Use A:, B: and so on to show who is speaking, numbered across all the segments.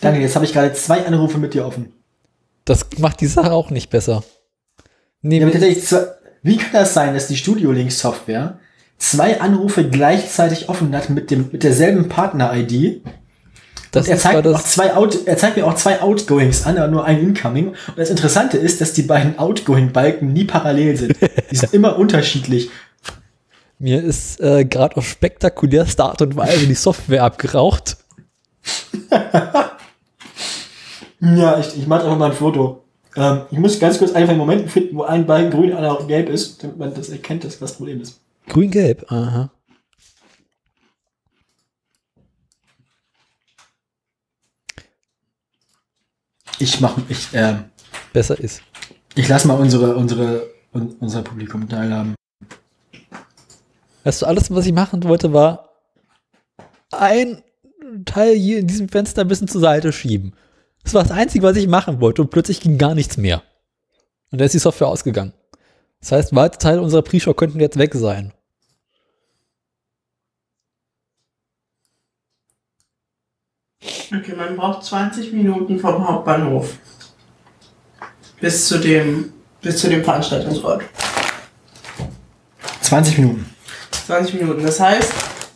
A: Daniel, jetzt habe ich gerade zwei Anrufe mit dir offen.
B: Das macht die Sache auch nicht besser. Nee,
A: Ja, aber tatsächlich zwei, wie kann das sein, dass die Studio Link Software zwei Anrufe gleichzeitig offen hat mit dem mit derselben Partner ID?
B: das
A: Er
B: ist zwar
A: zeigt, mir auch
B: das.
A: zwei Out, er zeigt mir auch zwei Outgoings an, aber nur ein Incoming. Und das Interessante ist, dass die beiden Outgoing-Balken nie parallel sind. Die sind immer unterschiedlich.
B: Mir ist äh, gerade auf spektakulärste Art und Weise die Software abgeraucht.
A: Ja, ich, ich mache einfach mal ein Foto. Ähm, ich muss ganz kurz einfach einen Moment finden, wo ein Balken grün, einer gelb ist, damit man das erkennt, dass das Problem ist.
B: Grün-Gelb, aha.
A: Ich mache, ich, ähm,
B: Besser ist.
A: ich lasse mal unsere, unsere, un, unser Publikum teilhaben.
B: Weißt du, alles, was ich machen wollte, war ein Teil hier in diesem Fenster ein bisschen zur Seite schieben. Das war das Einzige, was ich machen wollte und plötzlich ging gar nichts mehr. Und dann ist die Software ausgegangen. Das heißt, weite Teile unserer Pre-Show könnten jetzt weg sein.
C: Okay, man braucht 20 Minuten vom Hauptbahnhof bis zu dem, bis zu dem Veranstaltungsort.
A: 20 Minuten.
C: 20 Minuten. Das heißt,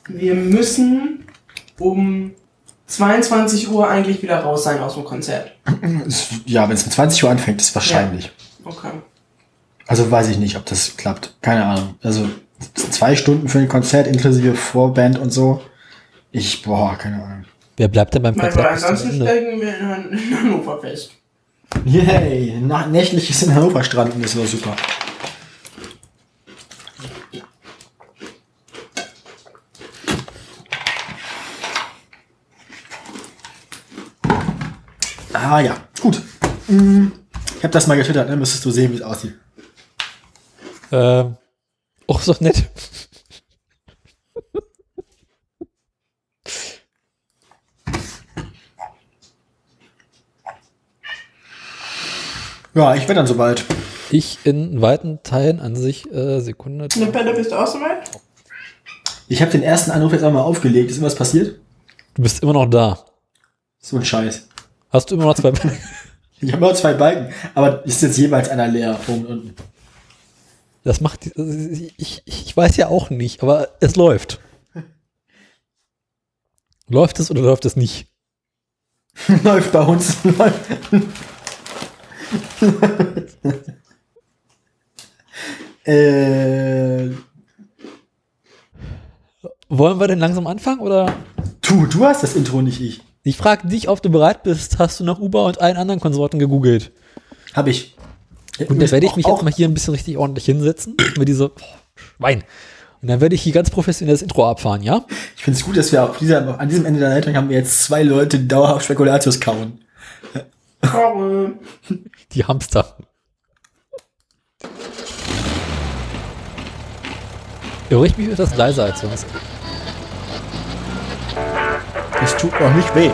C: wir müssen um 22 Uhr eigentlich wieder raus sein aus dem Konzert.
A: Ist- Ja, wenn es mit 20 Uhr anfängt, ist wahrscheinlich.
C: Okay.
A: Also weiß ich nicht, ob das klappt. Keine Ahnung. Also zwei Stunden für ein Konzert inklusive Vorband und so. Ich, boah, keine Ahnung.
B: Wer bleibt denn beim
C: Weil weil
B: Konzert bis
C: ansonsten
B: zum Ende?
C: stecken wir in Han- in Hannover fest.
A: Yay, na, nächtliches in Hannover stranden, das war super. Ah ja, gut. Mm, Ich habe das mal getwittert, dann müsstest du sehen, wie es aussieht.
B: Ähm, oh, ist doch nett.
A: Ja, ich werde dann soweit.
B: Ich in weiten Teilen an sich, äh, Sekunde.
C: Ne, Pelle, bist du auch soweit?
A: Ich habe den ersten Anruf jetzt einmal aufgelegt. Ist irgendwas passiert?
B: Du bist immer noch da.
A: So ein Scheiß.
B: Hast du immer noch zwei.
A: Ich habe nur zwei Balken, aber ist jetzt jeweils einer leer. Oben und unten.
B: Das macht. also, Ich, ich, ich weiß ja auch nicht, aber es läuft. Läuft es oder läuft es nicht?
A: läuft bei uns. Läuft. äh,
B: Wollen wir denn langsam anfangen oder?
A: du, du hast das Intro, nicht ich.
B: Ich frage dich, ob du bereit bist. Hast du nach Uber und allen anderen Konsorten gegoogelt?
A: Hab ich.
B: Und dann werde ich mich
A: auch,
B: jetzt mal hier ein bisschen richtig ordentlich hinsetzen. Mit dieser. Boah, Schwein. Und dann werde ich hier ganz professionell das Intro abfahren, ja?
A: Ich finde es gut, dass wir auf dieser, an diesem Ende der Leitung haben wir jetzt zwei Leute, die dauerhaft Spekulatius kauen.
C: Sorry.
B: Die Hamster. Irre ich mich etwas leiser als sonst.
A: Es tut noch nicht weh.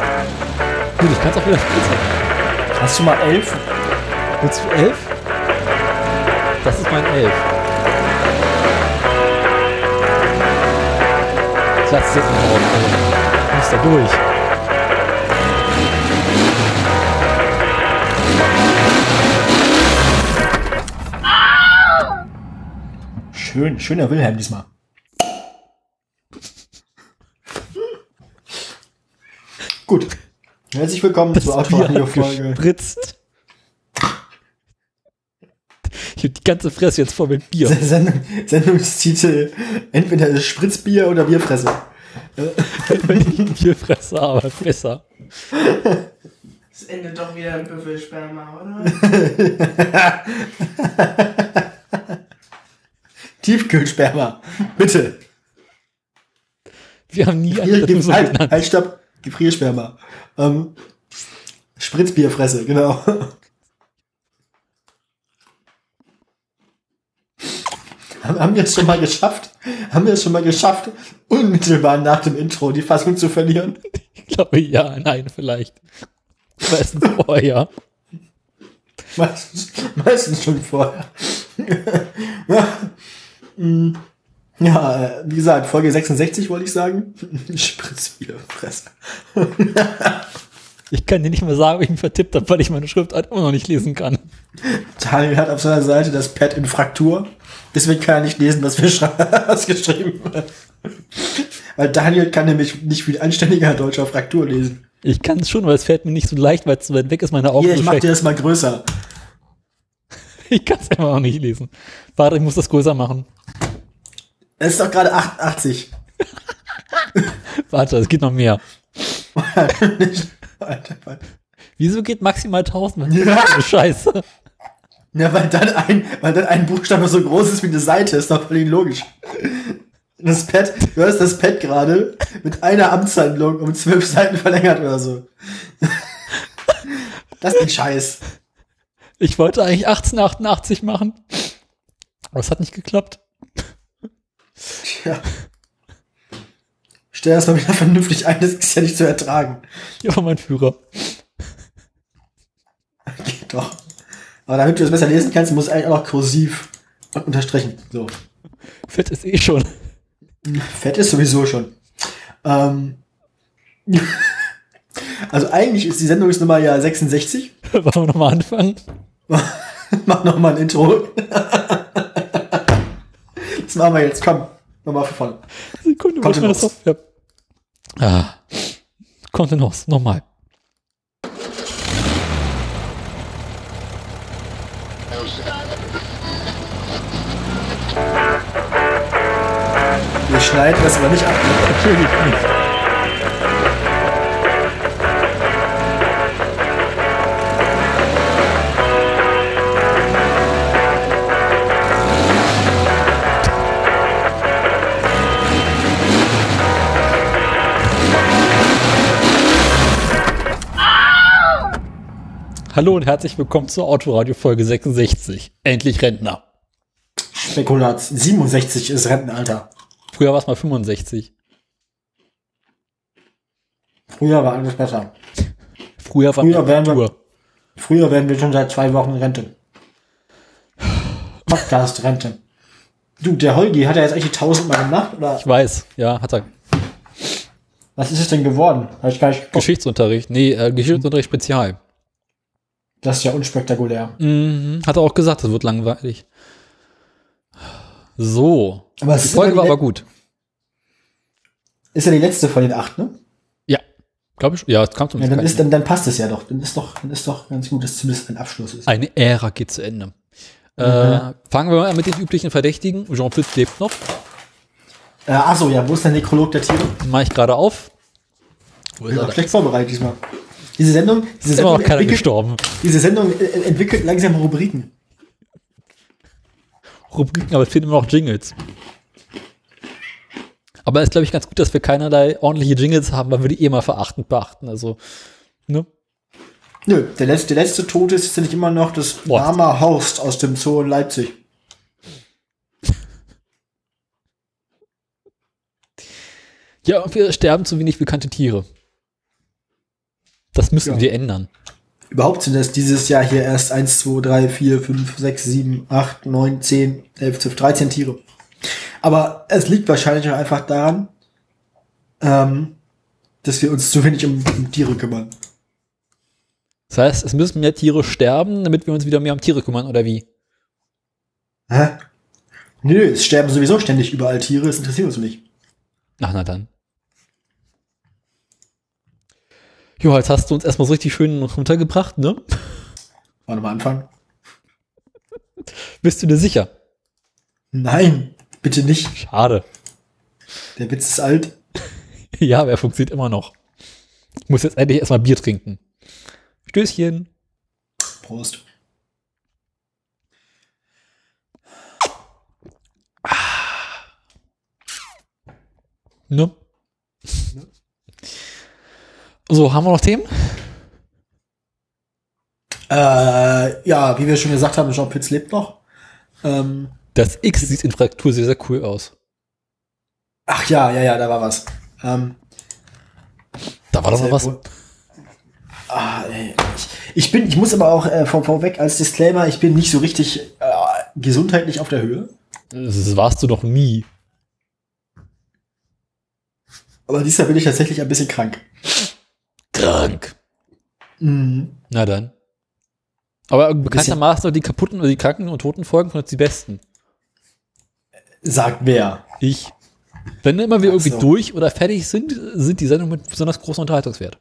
B: Gut, ich kann es auch wieder spielen.
A: Hast du mal elf?
B: Willst du elf? Das ist mein elf. Platz jetzt noch auf. Ich muss da durch.
A: Schön, schöner Wilhelm diesmal. Gut. Herzlich willkommen zur Autoradio-Folge.
B: gespritzt. Ich hab die ganze Fresse jetzt voll mit Bier.
A: Sendung, Sendungstitel: Entweder ist Spritzbier oder Bierfresse.
B: Wenn ich Bierfresse, aber besser.
C: Es endet doch wieder im Büffelsperma, oder?
A: Tiefkühlsperma. Bitte.
B: Wir haben nie
A: Hier
B: einen
A: gibt's
B: so
A: halt,
B: genannt.
A: halt, stopp. Gefriersperma. Ähm, Spritzbierfresse, genau. Haben haben wir es schon mal geschafft? Haben wir es schon mal geschafft, unmittelbar nach dem Intro die Fassung zu verlieren?
B: Ich glaube, ja, nein, vielleicht. Meistens vorher.
A: Meistens, meistens schon vorher. Mm, ja, äh, wie gesagt, Folge 66 wollte ich sagen. Spritzbierfresse.
B: Ich kann dir nicht mal sagen, ob ich ihn vertippt habe, weil ich meine Schriftart immer noch nicht lesen kann.
A: Daniel hat auf seiner Seite das Pad in Fraktur. Deswegen kann er nicht lesen, was, wir schrei- was geschrieben wird. Weil Daniel kann nämlich nicht wie ein anständiger deutscher Fraktur lesen.
B: Ich kann es schon, aber es fällt mir nicht so leicht, weil es so weit weg ist, meine Augen
A: Hier,
B: so
A: ich mach
B: schlecht.
A: dir das mal größer.
B: Ich kann es immer noch nicht lesen. Warte, ich muss das größer machen.
A: Es ist doch gerade 88.
B: Warte, es geht noch mehr.
A: Nicht- Alter, Mann.
B: Wieso geht maximal 1000? Was ist
A: Ja.
B: das für eine Scheiße.
A: Ja, weil dann ein, weil dann ein Buchstabe so groß ist wie eine Seite, ist doch völlig logisch. Das Pad, du hast das Pad gerade mit einer Amtshandlung um zwölf Seiten verlängert oder so. Das ist ein Scheiß.
B: Ich wollte eigentlich 1888 machen. Aber es hat nicht geklappt.
A: Tja. Stell das mal wieder vernünftig ein, das ist ja nicht zu ertragen.
B: Hier war mein Führer.
A: Geht doch. Aber damit du es besser lesen kannst, musst du eigentlich auch noch kursiv und unterstrichen. So.
B: Fett ist eh schon.
A: Fett ist sowieso schon. Ähm. Also eigentlich ist die Sendungsnummer ja 66.
B: Wollen wir nochmal anfangen?
A: Mach nochmal ein Intro. Das machen wir jetzt. Komm, nochmal von vorne.
B: Sekunde,
A: Kommt
B: wo ist meine
A: hinaus.
B: Software? Ah. Kommt in Haus. Nochmal.
A: Wir schneiden das aber nicht ab.
B: Natürlich nicht. Hallo und herzlich willkommen zur Autoradio Folge 66. Endlich Rentner.
A: Spekulat. 67 ist Rentenalter.
B: Früher war es mal 65.
A: Früher war alles besser.
B: Früher war
A: Früher wären wir-
B: Kultur.
A: Früher werden wir schon seit zwei Wochen in Rente. Podcast Rente. Du, der Holgi hat ja jetzt echt die tausendmal gemacht, oder
B: Ich weiß, ja, hat er.
A: Oh. was ist es denn geworden? Hab ich gar nicht geguckt.
B: Geschichtsunterricht. Nee, äh, Geschichtsunterricht Spezial.
A: Das ist ja unspektakulär.
B: Mhm. Hat er auch gesagt, das wird langweilig. So.
A: Aber es
B: die
A: ist
B: Folge
A: immer
B: war
A: die
B: aber gut.
A: Ist ja die letzte von den acht, ne?
B: Ja. Glaube ich. Ja, es kam zum
A: Ja, dann, ist,
B: Ende.
A: dann, dann passt es ja doch. Dann ist doch, dann ist doch ganz gut, dass zumindest ein Abschluss ist.
B: Eine Ära geht zu Ende.
A: Mhm.
B: Äh, fangen wir mal an mit den üblichen Verdächtigen. Jean Fitz lebt noch.
A: Äh, achso, ja, wo ist denn der Nekrolog der Tiere?
B: Den mache ich gerade auf. Wo ist
A: Ich
B: er
A: war
B: da?
A: schlecht vorbereitet diesmal. Diese Sendung, diese
B: Ist immer
A: Sendung,
B: noch keiner
A: entwickelt,
B: gestorben.
A: diese Sendung äh, entwickelt langsam Rubriken.
B: Rubriken, aber es fehlen immer noch Jingles. Aber es ist, glaube ich, ganz gut, dass wir keinerlei ordentliche Jingles haben, weil wir die eh mal verachtend beachten. Also, ne?
A: Nö, der letzte, der letzte Tote ist ja nicht immer noch das
B: Boah.
A: Lama Horst aus dem Zoo in Leipzig.
B: Ja, und wir sterben zu wenig bekannte Tiere. Das müssen
A: Ja.
B: wir ändern.
A: Überhaupt sind das dieses Jahr hier erst 1, 2, 3, 4, 5, 6, 7, 8, 9, 10, 11, 12, 13 Tiere. Aber es liegt wahrscheinlich auch einfach daran, ähm, dass wir uns zu wenig um, um Tiere kümmern.
B: Das heißt, es müssen mehr Tiere sterben, damit wir uns wieder mehr um Tiere kümmern, oder wie?
A: Hä? Nö, es sterben sowieso ständig überall Tiere, es interessiert uns nicht.
B: Ach, na dann. Jo, jetzt hast du uns erstmal so richtig schön runtergebracht, ne?
A: Wollen wir mal anfangen?
B: Bist du dir sicher?
A: Nein, bitte nicht.
B: Schade.
A: Der Witz ist alt.
B: Ja, aber er funktioniert immer noch. Ich muss jetzt endlich erstmal Bier trinken. Stößchen.
A: Prost.
B: Ne? So, haben wir noch Themen?
A: Äh, ja, wie wir schon gesagt haben, Jean Pitz lebt noch. Ähm,
B: Das X sieht in Fraktur sehr, sehr cool aus.
A: ach ja, ja, ja, da war was. Ähm,
B: Da war doch noch
A: sehr
B: was.
A: wohl. Ah, ey, ich, ich bin, ich muss aber auch äh, vor, vorweg als Disclaimer, ich bin nicht so richtig äh, gesundheitlich auf der Höhe.
B: Das warst du noch nie.
A: Aber diesmal bin ich tatsächlich ein bisschen krank.
B: Krank.
A: Mhm.
B: Na dann. Aber
A: Bisschen-
B: bekanntermaßen sind die kaputten oder die kranken und toten Folgen von uns die besten.
A: Sagt wer?
B: Ich. Wenn immer wir
A: Ach
B: irgendwie
A: so.
B: durch oder fertig sind, sind die Sendungen mit besonders großem Unterhaltungswert.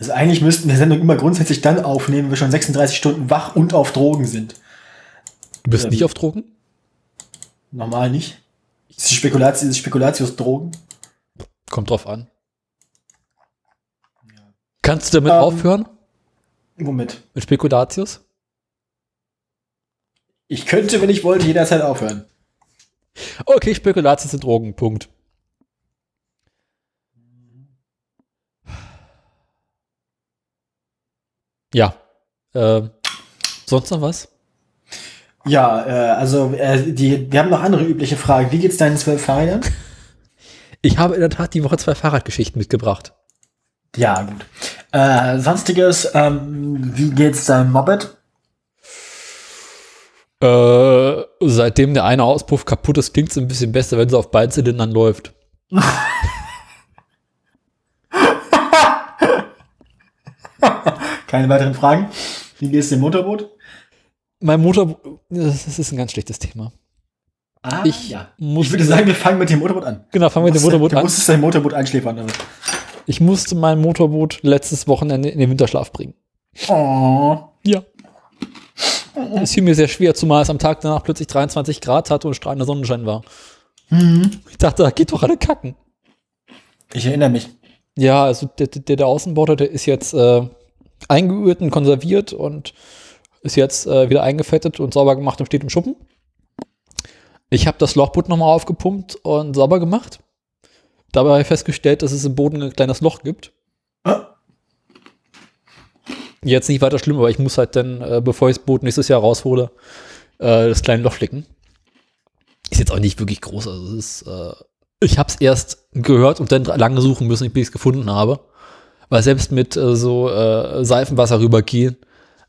A: Also eigentlich müssten wir Sendung immer grundsätzlich dann aufnehmen, wenn wir schon 36 Stunden wach und auf Drogen sind.
B: Du bist
A: Ja,
B: nicht
A: wie-
B: auf Drogen?
A: Normal nicht. Ist die Spekulatius, ist Spekulatius Drogen?
B: Kommt drauf an. Kannst du damit
A: Ähm.
B: aufhören?
A: Womit?
B: Mit Spekulatius?
A: Ich könnte, wenn ich wollte, jederzeit aufhören.
B: Okay, Spekulatius sind Drogen. Punkt. Ja. Ähm, sonst noch was?
A: Ja, äh, also äh, die, wir haben noch andere übliche Fragen. Wie geht's deinen zwölf Fahrrädern?
B: Ich habe in der Tat die Woche zwei Fahrradgeschichten mitgebracht.
A: Ja, gut. Äh, sonstiges, ähm, wie geht's deinem Moped?
B: Äh, seitdem der eine Auspuff kaputt ist, klingt es ein bisschen besser, wenn sie auf beiden Zylindern läuft.
A: Keine weiteren Fragen. Wie geht's dem Motorboot?
B: Mein Motor, das ist ein ganz schlechtes Thema.
A: Ah,
B: Ich muss-
A: ich würde sagen, wir fangen mit dem Motorboot an.
B: Genau, fangen wir mit dem
A: Du
B: Motorboot
A: musst- Du
B: an.
A: musstest dein Motorboot einschläfern damit.
B: Ich musste mein Motorboot letztes Wochenende in den Winterschlaf bringen.
A: Oh.
B: Ja. Es fiel mir sehr schwer, zumal es am Tag danach plötzlich 23 Grad hatte und strahlender Sonnenschein war.
A: Hm.
B: Ich dachte, da geht doch alle kacken.
A: Ich erinnere mich.
B: Ja, also der, der, der Außenborder, der ist jetzt äh, eingeürt und konserviert und ist jetzt äh, wieder eingefettet und sauber gemacht und steht im Schuppen. Ich habe das Lochboot nochmal aufgepumpt und sauber gemacht. Dabei festgestellt, dass es im Boden ein kleines Loch gibt.
A: Ah.
B: Jetzt nicht weiter schlimm, aber ich muss halt dann, äh, bevor ich das Boot nächstes Jahr raushole, äh, das kleine Loch flicken. Ist jetzt auch nicht wirklich groß. Also es ist, äh, ich habe es erst gehört und dann lange suchen müssen, bis ich es gefunden habe. Weil selbst mit äh, so äh, Seifenwasser rübergehen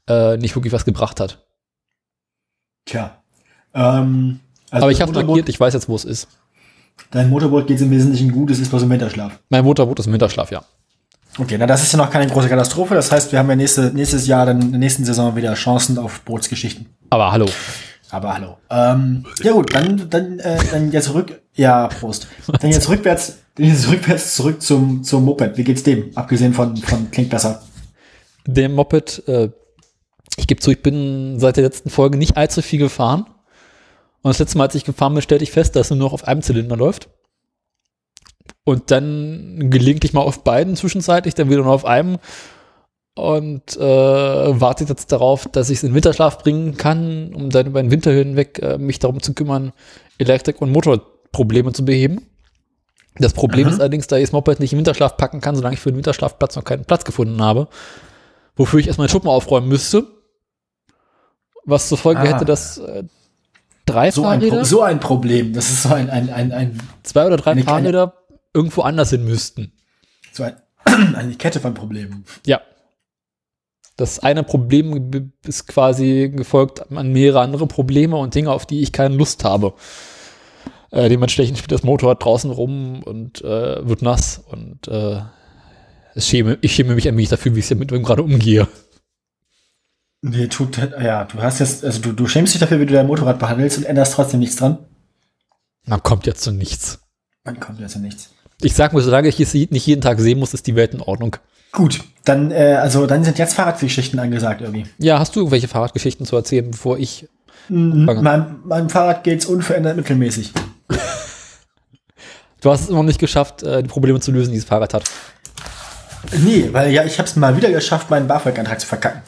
B: äh, nicht wirklich was gebracht hat.
A: Tja. Ähm, also
B: Aber ich
A: dein
B: habe
A: Motorboot-
B: markiert, ich weiß jetzt, wo es ist.
A: Dein Motorboot geht's im Wesentlichen gut, es ist bloß im Winterschlaf.
B: Mein Motorboot ist im Winterschlaf, ja.
A: Okay, na das ist ja noch keine große Katastrophe. Das heißt, wir haben ja nächste, nächstes Jahr, dann in der nächsten Saison wieder Chancen auf Bootsgeschichten.
B: Aber hallo.
A: Aber hallo. Ähm, ja gut, dann, dann, äh, dann jetzt rück. Ja, Prost. Dann jetzt rückwärts, dann jetzt rückwärts zurück zum, zum Moped. Wie geht's dem? Abgesehen von, von klingt besser.
B: Dem Moped, äh, ich gebe zu, ich bin seit der letzten Folge nicht allzu viel gefahren. Und das letzte Mal, als ich gefahren bin, stellte ich fest, dass es nur noch auf einem Zylinder läuft. Und dann gelegentlich mal auf beiden zwischenzeitlich, dann wieder nur auf einem. Und äh, warte jetzt darauf, dass ich es in den Winterschlaf bringen kann, um dann über den Winter hinweg äh, mich darum zu kümmern, Elektrik- und Motorprobleme zu beheben. Das Problem
A: Aha.
B: ist allerdings, da ich das Moped nicht im Winterschlaf packen kann, solange ich für den Winterschlafplatz noch keinen Platz gefunden habe, wofür ich erstmal den Schuppen aufräumen müsste. Was zur Folge
A: Ah.
B: hätte, dass äh, drei
A: So ein,
B: Fahrräder,
A: Pro so ein Problem. Das ist so ein, ein, ein, ein,
B: zwei oder drei
A: eine kleine-
B: Fahrräder irgendwo anders hin müssten.
A: so ein eine Kette von Problemen.
B: Ja. Das eine Problem b- ist quasi gefolgt an mehrere andere Probleme und Dinge, auf die ich keine Lust habe. Äh, dementsprechend spielt das Motorrad draußen rum und äh, wird nass und äh, es schäme, ich schäme mich ein wenig dafür, wie ich damit gerade umgehe.
A: Nee, tut, ja, du hast jetzt, also du, du schämst dich dafür, wie du dein Motorrad behandelst und änderst trotzdem nichts dran.
B: Man kommt ja zu nichts.
A: Dann kommt jetzt ja nichts.
B: Ich sag mir, solange ich es je- nicht jeden Tag sehen muss, ist die Welt in Ordnung.
A: Gut, dann, äh, also dann sind jetzt Fahrradgeschichten angesagt irgendwie.
B: Ja, hast du irgendwelche Fahrradgeschichten zu erzählen, bevor ich Fangen.
A: Meinem, meinem Fahrrad geht's unverändert mittelmäßig.
B: Du hast es immer noch nicht geschafft, äh, die Probleme zu lösen, die das Fahrrad hat.
A: Nee, weil ja, ich hab's mal wieder geschafft, meinen BAföG-Antrag zu verkacken.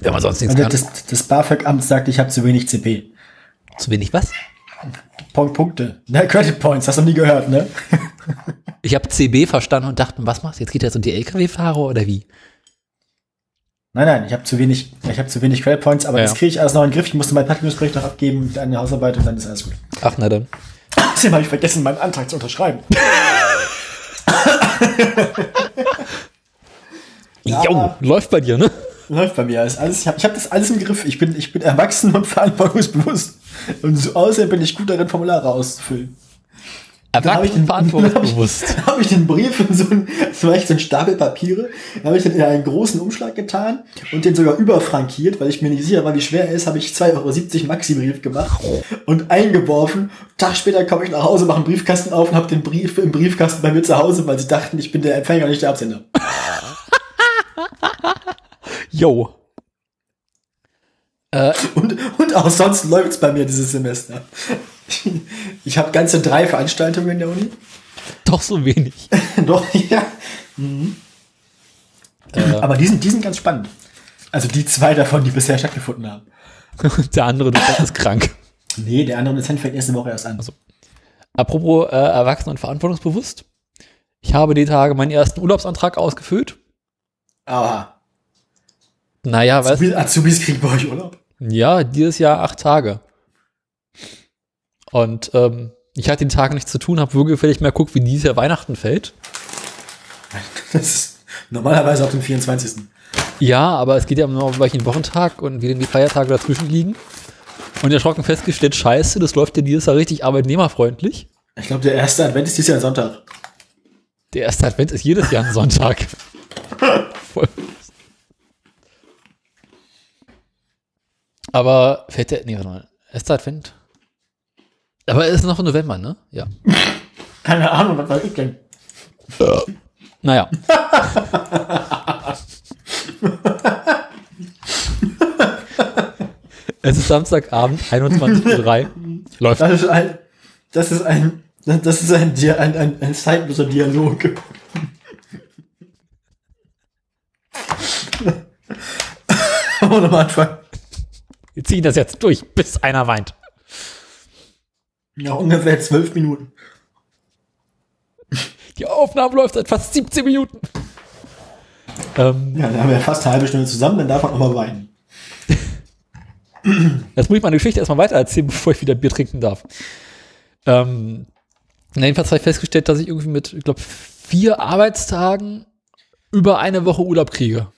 B: Wenn man sonst nichts
A: Also
B: kann.
A: das, das BAföG-Amt sagt, ich habe zu wenig CP.
B: Zu wenig was?
A: Pon- Punkte. Na, Credit Points, hast du noch nie gehört, ne?
B: Ich habe CB verstanden und dachte, was machst du? Jetzt geht das um die LKW-Fahrer oder wie?
A: Nein, nein, ich habe zu wenig, ich habe zu wenig Credit Points, aber
B: Ja.
A: das kriege ich alles noch in den Griff. Ich musste meinen Praktikumsbericht noch abgeben, eine Hausarbeit und dann ist alles gut.
B: Ach, na dann.
A: Außerdem habe ich vergessen, meinen Antrag zu unterschreiben.
B: Jo, läuft bei dir, ne?
A: Läuft bei mir. Ist alles, ich habe ich hab das alles im Griff. Ich bin, ich bin erwachsen und verantwortungsbewusst. Und so außerdem bin ich gut darin, Formulare auszufüllen. hab ich
B: Erwachsen
A: den-
B: verantwortungsbewusst.
A: Da habe ich den Brief in so ein, das war echt so ein Stapel Papiere, da habe ich den in einen großen Umschlag getan und den sogar überfrankiert, weil ich mir nicht sicher war, wie schwer er ist, habe ich 2,70 Euro Maxi-Brief gemacht und eingeworfen. Tag später komme ich nach Hause, mache einen Briefkasten auf und habe den Brief im Briefkasten bei mir zu Hause, weil sie dachten, ich bin der Empfänger, nicht der Absender.
B: Jo. Äh,
A: Und, und auch sonst läuft's bei mir dieses Semester. Ich habe ganze drei Veranstaltungen in der Uni.
B: doch so wenig.
A: Doch, ja. Mhm. Äh. Aber die sind, die sind ganz spannend. Also die zwei davon, die bisher stattgefunden haben.
B: Der andere Dozent ist krank.
A: Nee, der andere Dozent fängt nächste Woche erst an.
B: Apropos äh, Erwachsen und verantwortungsbewusst. Ich habe die Tage meinen ersten Urlaubsantrag ausgefüllt.
A: Aha.
B: Naja, weißt
A: Azubi- Azubis kriegen bei euch Urlaub.
B: Ja, dieses Jahr acht Tage. Und ähm, ich hatte den Tag nichts zu tun, habe wohlgefällig mal geguckt, wie dieses Jahr Weihnachten fällt.
A: Das ist normalerweise auf dem 24.
B: Ja, aber es geht ja immer um welchen Wochentag und wie denn die Feiertage dazwischen liegen. Und erschrocken festgestellt, scheiße, das läuft ja dieses Jahr richtig arbeitnehmerfreundlich.
A: Ich glaube, der erste Advent ist dieses Jahr Sonntag.
B: Der erste Advent ist jedes Jahr ein Sonntag. Voll. Aber fällt der, nee, warte mal, erster Advent? Aber es ist noch im November, ne? Ja.
A: Keine Ahnung, was weiß ich denn?
B: Naja. es ist Samstagabend, 21.03 Uhr. Läuft.
A: Das ist ein, das ist ein, das ist ein, Dia- ein, ein, ein zeitloser Dialog. Und am Anfang.
B: Wir ziehen das jetzt durch, bis einer weint.
A: Nach ungefähr zwölf Minuten.
B: Die Aufnahme läuft seit fast 17 Minuten. Ähm,
A: Ja, dann haben wir fast eine halbe Stunde zusammen, dann darf man auch mal weinen.
B: jetzt muss ich meine Geschichte erstmal weiter erzählen, bevor ich wieder Bier trinken darf. Ähm, na, jedenfalls habe ich festgestellt, dass ich irgendwie mit, ich glaube, vier Arbeitstagen über eine Woche Urlaub kriege.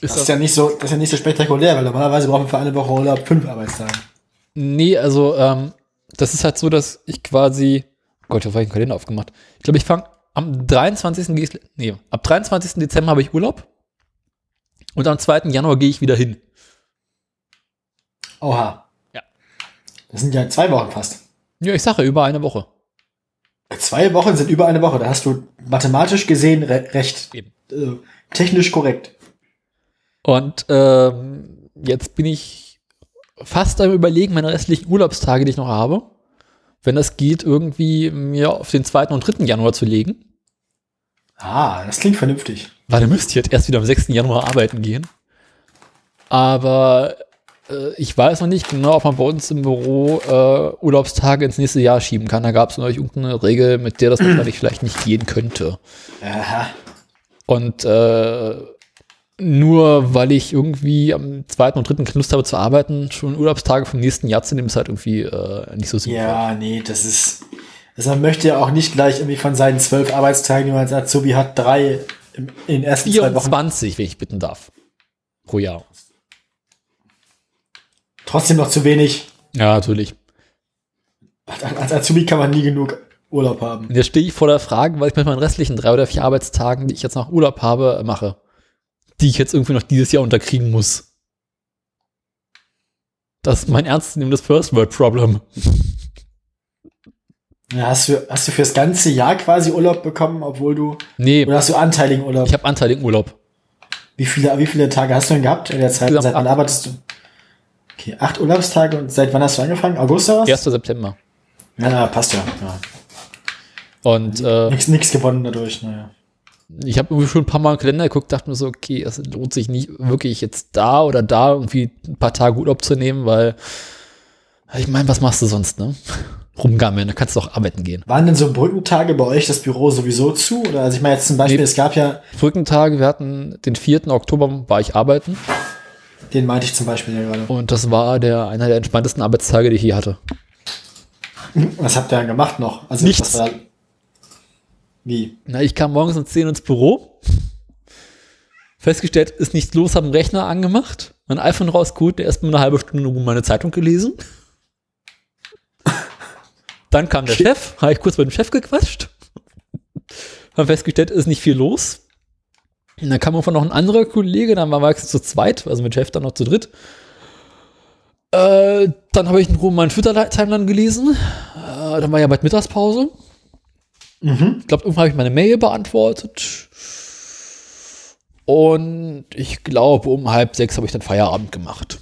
B: Ist
A: Das ist ja nicht so, das ist ja nicht so spektakulär, weil normalerweise brauchen wir für eine Woche Urlaub fünf Arbeitstage.
B: Nee, also ähm, das ist halt so, dass ich quasi. oh Gott, ich habe einen Kalender aufgemacht. Ich glaube, ich fange am 23. Geh ich, nee, ab 23. Dezember habe ich Urlaub. Und am 2. Januar gehe ich wieder hin.
A: Oha.
B: Ja.
A: Das sind ja zwei Wochen fast.
B: Ja, ich sage, über eine Woche.
A: Zwei Wochen sind über eine Woche. Da hast du mathematisch gesehen re recht.
B: Eben.
A: Äh, technisch korrekt.
B: Und ähm, jetzt bin ich fast am überlegen, meine restlichen Urlaubstage, die ich noch habe, wenn das geht, irgendwie mir auf den 2. und 3. Januar zu legen.
A: Ah, das klingt vernünftig.
B: Weil ihr müsst jetzt erst wieder am 6. Januar arbeiten gehen. Aber äh, ich weiß noch nicht genau, ob man bei uns im Büro äh, Urlaubstage ins nächste Jahr schieben kann. Da gab es neulich irgendeine Regel, mit der das wahrscheinlich vielleicht nicht gehen könnte.
A: Aha.
B: Und äh, nur weil ich irgendwie am zweiten und dritten Lust habe zu arbeiten, schon Urlaubstage vom nächsten Jahr zu nehmen, ist halt irgendwie äh, nicht so sinnvoll.
A: Ja, nee, das ist. Also man möchte ja auch nicht gleich irgendwie von seinen zwölf Arbeitstagen, die man als Azubi hat, drei im, in den ersten zwei Wochen.
B: 24, wenn ich bitten darf. Pro Jahr.
A: Trotzdem noch zu wenig.
B: Ja, natürlich.
A: Als Azubi kann man nie genug Urlaub haben.
B: Und jetzt stehe ich vor der Frage, was ich mit meinen restlichen drei oder vier Arbeitstagen, die ich jetzt nach Urlaub habe, äh, mache. Die ich jetzt irgendwie noch dieses Jahr unterkriegen muss. Das ist mein ernstzunehmendes First World Problem.
A: Ja, hast, du, hast du fürs ganze Jahr quasi Urlaub bekommen, obwohl du.
B: Nee,
A: Oder hast du anteiligen Urlaub?
B: ich habe Anteil im Urlaub.
A: Wie viele, wie viele Tage hast du denn gehabt in der Zeit?
B: Insgesamt
A: Seit wann
B: acht.
A: arbeitest du? Okay, acht Urlaubstage und seit wann hast du angefangen? August oder was?
B: 1. September.
A: Na, na, passt ja. ja.
B: Und äh,
A: Nichts, nichts gewonnen dadurch, naja.
B: ich habe irgendwie schon ein paar Mal im Kalender geguckt, dachte mir so, okay, es lohnt sich nicht wirklich jetzt da oder da irgendwie ein paar Tage Urlaub zu nehmen, weil ich meine, was machst du sonst, ne? Rumgammeln, da kannst du auch arbeiten gehen.
A: Waren denn so Brückentage bei euch das Büro sowieso zu? Oder also ich meine jetzt zum Beispiel,
B: Nee.
A: es gab ja,
B: Brückentage, wir hatten den 4. Oktober war ich arbeiten.
A: den meinte ich zum Beispiel ja gerade.
B: Und das war der, einer der entspanntesten Arbeitstage, die ich je hatte.
A: Was habt ihr denn gemacht noch? Also
B: Nichts.
A: Das war, wie?
B: Na, ich kam morgens um 10 ins Büro, festgestellt, ist nichts los, habe einen Rechner angemacht, mein iPhone rausgeholt, erstmal eine halbe Stunde nur meine Zeitung gelesen. Dann kam der Chef, habe ich kurz mit dem Chef gequatscht, haben festgestellt, ist nicht viel los. Und dann kam irgendwann noch ein anderer Kollege, dann waren wir jetzt zu zweit, also mit Chef dann noch zu dritt. Äh, dann habe ich in Ruhe meinen Twitter-Timeline gelesen. Äh, dann war ja bald Mittagspause.
A: Mhm.
B: Ich glaube, irgendwann habe ich meine Mail beantwortet. Und ich glaube, um halb sechs habe ich dann Feierabend gemacht.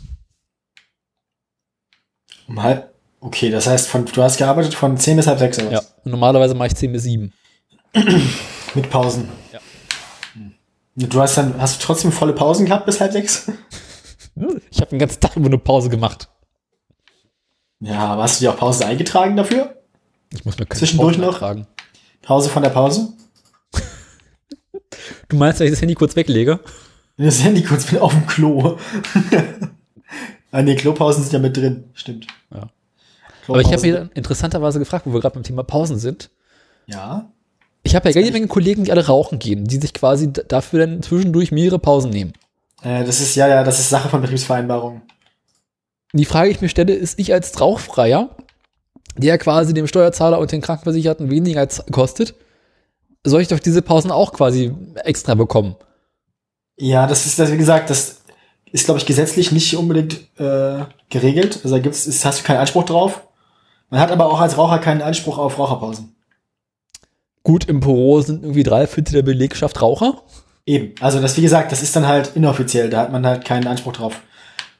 A: Um halb. Okay, das heißt, von, du hast gearbeitet von 10 bis halb 6 oder
B: Ja.
A: was?
B: Und normalerweise mache ich 10 bis 7.
A: Mit Pausen.
B: Ja.
A: Und Du hast dann, hast du trotzdem volle Pausen gehabt bis halb 6?
B: Ich habe den ganzen Tag immer nur Pause gemacht.
A: Ja, aber hast du dir auch Pausen eingetragen dafür?
B: Ich muss mir keine
A: Zwischendurch
B: Pausen
A: noch?
B: eintragen.
A: Pause von der Pause?
B: Du meinst, wenn ich das Handy kurz weglege?
A: Wenn Das Handy kurz mit auf dem Klo. ah, nee, Klopausen sind ja mit drin. Stimmt.
B: Ja. Aber ich
A: Klopausen-
B: habe mir dann interessanterweise gefragt, wo wir gerade beim Thema Pausen sind.
A: Ja.
B: Ich habe ja jede Menge Kollegen, die alle rauchen gehen, die sich quasi d- dafür dann zwischendurch mehrere Pausen nehmen.
A: Äh, das ist, ja, ja, das ist Sache von Betriebsvereinbarungen.
B: Und die Frage, die ich mir stelle, ist ich als Rauchfreier, der quasi dem Steuerzahler und den Krankenversicherten weniger als kostet, soll ich doch diese Pausen auch quasi extra bekommen?
A: Ja, das ist, das, wie gesagt, das ist, glaube ich, gesetzlich nicht unbedingt äh, geregelt. Also da gibt's, ist, hast du keinen Anspruch drauf. Man hat aber auch als Raucher keinen Anspruch auf Raucherpausen.
B: Gut, im Büro sind irgendwie drei Viertel der Belegschaft Raucher.
A: Eben. Also das, wie gesagt, das ist dann halt inoffiziell. Da hat man halt keinen Anspruch drauf.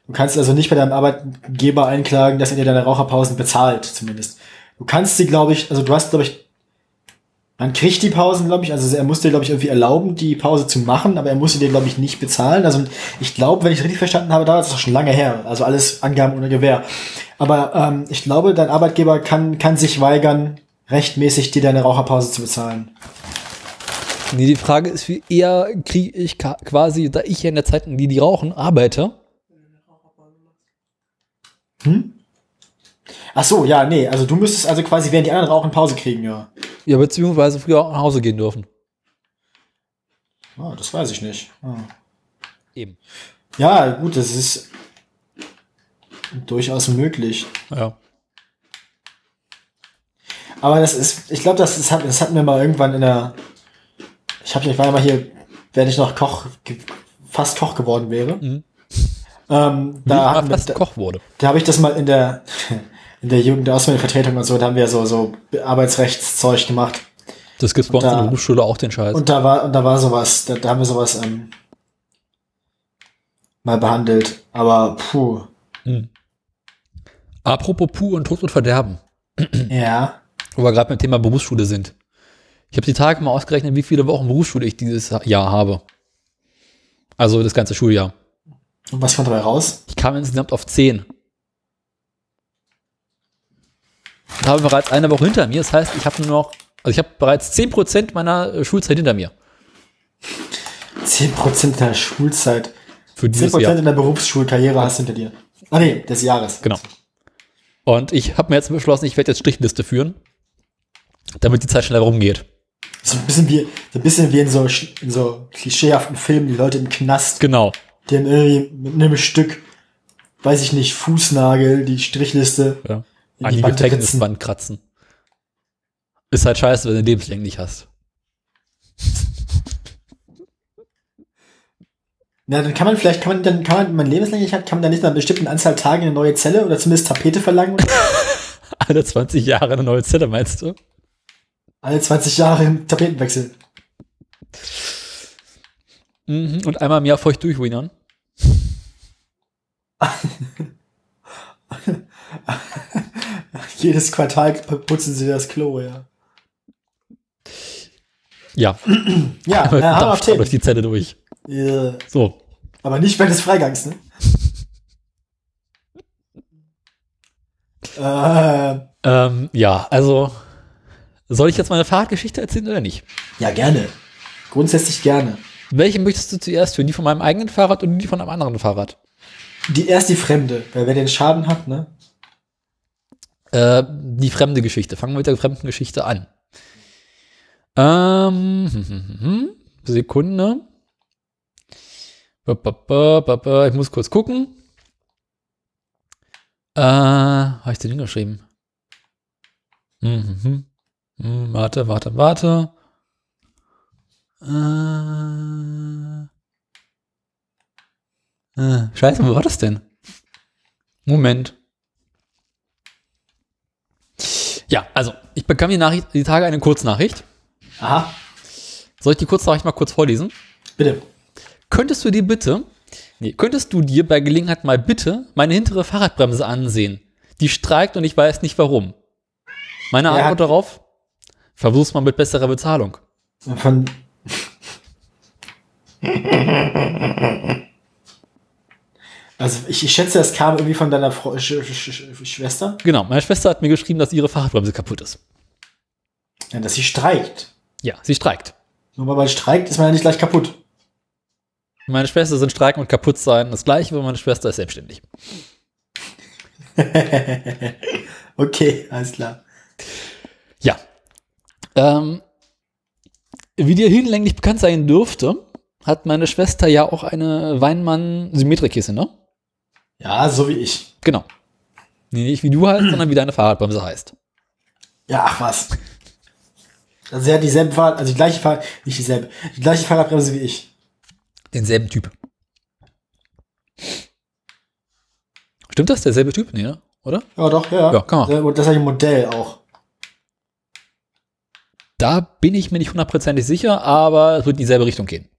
A: Du kannst also nicht bei deinem Arbeitgeber einklagen, dass er dir deine Raucherpausen bezahlt, zumindest. Du kannst sie, glaube ich, also du hast, glaube ich, man kriegt die Pausen, glaube ich, also er muss dir, glaube ich, irgendwie erlauben, die Pause zu machen, aber er muss sie dir, glaube ich, nicht bezahlen. Also ich glaube, wenn ich richtig verstanden habe, da ist das schon lange her. Also alles Angaben ohne Gewähr. Aber ähm, ich glaube, dein Arbeitgeber kann, kann sich weigern, rechtmäßig dir deine Raucherpause zu bezahlen.
B: Nee, die Frage ist, wie eher kriege ich ka- quasi, da ich ja in der Zeit, in die die rauchen, arbeite.
A: Ach so, ja, nee, also du müsstest also quasi, während die anderen rauchen, Pause kriegen, ja.
B: Ja, beziehungsweise früher auch nach Hause gehen dürfen.
A: Ah, das weiß ich nicht. Ah.
B: Eben.
A: Ja, gut, das ist durchaus möglich.
B: Ja.
A: Aber das ist, ich glaube, das, ist- hat, das hatten wir mal irgendwann in der. Ich habe ich war ja mal hier, wenn ich noch Koch, ge- fast Koch geworden wäre.
B: Mhm.
A: Ähm,
B: Da
A: da
B: ich
A: hatten
B: mal
A: wir,
B: fast
A: da,
B: Koch wurde.
A: da habe ich das mal in der in der Jugend der Ausländervertretung und so, da haben wir so so Arbeitsrechtszeug gemacht.
B: Das gibt's bei uns
A: da-
B: in der Berufsschule auch den Scheiß.
A: Und da war, und da war sowas, da, da haben wir sowas ähm, mal behandelt. Aber puh,
B: Hm. Apropos Puh und Tod und Verderben,
A: ja.
B: wo wir gerade beim Thema Berufsschule sind. Ich habe die Tage mal ausgerechnet, wie viele Wochen Berufsschule ich dieses Jahr habe. Also das ganze Schuljahr.
A: Und was kommt dabei raus?
B: Ich kam insgesamt auf 10. Und habe bereits eine Woche hinter mir. Das heißt, ich habe nur noch, also ich habe bereits 10% meiner äh, Schulzeit hinter mir.
A: 10% der Schulzeit.
B: Für dieses
A: 10%
B: Jahr.
A: in der Berufsschulkarriere hast du hinter dir. Ah nee, des Jahres.
B: Genau. Und ich habe mir jetzt beschlossen, ich werde jetzt Strichliste führen, damit die Zeit schneller rumgeht.
A: So ein bisschen wie, so ein bisschen wie in so, sch- in so klischeehaften Filmen, die Leute im Knast,
B: Genau.
A: die haben irgendwie mit einem Stück, weiß ich nicht, Fußnagel, die Strichliste.
B: Ja.
A: in
B: An die
A: Wand ritzen.
B: Gefängniswand kratzen. Ist halt scheiße, wenn du lebenslänglich hast.
A: Na, dann kann man vielleicht, kann man dann, kann man, wenn man lebenslänglich hat, kann man dann nicht nach einer bestimmten Anzahl Tagen eine neue Zelle oder zumindest Tapete verlangen?
B: Alle 20 Jahre eine neue Zelle, meinst du?
A: Alle 20 Jahre im Tapetenwechsel.
B: Mhm. Und einmal im Jahr feucht durchwienern.
A: Jedes Quartal putzen sie das Klo, ja.
B: Ja,
A: Ja,
B: einmal
A: äh, Hammer auf
B: Dampfstrahl durch
A: Themen.
B: die Zelle durch.
A: Äh,
B: So.
A: Aber nicht während des Freigangs, ne? äh,
B: Ähm, ja, also soll ich jetzt meine Fahrradgeschichte erzählen oder nicht?
A: ja, gerne. Grundsätzlich gerne.
B: Welche möchtest du zuerst hören? Die von meinem eigenen Fahrrad oder die von einem anderen Fahrrad?
A: Die, erst die Fremde, weil wer den Schaden hat, ne?
B: Äh, die fremde Geschichte. Fangen wir mit der fremden Geschichte an. Ähm, hm, hm, hm, hm. Sekunde. Ba, ba, ba, ba, ba. Ich muss kurz gucken. Äh, habe ich den hingeschrieben? Mhm. Mhm, Warte, warte, warte. Äh. Äh, scheiße, wo war das denn? Moment. Ja, also, ich bekam die, Nachricht, die Tage eine Kurznachricht.
A: Aha.
B: Soll ich die Kurznachricht mal kurz vorlesen?
A: Bitte.
B: Könntest du dir bitte, nee, könntest du dir bei Gelegenheit mal bitte meine hintere Fahrradbremse ansehen? Die streikt und ich weiß nicht warum. Meine
A: Ja.
B: Antwort darauf? Versuch's mal mit besserer Bezahlung.
A: Von also ich, ich schätze, das kam irgendwie von deiner Fre Sch Sch Sch Schwester,
B: Genau, meine Schwester hat mir geschrieben, dass ihre Fahrradbremse kaputt ist.
A: ja, dass sie streikt.
B: Ja, sie streikt.
A: Nur weil man streikt, ist man ja nicht gleich kaputt.
B: Meine Schwester sind streiken und kaputt sein das gleiche, weil meine Schwester ist selbstständig.
A: Okay, alles klar.
B: Ja. Ähm, wie dir hinlänglich bekannt sein dürfte, hat meine Schwester ja auch eine Weinmann-Symmetrikisse, ne?
A: Ja, so wie ich.
B: Genau. Nee, nicht wie du heißt, sondern wie deine Fahrradbremse heißt.
A: Ja, ach was. Also sie hat dieselbe Fahrrad, also die gleiche Fahrrad, nicht dieselbe, die gleiche Fahrradbremse wie ich.
B: Denselben Typ. Stimmt das? Derselbe Typ? Nee, ne? oder?
A: Ja, doch, ja.
B: Ja, kann man.
A: Sehr gut, das gleiche Modell auch.
B: Da bin ich mir nicht hundertprozentig sicher, aber es wird in dieselbe Richtung gehen.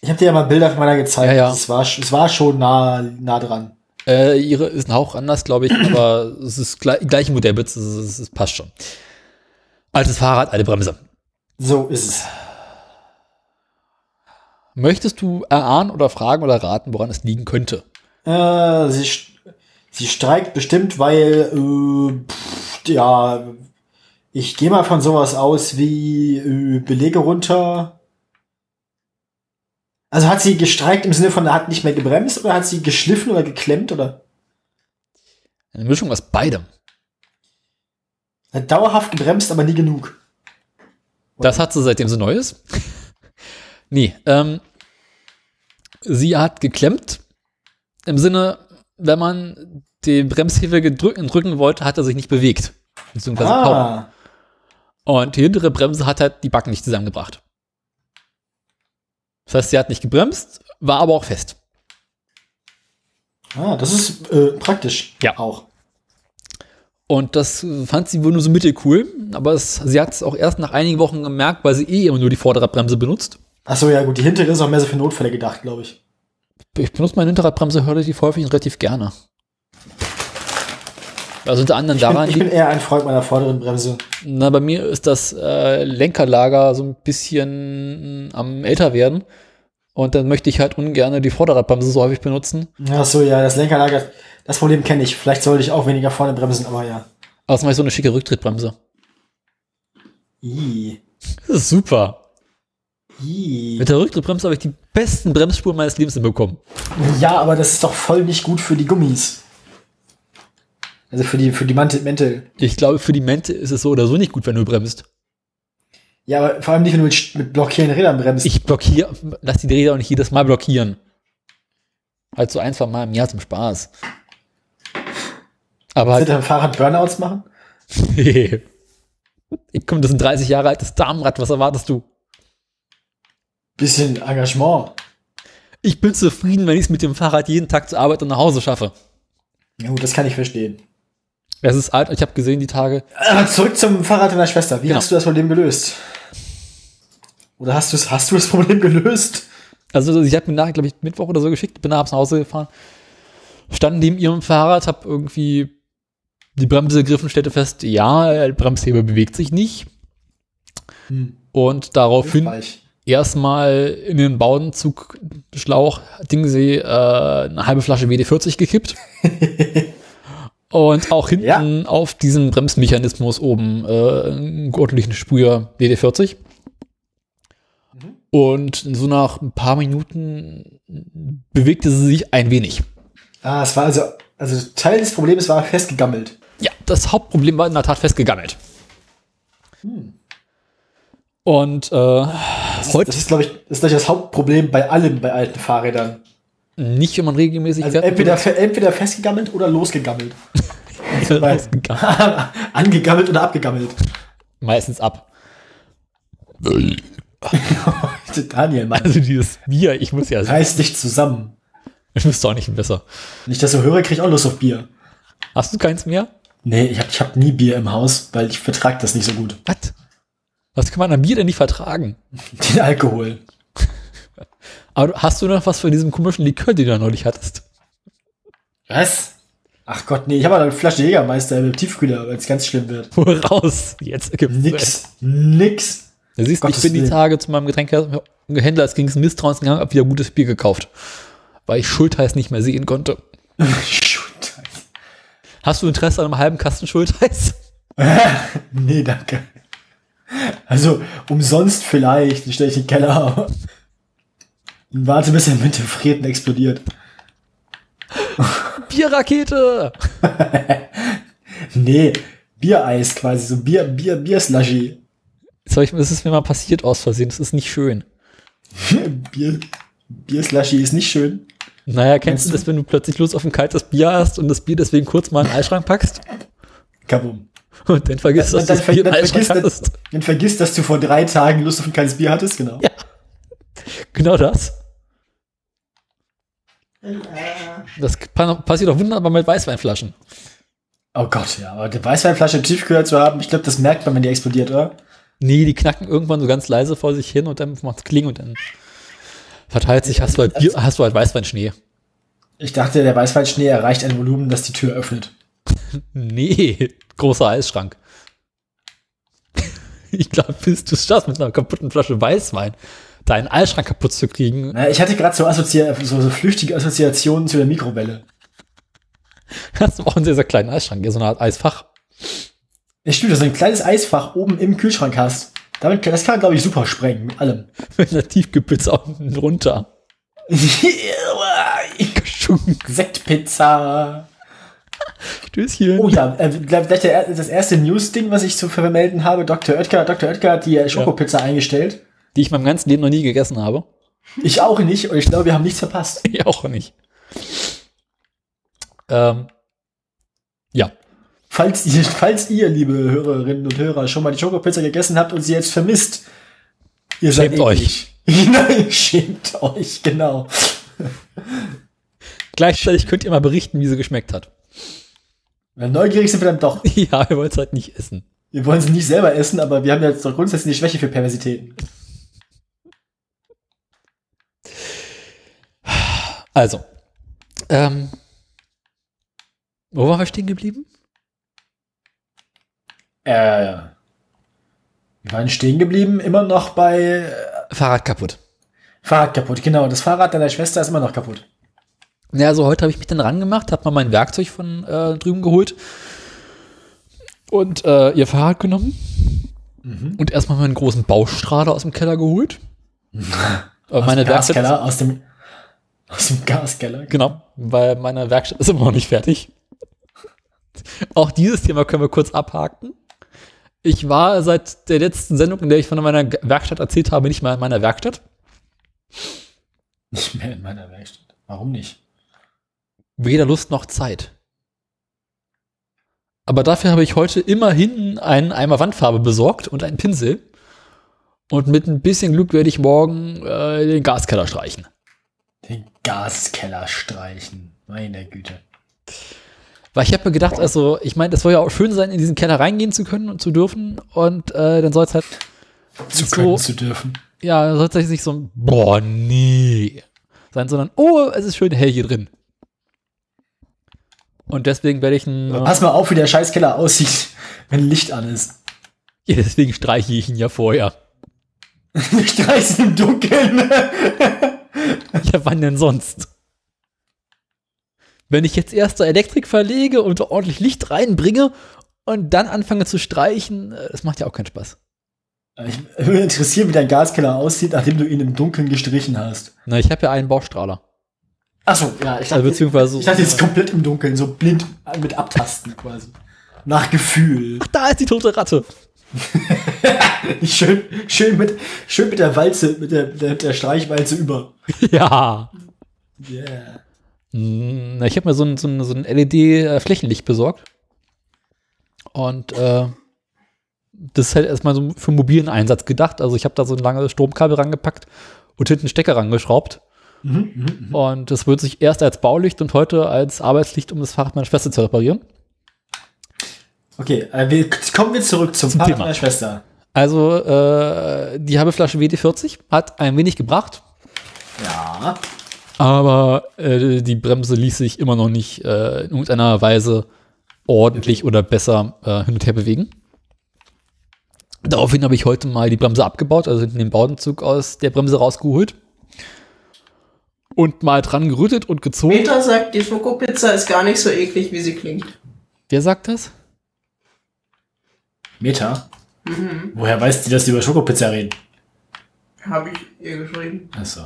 A: Ich habe dir ja mal Bilder von meiner gezeigt.
B: Ja, ja.
A: Es war, sch- es war schon nah, nah dran.
B: Äh, ihre ist ein Hauch anders, glaube ich, aber es ist gleich, gleiche Modell, es, es, es passt schon. Altes Fahrrad, alte Bremse.
A: So ist es.
B: Möchtest du erahnen oder fragen oder raten, woran es liegen könnte?
A: Äh, sie, st- sie streikt bestimmt, weil, äh, pff, ja, ich gehe mal von sowas aus wie äh, Belege runter. Also hat sie gestreikt im Sinne von, hat nicht mehr gebremst oder hat sie geschliffen oder geklemmt oder
B: Eine Mischung aus beidem.
A: hat dauerhaft gebremst, aber nie genug.
B: Das hat sie seitdem sie neu ist. nee, ähm, sie hat geklemmt. Im Sinne, wenn man den Bremshebel gedrücken, drücken wollte, hat er sich nicht bewegt. Beziehungsweise kaum.
A: ah,
B: Und die hintere Bremse hat halt die Backen nicht zusammengebracht. Das heißt, sie hat nicht gebremst, war aber auch fest.
A: ah, das ist äh, praktisch.
B: Ja.
A: Auch.
B: Und das äh, fand sie wohl nur so mittelcool, aber es, sie hat es auch erst nach einigen Wochen gemerkt, weil sie eh immer nur die Vorderradbremse benutzt.
A: Achso, ja gut, die hintere ist auch mehr so für Notfälle gedacht, glaube ich.
B: Ich benutze meine Hinterradbremse relativ häufig und relativ gerne. Also unter anderem
A: Ich bin,
B: daran
A: ich bin
B: liegt,
A: eher ein Freund meiner vorderen Bremse.
B: na, bei mir ist das äh, Lenkerlager so ein bisschen mm, am älter werden. Und dann möchte ich halt ungern die Vorderradbremse so häufig benutzen.
A: Ach so, ja, das Lenkerlager, das Problem kenne ich. Vielleicht sollte ich auch weniger vorne bremsen, aber ja.
B: Außerdem mache ich so eine schicke Rücktrittbremse.
A: I,
B: Das ist super.
A: I.
B: Mit der Rücktrittbremse habe ich die besten Bremsspuren meines Lebens hinbekommen.
A: Ja, aber das ist doch voll nicht gut für die Gummis. Also für die, für die Mantel, Mäntel.
B: Ich glaube, für die Mente ist es so oder so nicht gut, wenn du bremst.
A: Ja, aber vor allem nicht, wenn du mit, sch- mit blockierenden Rädern bremst.
B: Ich blockiere, lass die Räder auch nicht jedes Mal blockieren. Halt so ein, zwei Mal im Jahr zum Spaß. Aber
A: Sollte
B: halt,
A: dein Fahrrad Burnouts machen?
B: nee. Ich komm, das ist ein 30 Jahre altes Damenrad, was erwartest du?
A: Bisschen Engagement.
B: Ich bin zufrieden, wenn ich es mit dem Fahrrad jeden Tag zur Arbeit und nach Hause schaffe.
A: Ja, gut, das kann ich verstehen.
B: Es ist alt, ich habe gesehen die Tage.
A: Aber zurück zum Fahrrad deiner Schwester. Wie
B: Genau.
A: hast du das Problem gelöst? Oder hast du es, hast du das Problem gelöst?
B: Also ich habe mir nach, glaube ich, Mittwoch oder so geschickt, bin abends nach Hause gefahren, stand neben ihrem Fahrrad, habe irgendwie die Bremse gegriffen, stellte fest, ja, der Bremshebel bewegt sich nicht.
A: Hm.
B: Und daraufhin
A: Weich.
B: erstmal in den Bauenzugschlauch Dingsee äh, eine halbe Flasche WD-40 gekippt. Und auch hinten auf diesen Bremsmechanismus oben äh, einen ordentlichen Sprüher WD-40.
A: Mhm.
B: Und so nach ein paar Minuten bewegte sie sich ein wenig.
A: Ah, es war also, also Teil des Problems war festgegammelt.
B: Ja, das Hauptproblem war in der Tat festgegammelt. Und äh, heute
A: Das Hm. ist, glaube ich, das ist glaub ich, das Hauptproblem bei allem, bei alten Fahrrädern.
B: nicht, wenn man regelmäßig
A: Also
B: fährt.
A: entweder, fe- entweder festgegammelt oder losgegammelt.
B: Weil rausgegangen.
A: Angegammelt oder abgegammelt?
B: Meistens ab.
A: Daniel, Mann,
B: Also dieses Bier, ich muss ja sagen,
A: reiß dich zusammen.
B: ich wüsste auch nicht besser.
A: Wenn ich das so höre, kriege ich auch Lust auf Bier.
B: Hast du keins mehr?
A: Nee, ich hab, ich hab nie Bier im Haus, weil ich vertrag das nicht so gut.
B: Was? Was kann man an Bier denn nicht vertragen?
A: Den Alkohol.
B: Aber du- hast du noch was von diesem komischen Likör, den du da neulich hattest?
A: Was? Ach Gott, nee, ich habe eine Flasche Jägermeister im Tiefkühler, wenn es ganz schlimm wird.
B: Hol raus. Jetzt gibt's recht.
A: Nix, nix.
B: Du siehst,
A: Gottes
B: ich bin die
A: Willen.
B: Tage zu meinem Getränkehändler, es ging es Misstrauensgang, hab wieder gutes Bier gekauft. Weil ich Schultheiß nicht mehr sehen konnte.
A: Shoot.
B: Hast du Interesse an einem halben Kasten Schultheiß?
A: Nee, danke. Also, umsonst vielleicht, stelle ich in den Keller. aber- Und warte, bis er mit dem Frieden explodiert.
B: Bierrakete!
A: Nee, Biereis quasi, so Bier, Bier, Bier-Slushy.
B: Das, hab ich, das ist mir mal passiert aus Versehen, das ist nicht schön.
A: Bier, Bier-Slushy ist nicht schön.
B: Naja, kennst du das, wenn du plötzlich Lust auf ein kaltes Bier hast und das Bier deswegen kurz mal in den Eisschrank packst?
A: Kabum.
B: Und dann vergisst, dass du das
A: ver-
B: Bier im
A: vergisst,
B: Eisschrank
A: Also dann,
B: hattest.
A: dann vergisst, dass du vor drei Tagen Lust auf ein kleines Bier hattest, genau.
B: Ja. Genau das. Das pa- passiert doch wunderbar mit Weißweinflaschen.
A: Oh Gott, ja, aber eine Weißweinflasche im Tiefkühler zu haben, ich glaube, das merkt man, wenn die explodiert, oder?
B: Nee, die knacken irgendwann so ganz leise vor sich hin und dann macht's Kling und dann verteilt sich, hast du halt, Bier, hast du halt Weißweinschnee.
A: Ich dachte, der Weißweinschnee erreicht ein Volumen, das die Tür öffnet.
B: Nee, großer Eisschrank. Ich glaube, bis du es schaffst, mit einer kaputten Flasche Weißwein deinen Eisschrank kaputt zu kriegen,
A: Naja, ich hatte gerade so, assozi- so, so flüchtige Assoziationen zu der Mikrowelle.
B: hast du auch einen sehr, sehr kleinen Eisschrank, ja, so eine Art Eisfach.
A: Ich stimmt, dass du ein kleines Eisfach oben im Kühlschrank hast. Damit, kann- das kann man, glaube ich, super sprengen, mit allem.
B: Mit einer Tiefkühlpizza unten drunter. Geschunk,
A: Sektpizza.
B: Stößchen.
A: Oh ja, äh, gleich gleich der, das erste News-Ding, was ich zu vermelden habe, Dr. Oetker, Dr. Oetker hat die äh, Schokopizza eingestellt.
B: Die ich meinem ganzen Leben noch nie gegessen habe.
A: Ich auch nicht und ich glaube, wir haben nichts verpasst.
B: Ich auch nicht. Ähm, ja.
A: Falls ihr, falls ihr, liebe Hörerinnen und Hörer, schon mal die Schokopizza gegessen habt und sie jetzt vermisst, ihr seid
B: Schämt
A: eklig. Nein, schämt euch, genau.
B: Gleichzeitig könnt ihr mal berichten, wie sie geschmeckt hat.
A: Weil neugierig sind wir dann doch.
B: Ja, wir wollen es halt nicht essen.
A: Wir wollen sie nicht selber essen, aber wir haben ja jetzt doch grundsätzlich die Schwäche für Perversitäten.
B: Also. Ähm, wo waren wir stehen geblieben?
A: Äh, wir waren stehen geblieben, immer noch bei äh,
B: Fahrrad kaputt.
A: Fahrrad kaputt. Genau, das Fahrrad deiner Schwester ist immer noch kaputt.
B: Ja, also heute habe ich mich dann rangemacht, habe mal mein Werkzeug von äh, drüben geholt und äh, ihr Fahrrad genommen
A: Mhm.
B: und erstmal meinen großen Baustrahler aus dem Keller geholt. Äh,
A: Aus
B: meine
A: dem
B: Werkstatt,
A: Gaskeller, aus dem, aus dem Gaskeller.
B: Genau, weil meine Werkstatt ist immer noch nicht fertig. Auch dieses Thema können wir kurz abhaken. Ich war seit der letzten Sendung, in der ich von meiner G- Werkstatt erzählt habe, nicht mal in meiner Werkstatt.
A: Nicht mehr in meiner Werkstatt. Warum nicht?
B: Weder Lust noch Zeit. Aber dafür habe ich heute immerhin einen Eimer Wandfarbe besorgt und einen Pinsel. Und mit ein bisschen Glück werde ich morgen äh, den Gaskeller streichen.
A: Den Gaskeller streichen. Meine Güte.
B: Weil ich habe mir gedacht, also, ich meine, das soll ja auch schön sein, in diesen Keller reingehen zu können und zu dürfen. Und äh, dann soll es halt
A: zu
B: So.
A: können zu dürfen.
B: ja, soll tatsächlich nicht so ein Boah, nee sein, sondern oh, es ist schön hell hier drin. Und deswegen werde ich einen.
A: Aber Pass mal auf, wie der Scheißkeller aussieht, wenn Licht an ist.
B: Ja, deswegen streiche ich ihn ja vorher.
A: Ich streich's im Dunkeln.
B: Ja, wann denn sonst? Wenn ich jetzt erst so Elektrik verlege und ordentlich Licht reinbringe und dann anfange zu streichen, äh, das macht ja auch keinen Spaß.
A: Äh, Ich würde interessieren, wie dein Gaskeller aussieht, nachdem du ihn im Dunkeln gestrichen hast.
B: Na, ich habe ja einen Baustrahler.
A: Achso, ja, ich
B: Also
A: dachte,
B: beziehungsweise so-
A: ich dachte jetzt komplett im Dunkeln, so blind äh, mit Abtasten quasi. Nach Gefühl.
B: Da ist die tote Ratte.
A: Schön, schön, mit, schön mit der Walze, mit der, der, der Streichwalze über.
B: Ja.
A: Yeah.
B: E Mm, Na, ich habe mir so ein, so ein, so ein LED-Flächenlicht äh, besorgt. Und äh, das ist halt erstmal so für mobilen Einsatz gedacht. Also ich habe da so ein langes Stromkabel rangepackt und hinten einen Stecker rangeschraubt.
A: Mhm, mhm, mhm.
B: Und das wird sich erst als Baulicht und heute als Arbeitslicht, um das Fahrrad meiner Schwester zu reparieren.
A: Okay, äh, wir, kommen wir zurück zum,
B: Zum
A: Vater
B: Thema.
A: meiner Schwester.
B: Also äh, die halbe Flasche WD-40 hat ein wenig gebracht,
A: Ja.
B: aber äh, die Bremse ließ sich immer noch nicht äh, in irgendeiner Weise ordentlich oder besser äh, hin und her bewegen. Daraufhin habe ich heute mal die Bremse abgebaut, also hinten den Bowdenzug aus der Bremse rausgeholt und mal dran gerüttet und gezogen.
C: Peter sagt, die Schokopizza ist gar nicht so eklig, wie sie klingt.
B: Wer sagt das?
A: Meta? Woher weiß die, dass die über Schokopizza reden?
C: Habe ich ihr geschrieben.
A: Achso.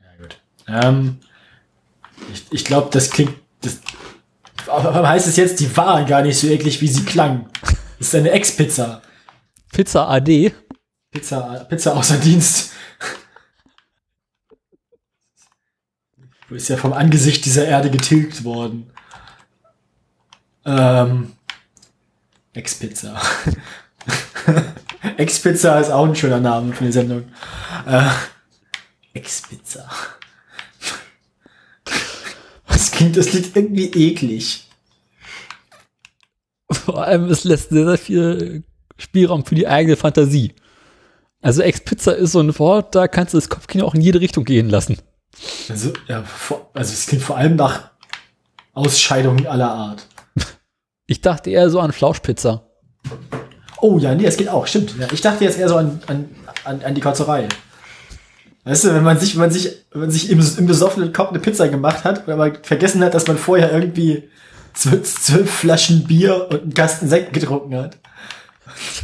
A: Ja, gut. Ähm, ich ich glaube, das klingt. Das, aber aber heißt es jetzt, die war gar nicht so eklig, wie sie klang? Das ist eine Ex-Pizza.
B: Pizza AD.
A: Pizza, Pizza außer Dienst. Du bist ja vom Angesicht dieser Erde getilgt worden. Ähm, Ex-Pizza. Ex-Pizza ist auch ein schöner Name für eine Sendung. Äh, Ex-Pizza. Das klingt, das klingt irgendwie eklig.
B: Vor allem, es lässt sehr, sehr viel Spielraum für die eigene Fantasie. Also Ex-Pizza ist so ein Wort, da kannst du das Kopfkino auch in jede Richtung gehen lassen.
A: Also, ja, vor, also es klingt vor allem nach Ausscheidungen aller Art.
B: Ich dachte eher so an Flauschpizza.
A: Oh ja, nee, das geht auch, stimmt. Ja, ich dachte jetzt eher so an, an, an, an die Kotzerei. Weißt du, wenn man sich, wenn man sich, wenn man sich im, im besoffenen Kopf eine Pizza gemacht hat und aber vergessen hat, dass man vorher irgendwie zwölf, zwölf Flaschen Bier und einen Kasten Sekt getrunken hat.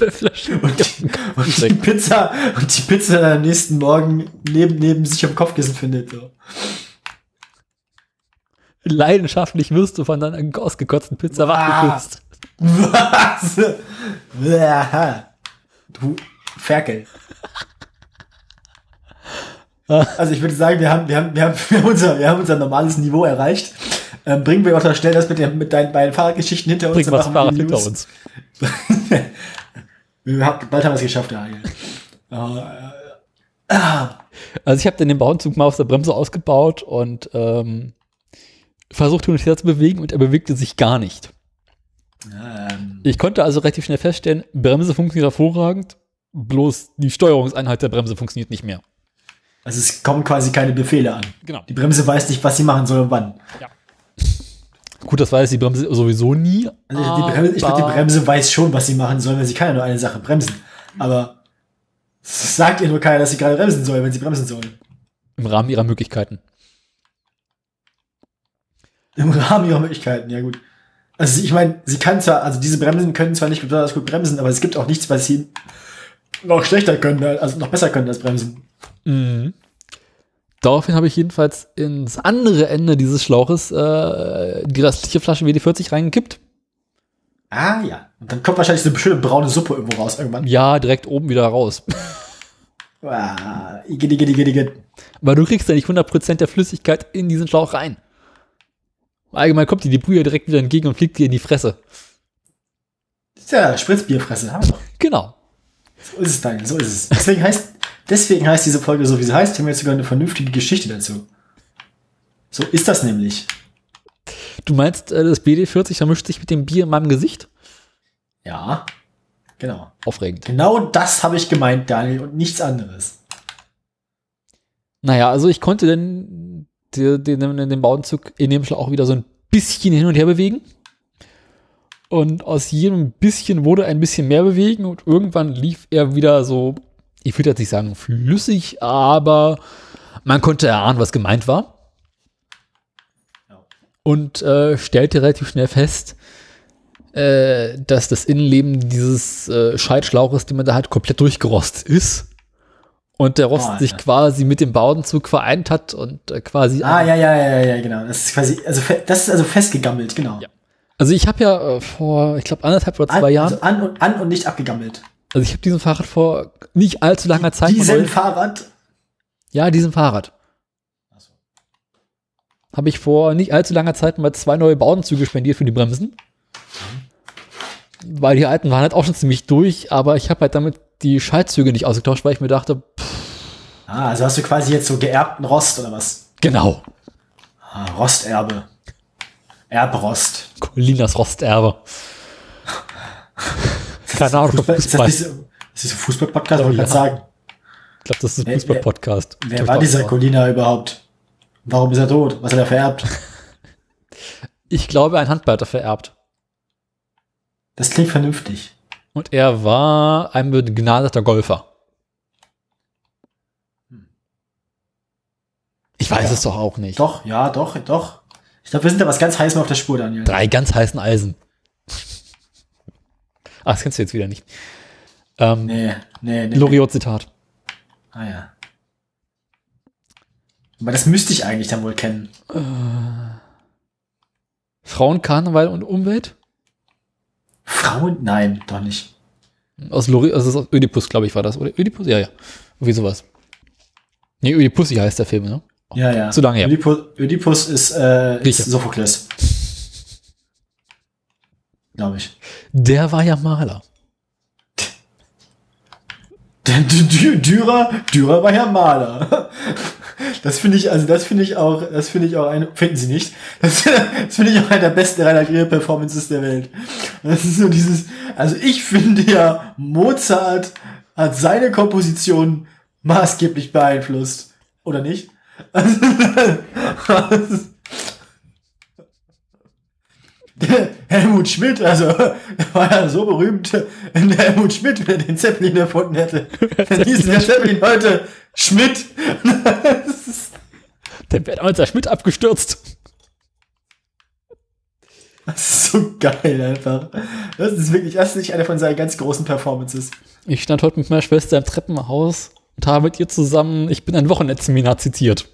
A: Und die, und die
B: Sekt.
A: Pizza, und die Pizza dann am nächsten Morgen neben, neben sich am Kopfkissen findet. So.
B: Leidenschaftlich wirst du von deiner ausgekotzten Pizza wachgeküsst.
A: Was? Bäh. Du Ferkel. Also ich würde sagen, wir haben, wir haben, wir haben, wir haben, unser, wir haben unser normales Niveau erreicht. Ähm, bringen wir oder schnell das mit, der, mit deinen beiden Fahrradgeschichten hinter uns.
B: Bring
A: dann
B: was
A: machen wir
B: Wahres
A: die
B: hinter
A: News.
B: uns.
A: Wir haben, bald haben wir es geschafft, Daniel.
B: Also ich habe dann den Bauenzug mal aus der Bremse ausgebaut und ähm, versucht hin und her zu bewegen und er bewegte sich gar nicht.
A: Ähm,
B: Ich konnte also relativ schnell feststellen, Bremse funktioniert hervorragend, bloß die Steuerungseinheit der Bremse funktioniert nicht mehr.
A: also es kommen quasi keine Befehle an.
B: Genau.
A: Die Bremse weiß nicht, was sie machen soll und wann.
B: Gut, das weiß die Bremse sowieso nie.
A: Also die
B: Ah,
A: Bremse, ich glaube, die Bremse weiß schon, was sie machen soll, weil sie kann ja nur eine Sache bremsen. Aber es sagt ihr nur keiner, dass sie gerade bremsen soll, wenn sie bremsen soll.
B: Im Rahmen ihrer Möglichkeiten.
A: Im Rahmen ihrer Möglichkeiten, ja gut. Also sie- ich meine, sie kann zwar, also diese Bremsen können zwar nicht besonders gut bremsen, aber es gibt auch nichts, was sie noch schlechter können, also noch besser können als bremsen.
B: Mhm. Daraufhin habe ich jedenfalls ins andere Ende dieses Schlauches äh, die restliche Flasche WD-40 reingekippt.
A: Ah ja. Und dann kommt wahrscheinlich so eine schöne braune Suppe irgendwo raus irgendwann.
B: Ja, direkt oben wieder raus.
A: Ah, igit, igit, igit, igit.
B: Aber du kriegst ja nicht 100% der Flüssigkeit in diesen Schlauch rein. Allgemein kommt dir die Brühe direkt wieder entgegen und fliegt dir in die Fresse.
A: Tja, Spritzbierfresse, haben wir doch.
B: Genau.
A: So ist es, Daniel, so ist es. Deswegen heißt, deswegen heißt diese Folge so, wie sie heißt. Wir haben jetzt sogar eine vernünftige Geschichte dazu. So ist das nämlich.
B: Du meinst, äh, das BD40 vermischt sich mit dem Bier in meinem Gesicht?
A: Ja, genau.
B: Aufregend.
A: Genau das habe ich gemeint, Daniel, und nichts anderes.
B: Naja, also ich konnte dann den, den, den, den Bauenzug in dem Schlag auch wieder so ein bisschen hin und her bewegen. Und aus jedem bisschen wurde ein bisschen mehr bewegen und irgendwann lief er wieder so, ich würde jetzt nicht sagen flüssig, aber man konnte erahnen, was gemeint war.
A: Ja.
B: Und äh, stellte relativ schnell fest, äh, dass das Innenleben dieses äh, Scheitschlauches, den man da hat, komplett durchgerostet ist. Und der Rost
A: Ah,
B: sich
A: ja.
B: quasi mit dem Baudenzug vereint hat und äh, quasi
A: Ah, ja, ja, ja, ja, ja, genau. Das ist quasi, also fe- das ist also festgegammelt, genau.
B: Ja. Also ich habe ja äh, vor, ich glaube, anderthalb oder
A: An,
B: zwei Jahren,
A: Also an und an und nicht abgegammelt.
B: also ich habe diesen Fahrrad vor nicht allzu langer Zeit. von
A: Diesem
B: Rolf-
A: Fahrrad.
B: ja, diesem Fahrrad.
A: Ach so.
B: Habe ich vor nicht allzu langer Zeit mal zwei neue Baudenzüge spendiert für die Bremsen. weil die alten waren halt auch schon ziemlich durch, aber ich habe halt damit die Schaltzüge nicht ausgetauscht, weil ich mir dachte, pff,
A: Ah, also hast du quasi jetzt so geerbten Rost oder was?
B: genau,
A: Ah, Rosterbe. Erbrost.
B: Colinas Rosterbe. Keine Ahnung,
A: Fußball, ist das
B: Fußball.
A: nicht so, ist das ein Fußball-Podcast? Wollte ich
B: ja.
A: grad sagen.
B: Ich glaube, das ist ein
A: Wer-
B: Fußball-Podcast.
A: Wer war dieser Colina überhaupt? Warum ist er tot? Was hat er vererbt?
B: Ich glaube, ein Handball hat er vererbt.
A: Das klingt vernünftig.
B: Und er war ein begnadeter Golfer. Ich weiß es doch auch nicht.
A: Doch, ja, doch, doch. Ich glaube, wir sind da was ganz Heißes auf der Spur, Daniel.
B: Drei ganz heißen Eisen. Ah, das kennst du jetzt wieder nicht. Ähm,
A: Nee, nee, nee.
B: Loriot-Zitat.
A: Ah ja. Aber das müsste ich eigentlich dann wohl kennen.
B: Frauenkarneval und Umwelt?
A: Frauen? Nein, doch nicht.
B: Aus Lori, also aus Oedipus, glaube ich, war das. Oder Oedipus? Ja, ja. Irgendwie sowas. Nee, Oedipussy heißt der Film, ne?
A: Ja, ja.
B: Zu lange her.
A: Oedipus, Oedipus ist, äh, ist
B: Grieche.
A: Sophokles. Glaube ich.
B: Der war ja Maler.
A: Der Dü- Dü- Dürer, Dürer war ja Maler. Das finde ich, also das finde ich auch, das finde ich auch ein, finden Sie nicht? Das, das finde ich auch eine der besten Rainer Grill Performances der Welt. Das ist so dieses, also ich finde ja, Mozart hat seine Komposition maßgeblich beeinflusst. Oder nicht? Der Helmut Schmidt, also der war ja so berühmt, wenn der Helmut Schmidt wieder den Zeppelin erfunden hätte. Dann hieß der Zeppelin heute Schmidt.
B: Der wäre damals der Schmidt abgestürzt.
A: Das ist so geil einfach. Das ist wirklich, das ist nicht eine von seinen ganz großen Performances.
B: Ich stand heute mit meiner Schwester im Treppenhaus und habe mit ihr zusammen, ich bin ein Wochenendseminar zitiert.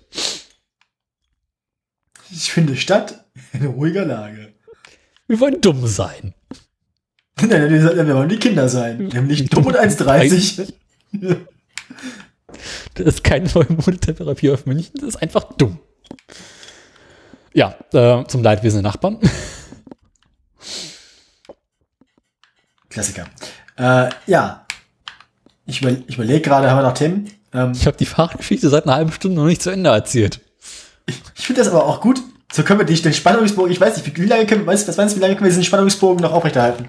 A: Ich finde Stadt in ruhiger Lage.
B: Wir wollen dumm sein.
A: Nein, nein, wir sollten- wir wollen die Kinder sein. Nämlich dumm und 1,30.
B: Das ist keine neue Modetherapie auf München, das ist einfach dumm. Ja, äh, zum Leidwesen der Nachbarn.
A: Klassiker. Äh, ja. Ich, über, ich überlege gerade, haben wir noch Themen? Ähm,
B: Ich habe die Fahrgeschichte seit einer halben Stunde noch nicht zu Ende erzählt.
A: Ich finde das aber auch gut. So können wir dich den Spannungsbogen, ich weiß nicht, wie, wie lange können, weißt, du, was meinst du, wie lange können wir diesen Spannungsbogen noch aufrechterhalten?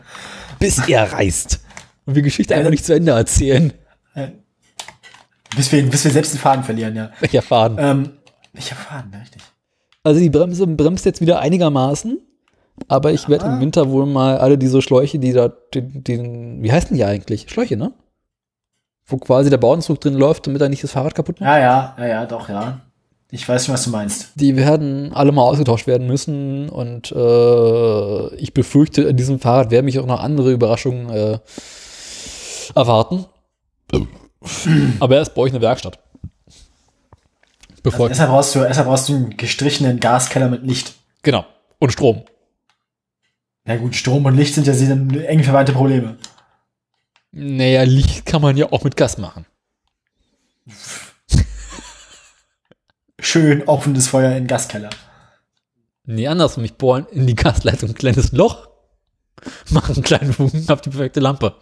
B: Bis er reißt. Und wir Geschichte einfach nicht zu Ende erzählen.
A: Äh, Bis wir, bis wir selbst den Faden verlieren, ja.
B: Welcher Faden?
A: Ähm, ich hab Faden, ne, richtig.
B: Also die Bremse bremst jetzt wieder einigermaßen. Aber ich werde im Winter wohl mal alle diese Schläuche, die da, den, den, wie heißen die eigentlich? Schläuche, ne? Wo quasi der Bauernzug drin läuft, damit er nicht das Fahrrad kaputt macht.
A: Ja, ja, ja, ja, doch, ja. Ich weiß schon, was du meinst.
B: Die werden alle mal ausgetauscht werden müssen und äh, ich befürchte, an diesem Fahrrad werden mich auch noch andere Überraschungen äh, erwarten. Aber erst brauche ich eine Werkstatt. Bevor ich,
A: Also Deshalb brauchst du, deshalb brauchst du einen gestrichenen Gaskeller mit Licht.
B: genau. Und Strom.
A: Na gut, Strom und Licht sind ja sehr eng verwandte Probleme.
B: Naja, Licht kann man ja auch mit Gas machen.
A: Schön offenes Feuer in Gaskeller.
B: Nee, andersrum. Ich bohren in die Gasleitung ein kleines Loch, mache einen kleinen Funken, habe die perfekte Lampe.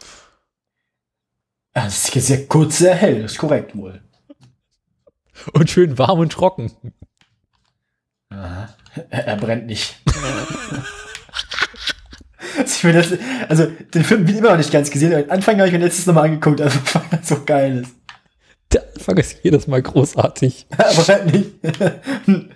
A: Ah, Das ist jetzt sehr kurz, sehr hell, ist korrekt wohl.
B: Und schön warm und trocken.
A: Er, er brennt nicht. ich mir das, also den Film bin ich immer noch nicht ganz gesehen. aber Den Anfang habe ich mir letztes nochmal angeguckt, also weil das so geil ist.
B: Der Anfang ist jedes Mal großartig.
A: Aber halt nicht.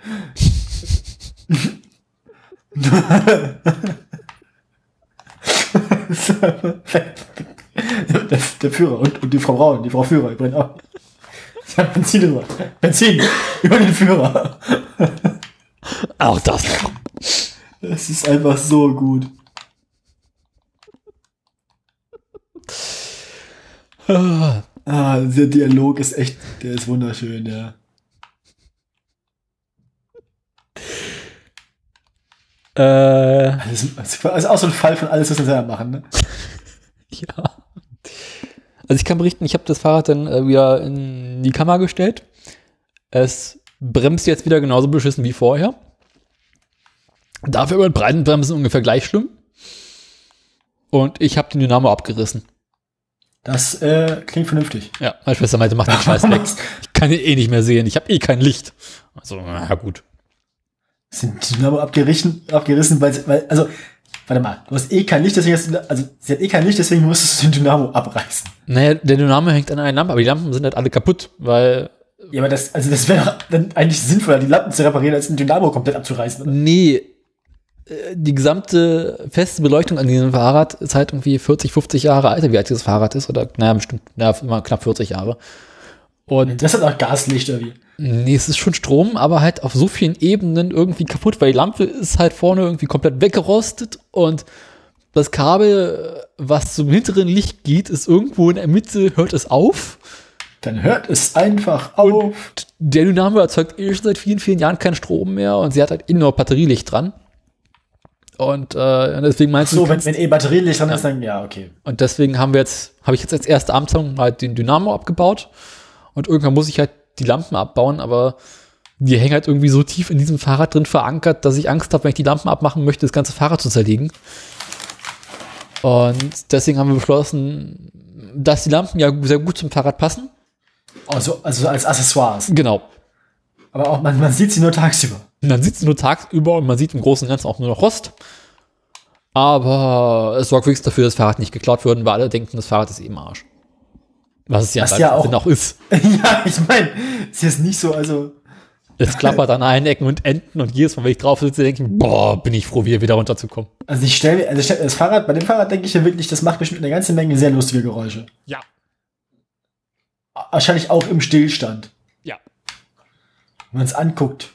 A: der, der Führer und, und die Frau Braun, die Frau Führer, übrigens auch. Ich habe Benzin drüber. Benzin über den Führer.
B: Auch das noch.
A: Das ist einfach so gut. Ah, der Dialog ist echt, der ist wunderschön, ja.
B: Äh,
A: Das ist, das ist auch so ein Fall von alles, was wir selber machen, ne?
B: Ja. Also ich kann berichten, ich habe das Fahrrad dann äh, wieder in die Kammer gestellt. Es bremst jetzt wieder genauso beschissen wie vorher. Dafür über den Breitenbremsen ungefähr gleich schlimm. und ich habe den Dynamo abgerissen.
A: Das äh, klingt vernünftig.
B: Ja, meine Schwester meinte, mach den Scheiß weg. Ich kann ihn eh nicht mehr sehen. Ich habe eh kein Licht. Also, na gut.
A: Sind die Dynamo abgerissen, abgerissen weil, sie- weil, also, warte mal, du hast eh kein Licht, deswegen hast du, also, sie hat eh kein Licht, deswegen musstest du den Dynamo abreißen.
B: Naja, der Dynamo hängt an einer Lampe, aber die Lampen sind halt alle kaputt, weil.
A: Ja, aber das, also, das wäre doch dann eigentlich sinnvoller, die Lampen zu reparieren, als den Dynamo komplett abzureißen. Oder?
B: Nee. äh, Die gesamte feste Beleuchtung an diesem Fahrrad ist halt irgendwie 40, 50 Jahre alt, wie alt dieses Fahrrad ist, oder naja, bestimmt ja, immer knapp 40 Jahre. Und
A: Das hat auch Gaslicht irgendwie.
B: Nee, es ist schon Strom, aber halt auf so vielen Ebenen irgendwie kaputt, weil die Lampe ist halt vorne irgendwie komplett weggerostet und das Kabel, was zum hinteren Licht geht, ist irgendwo in der Mitte, hört es auf.
A: Dann hört es einfach auf.
B: Der Dynamo erzeugt eh schon seit vielen, vielen Jahren keinen Strom mehr und sie hat halt eh nur Batterielicht dran. Und äh, deswegen meinst
A: So,
B: du,
A: wenn, wenn eh Batterielicht dran ist, dann, ja, okay.
B: und deswegen haben wir jetzt, habe ich jetzt als erste Amtshandlung halt den Dynamo abgebaut. Und irgendwann muss ich halt die Lampen abbauen, aber die hängen halt irgendwie so tief in diesem Fahrrad drin verankert, dass ich Angst habe, wenn ich die Lampen abmachen möchte, das ganze Fahrrad zu zerlegen. Und deswegen haben wir beschlossen, dass die Lampen ja sehr gut zum Fahrrad passen.
A: Also, also als Accessoires.
B: Genau.
A: Aber auch, man, man sieht sie nur tagsüber.
B: Und dann sitzt sie nur tagsüber und man sieht im Großen und Ganzen auch nur noch Rost. Aber es sorgt wenigstens dafür, dass das Fahrrad nicht geklaut wird, weil alle denken, das Fahrrad ist eben Arsch. Was es ja,
A: Was
B: im
A: ja
B: weitesten
A: auch-
B: Sinne auch ist.
A: ja, ich meine, ist jetzt nicht so, also,
B: Es klappert an allen Ecken und Enden und jedes Mal, wenn ich drauf sitze, denke ich, boah, bin ich froh, wieder, wieder runterzukommen.
A: also ich stelle, also ich stell, das Fahrrad, bei dem Fahrrad denke ich ja wirklich, das macht bestimmt eine ganze Menge sehr lustige Geräusche.
B: Ja,
A: Wahrscheinlich auch im Stillstand,
B: ja.
A: wenn man es anguckt.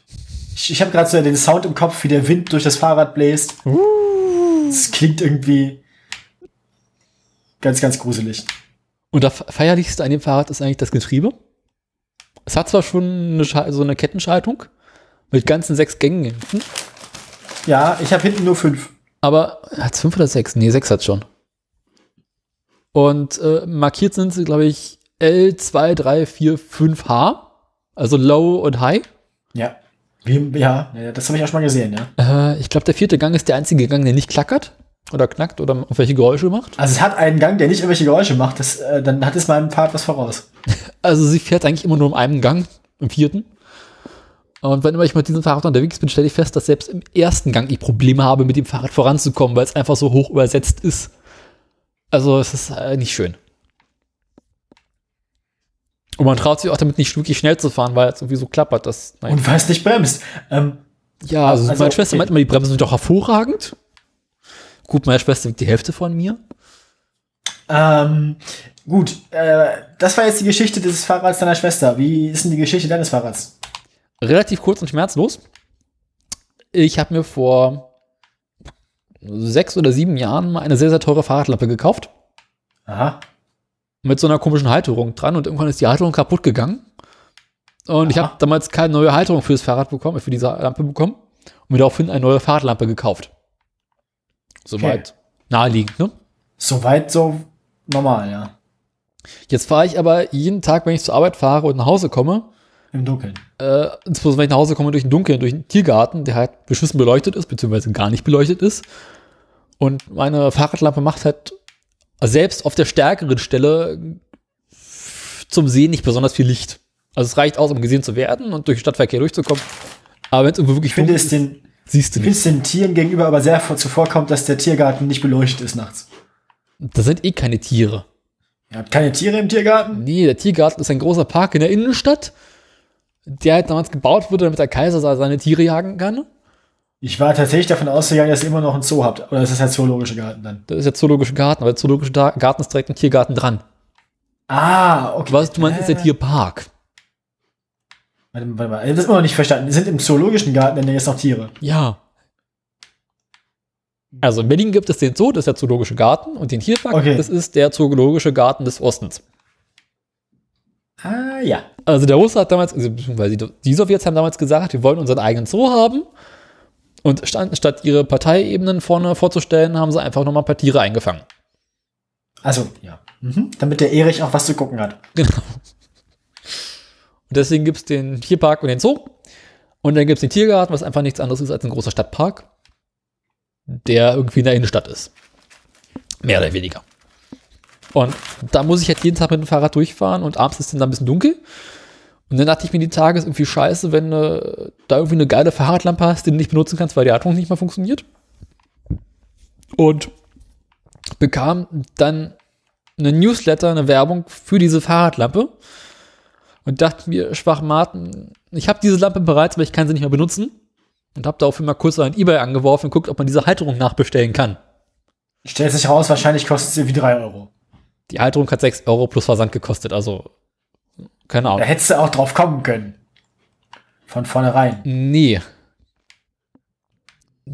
A: Ich, ich habe gerade so den Sound im Kopf, wie der Wind durch das Fahrrad bläst. Das klingt irgendwie ganz, ganz gruselig.
B: Und das feierlichste an dem Fahrrad ist eigentlich das Getriebe. Es hat zwar schon eine Schal- so eine Kettenschaltung mit ganzen sechs Gängen hinten,
A: Ja, ich habe hinten nur fünf.
B: aber hat fünf oder sechs? Nee, sechs hat schon. Und äh, markiert sind sie, glaube ich, L2345H, also Low und High.
A: Ja. Wie, ja, ja, das habe ich auch schon mal gesehen, ja.
B: Äh, ich glaube, der vierte Gang ist der einzige Gang, der nicht klackert oder knackt oder irgendwelche Geräusche macht.
A: Also es hat einen Gang, der nicht irgendwelche Geräusche macht, das, äh, dann hat es meinem Fahrrad was voraus.
B: Also sie fährt eigentlich immer nur in einem Gang, im vierten. Und wenn immer ich mit diesem Fahrrad unterwegs bin, stelle ich fest, dass selbst im ersten Gang ich Probleme habe, mit dem Fahrrad voranzukommen, weil es einfach so hoch übersetzt ist. Also es ist äh, nicht schön. Und man traut sich auch damit nicht wirklich schnell zu fahren, weil es irgendwie so klappert. Das, nein.
A: Und weil es nicht bremst. Ähm,
B: Ja, also,
A: also,
B: meine Schwester
A: okay.
B: meint immer, die Bremsen sind doch hervorragend. Gut, meine Schwester wiegt die Hälfte von mir.
A: ähm, gut, äh, das war jetzt die Geschichte des Fahrrads deiner Schwester. Wie ist denn die Geschichte deines Fahrrads?
B: relativ kurz und schmerzlos. Ich habe mir vor sechs oder sieben Jahren mal eine sehr, sehr teure Fahrradlampe gekauft.
A: Aha.
B: Mit so einer komischen Halterung dran und irgendwann ist die Halterung kaputt gegangen. Und ich habe damals keine neue Halterung für das Fahrrad bekommen, äh, für diese Lampe bekommen. Und mir daraufhin eine neue Fahrradlampe gekauft. Soweit naheliegend, ne?
A: Soweit so normal, ja.
B: Jetzt fahre ich aber jeden Tag, wenn ich zur Arbeit fahre und nach Hause komme,
A: Im Dunkeln.
B: äh, insbesondere wenn ich nach Hause komme durch den Dunkeln, durch den Tiergarten, der halt beschissen beleuchtet ist, beziehungsweise gar nicht beleuchtet ist. Und meine Fahrradlampe macht halt selbst auf der stärkeren Stelle zum Sehen nicht besonders viel Licht. Also es reicht aus, um gesehen zu werden und durch den Stadtverkehr durchzukommen. Aber wenn es irgendwo wirklich
A: Ich finde
B: dunkel
A: es
B: ist,
A: den,
B: siehst du
A: ich
B: nicht.
A: finde es den Tieren gegenüber aber sehr vor- zuvorkommt, dass der Tiergarten nicht beleuchtet ist nachts.
B: Da sind eh keine Tiere.
A: Ihr habt keine Tiere im Tiergarten?
B: Nee, der Tiergarten ist ein großer Park in der Innenstadt, der halt damals gebaut wurde, damit der Kaiser seine Tiere jagen kann.
A: Ich war tatsächlich davon ausgegangen, dass ihr immer noch einen Zoo habt. Oder ist das der zoologische Garten dann?
B: Das ist der zoologische Garten, aber der zoologische Da- Garten ist direkt ein Tiergarten dran.
A: Ah, okay.
B: Was du meinst, ist der Tierpark.
A: Warte, warte mal, das ist immer noch nicht verstanden. Die sind im zoologischen Garten, denn da jetzt noch Tiere.
B: Ja. Also in Berlin gibt es den Zoo, das ist der zoologische Garten, und den Tierpark,
A: Okay.
B: das ist der zoologische Garten des Ostens.
A: Ah, ja.
B: Also der Russe hat damals, also beziehungsweise die- die Sowjets haben damals gesagt, wir wollen unseren eigenen Zoo haben. Und stand, statt ihre Parteiebenen vorne vorzustellen, haben sie einfach nochmal ein paar Tiere eingefangen.
A: Also, ja. Mhm. Damit der Erich auch was zu gucken hat.
B: Genau. Und deswegen gibt es den Tierpark und den Zoo. Und dann gibt es den Tiergarten, was einfach nichts anderes ist als ein großer Stadtpark, der irgendwie in der Innenstadt ist. Mehr oder weniger. Und da muss ich halt jeden Tag mit dem Fahrrad durchfahren und abends ist dann da ein bisschen dunkel. Und dann dachte ich mir, die Tage ist irgendwie scheiße, wenn du da irgendwie eine geile Fahrradlampe hast, die du nicht benutzen kannst, weil die Atmung nicht mehr funktioniert. Und bekam dann eine Newsletter, eine Werbung für diese Fahrradlampe und dachte mir, schwach Martin, ich habe diese Lampe bereits, aber ich kann sie nicht mehr benutzen. Und habe daraufhin mal kurz ein Ebay angeworfen und guckt, ob man diese Halterung nachbestellen kann.
A: Stellt sich raus, wahrscheinlich kostet es irgendwie 3 Euro.
B: Die Halterung hat 6 Euro plus Versand gekostet, also keine
A: Da
B: Ahnung.
A: hättest du auch drauf kommen können. Von vornherein.
B: Nee.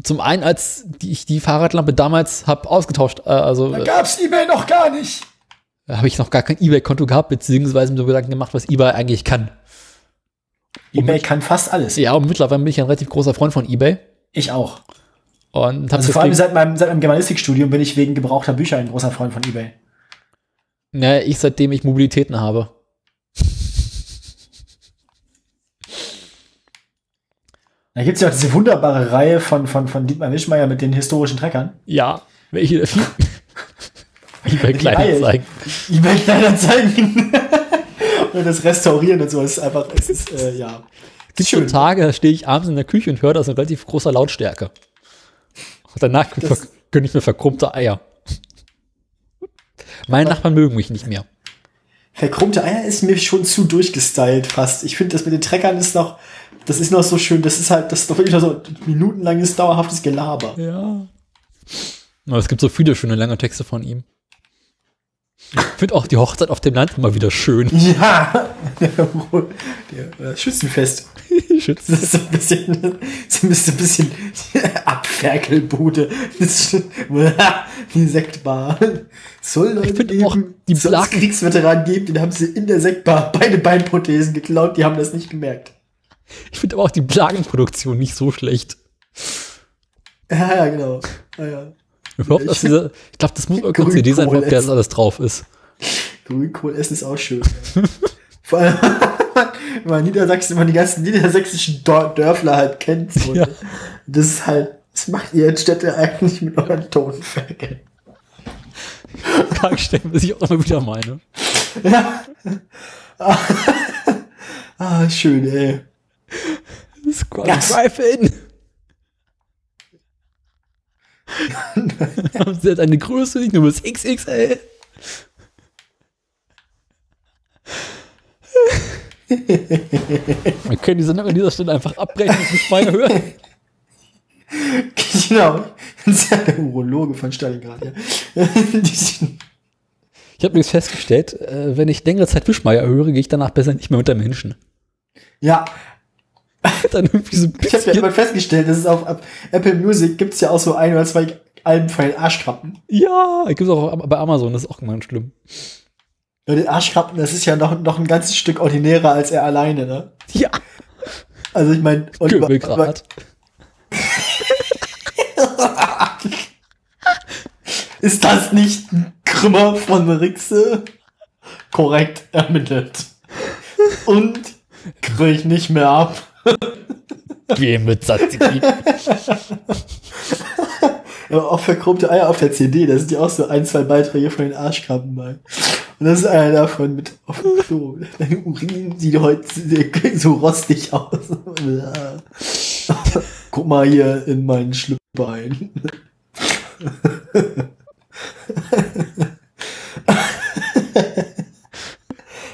B: Zum einen, als die- ich die Fahrradlampe damals habe ausgetauscht, äh, also
A: Da
B: äh,
A: gab's eBay noch gar nicht.
B: habe ich noch gar kein Ebay-Konto gehabt, beziehungsweise mir so Gedanken gemacht, was Ebay eigentlich kann.
A: eBay kann fast alles.
B: Ja, und mittlerweile bin ich ein relativ großer Freund von Ebay.
A: Ich auch.
B: Und habe
A: Also vor allem seit meinem, seit meinem Germanistikstudium bin ich wegen gebrauchter Bücher ein großer Freund von eBay.
B: Naja, ne, ich seitdem ich Mobilitäten habe.
A: Da gibt's ja auch diese wunderbare Reihe von, von, von Dietmar Wischmeier mit den historischen Treckern.
B: Ja, welche der viel. eBay
A: Die Reihe.
B: Kleinanzeigen.
A: eBay Kleinanzeigen. und das Restaurieren und so ist einfach, es ist, äh, ja.
B: Es gibt schon
A: Schön.
B: Tage, da stehe ich abends in der Küche und höre das in relativ großer Lautstärke. Und danach
A: Das-
B: gönne ich mir verkrummte Eier. Meine Nachbarn mögen mich nicht mehr.
A: Verkrummte Eier ist mir schon zu durchgestylt fast. Ich finde, das mit den Treckern ist noch, das ist noch so schön, das ist halt, das ist doch wirklich noch so minutenlanges, dauerhaftes Gelaber.
B: Ja. Aber es gibt so viele schöne lange Texte von ihm. Ich finde auch die Hochzeit auf dem Land immer wieder schön.
A: Ja, der, äh, Schützenfest.
B: Schütz.
A: Das ist so ein bisschen, so ein bisschen, bisschen Abferkelbude. Das ist- die Sektbar. Soll Leute
B: Ich find auch die
A: soll es
B: Blagen-
A: Kriegsveteranen geben, den haben sie in der Sektbar beide Beinprothesen geklaut, die haben das nicht gemerkt.
B: Ich finde aber auch die Blagenproduktion nicht so schlecht.
A: Ja, ja, genau. Ja, ja.
B: Ich, glaub, dass diese- ich glaube, das muss mal kurz die Idee sein, ob der das alles drauf ist.
A: Grünkohl essen ist auch schön. Vor allem, wenn man Niedersachsen, wenn man die ganzen niedersächsischen Dor- Dörfler halt kennt. So,
B: Ja.
A: Das ist halt, das macht ihr in Städte eigentlich mit euren Tonferkeln.
B: Frage stellen, was ich auch immer wieder meine.
A: Ja. ah, schön, ey. Gas.
B: Drive-In. Haben Sie jetzt eine Größe, nicht nur bis XXL? Wir können die Sendung an dieser Stelle einfach abbrechen und nicht weiter hören.
A: Genau. Das ist ja der Urologe von Stalingrad, ja. Die-
B: Ich habe übrigens festgestellt, äh, wenn ich längere Zeit Wischmeier höre, gehe ich danach besser nicht mehr unter Menschen.
A: ja,
B: Dann irgendwie so ein
A: ich habe ja
B: bisschen.
A: immer festgestellt, dass es auf App- Apple Music gibt's ja auch so ein oder zwei Alben von den Arschkrabben.
B: Ja, gibt es auch am- bei Amazon, das ist auch immer schlimm.
A: Ja, den Arschkrabben, das ist ja noch, noch ein ganzes Stück ordinärer als er alleine, ne?
B: Ja,
A: Also ich meine,
B: Kübelgrad.
A: ist das nicht ein Krümmer von Rixe? Korrekt ermittelt. Und krieg ich nicht mehr ab.
B: Geh mit Tzatziki.
A: Aber auch verchromte Eier auf der CD, da sind ja auch so ein, zwei Beiträge von den Arschkrabben bei. Und das ist einer davon mit auf dem Klo. Dein Urin sieht heute so rostig aus. Guck mal hier in meinen Schlüppbein.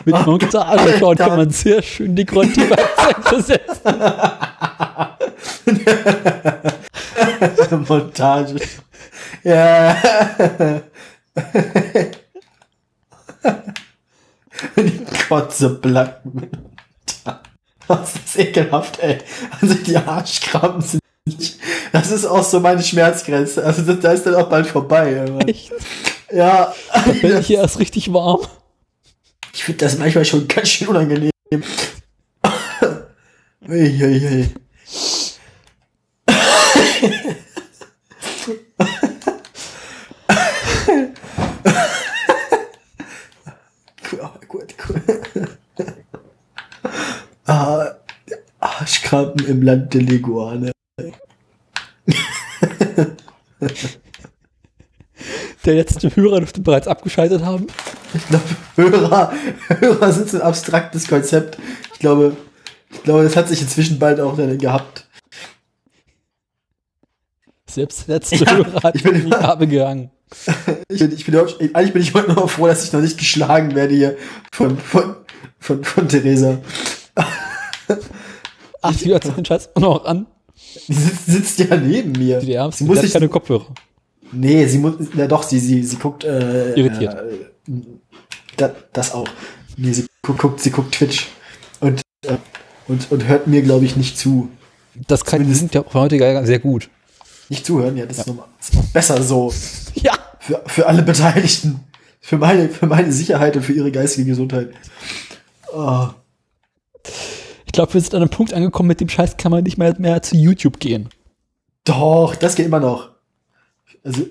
B: Mit Montageschauen kann man sehr schön die Grundtieferzeit besetzen.
A: Montage. Ja. Die Kotze blanken. Das ist ekelhaft, ey. Also die Arschkrabben sind nicht. Das ist auch so meine Schmerzgrenze. Also das, da ist dann auch bald vorbei. ey, Mann.
B: Echt?
A: Ja.
B: Da bin ich hier erst richtig warm.
A: Ich finde das manchmal schon ganz schön unangenehm. Uiuiui. Cool, gut, cool. Ah, Arschkrampen im Land der Leguane.
B: der letzte Hörer dürfte bereits abgeschaltet haben.
A: Ich glaube, Hörer, Hörer sind so ein abstraktes Konzept. Ich glaube, ich glaube, das hat sich inzwischen bald auch dann gehabt.
B: Selbst der letzte Hörer hat
A: ich bin
B: in die
A: immer-
B: Grabe gegangen.
A: Ich bin, ich bin, überhaupt- eigentlich bin ich heute noch froh, dass ich noch nicht geschlagen werde hier von, von, von, von Theresa.
B: Ach, die hört sich den Scheiß auch noch an.
A: Die sitzt, sitzt ja neben mir.
B: Die Ärmste,
A: sie
B: die
A: muss
B: hat
A: sich,
B: keine Kopfhörer.
A: nee, sie muss, na doch, sie, sie, sie guckt, äh,
B: Irritiert.
A: Äh, da, das auch. Nee, sie gu- guckt, sie guckt Twitch und, äh, und, und hört mir, glaube ich, nicht zu.
B: Das kann, die sind ja von heute gar- sehr gut.
A: Nicht zuhören, ja, das ist nochmal das ist besser so.
B: Ja!
A: Für, für alle Beteiligten. Für meine, für meine Sicherheit und für ihre geistige Gesundheit. Ah.
B: Ich glaube, wir sind an einem Punkt angekommen, mit dem Scheiß kann man nicht mehr, mehr zu YouTube gehen.
A: Doch, das geht immer noch. Also,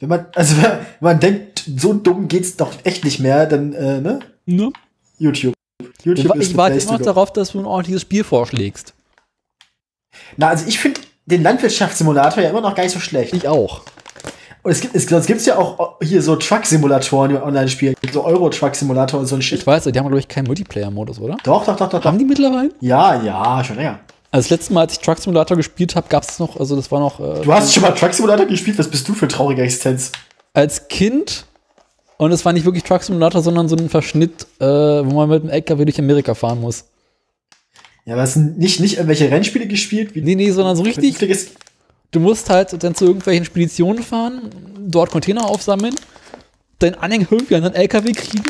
A: wenn man, also wenn man denkt, so dumm geht's doch echt nicht mehr, dann, äh, ne?
B: Ne?
A: YouTube.
B: Ich,
A: YouTube
B: wa-
A: ist the
B: ich warte
A: place
B: immer noch
A: to go.
B: darauf, dass du ein ordentliches Spiel vorschlägst.
A: Na, also ich finde den Landwirtschaftssimulator ja immer noch gar nicht so schlecht.
B: Ich auch.
A: Und es gibt, es, sonst gibt's ja auch oh, hier so Truck-Simulatoren, die man online spielen. So Euro-Truck-Simulator und so ein Shit.
B: Ich weiß, die haben, glaube ich, keinen Multiplayer-Modus, oder?
A: Doch, doch, doch, doch, doch.
B: Haben die mittlerweile?
A: Ja, ja, schon länger.
B: Also das letzte Mal, als ich Truck Simulator gespielt habe, gab es noch, also das war noch äh,
A: Du hast schon mal Truck-Simulator gespielt? Was bist du für eine traurige Existenz?
B: als Kind und es war nicht wirklich Truck Simulator, sondern so ein Verschnitt, äh, wo man mit dem LKW durch Amerika fahren muss.
A: Ja, aber es sind nicht, nicht irgendwelche Rennspiele gespielt, wie
B: Nee, nee, sondern so richtig,
A: vernünftiges-
B: du musst halt dann zu irgendwelchen Speditionen fahren, dort Container aufsammeln, deinen Anhänger irgendwie an einen LKW kriegen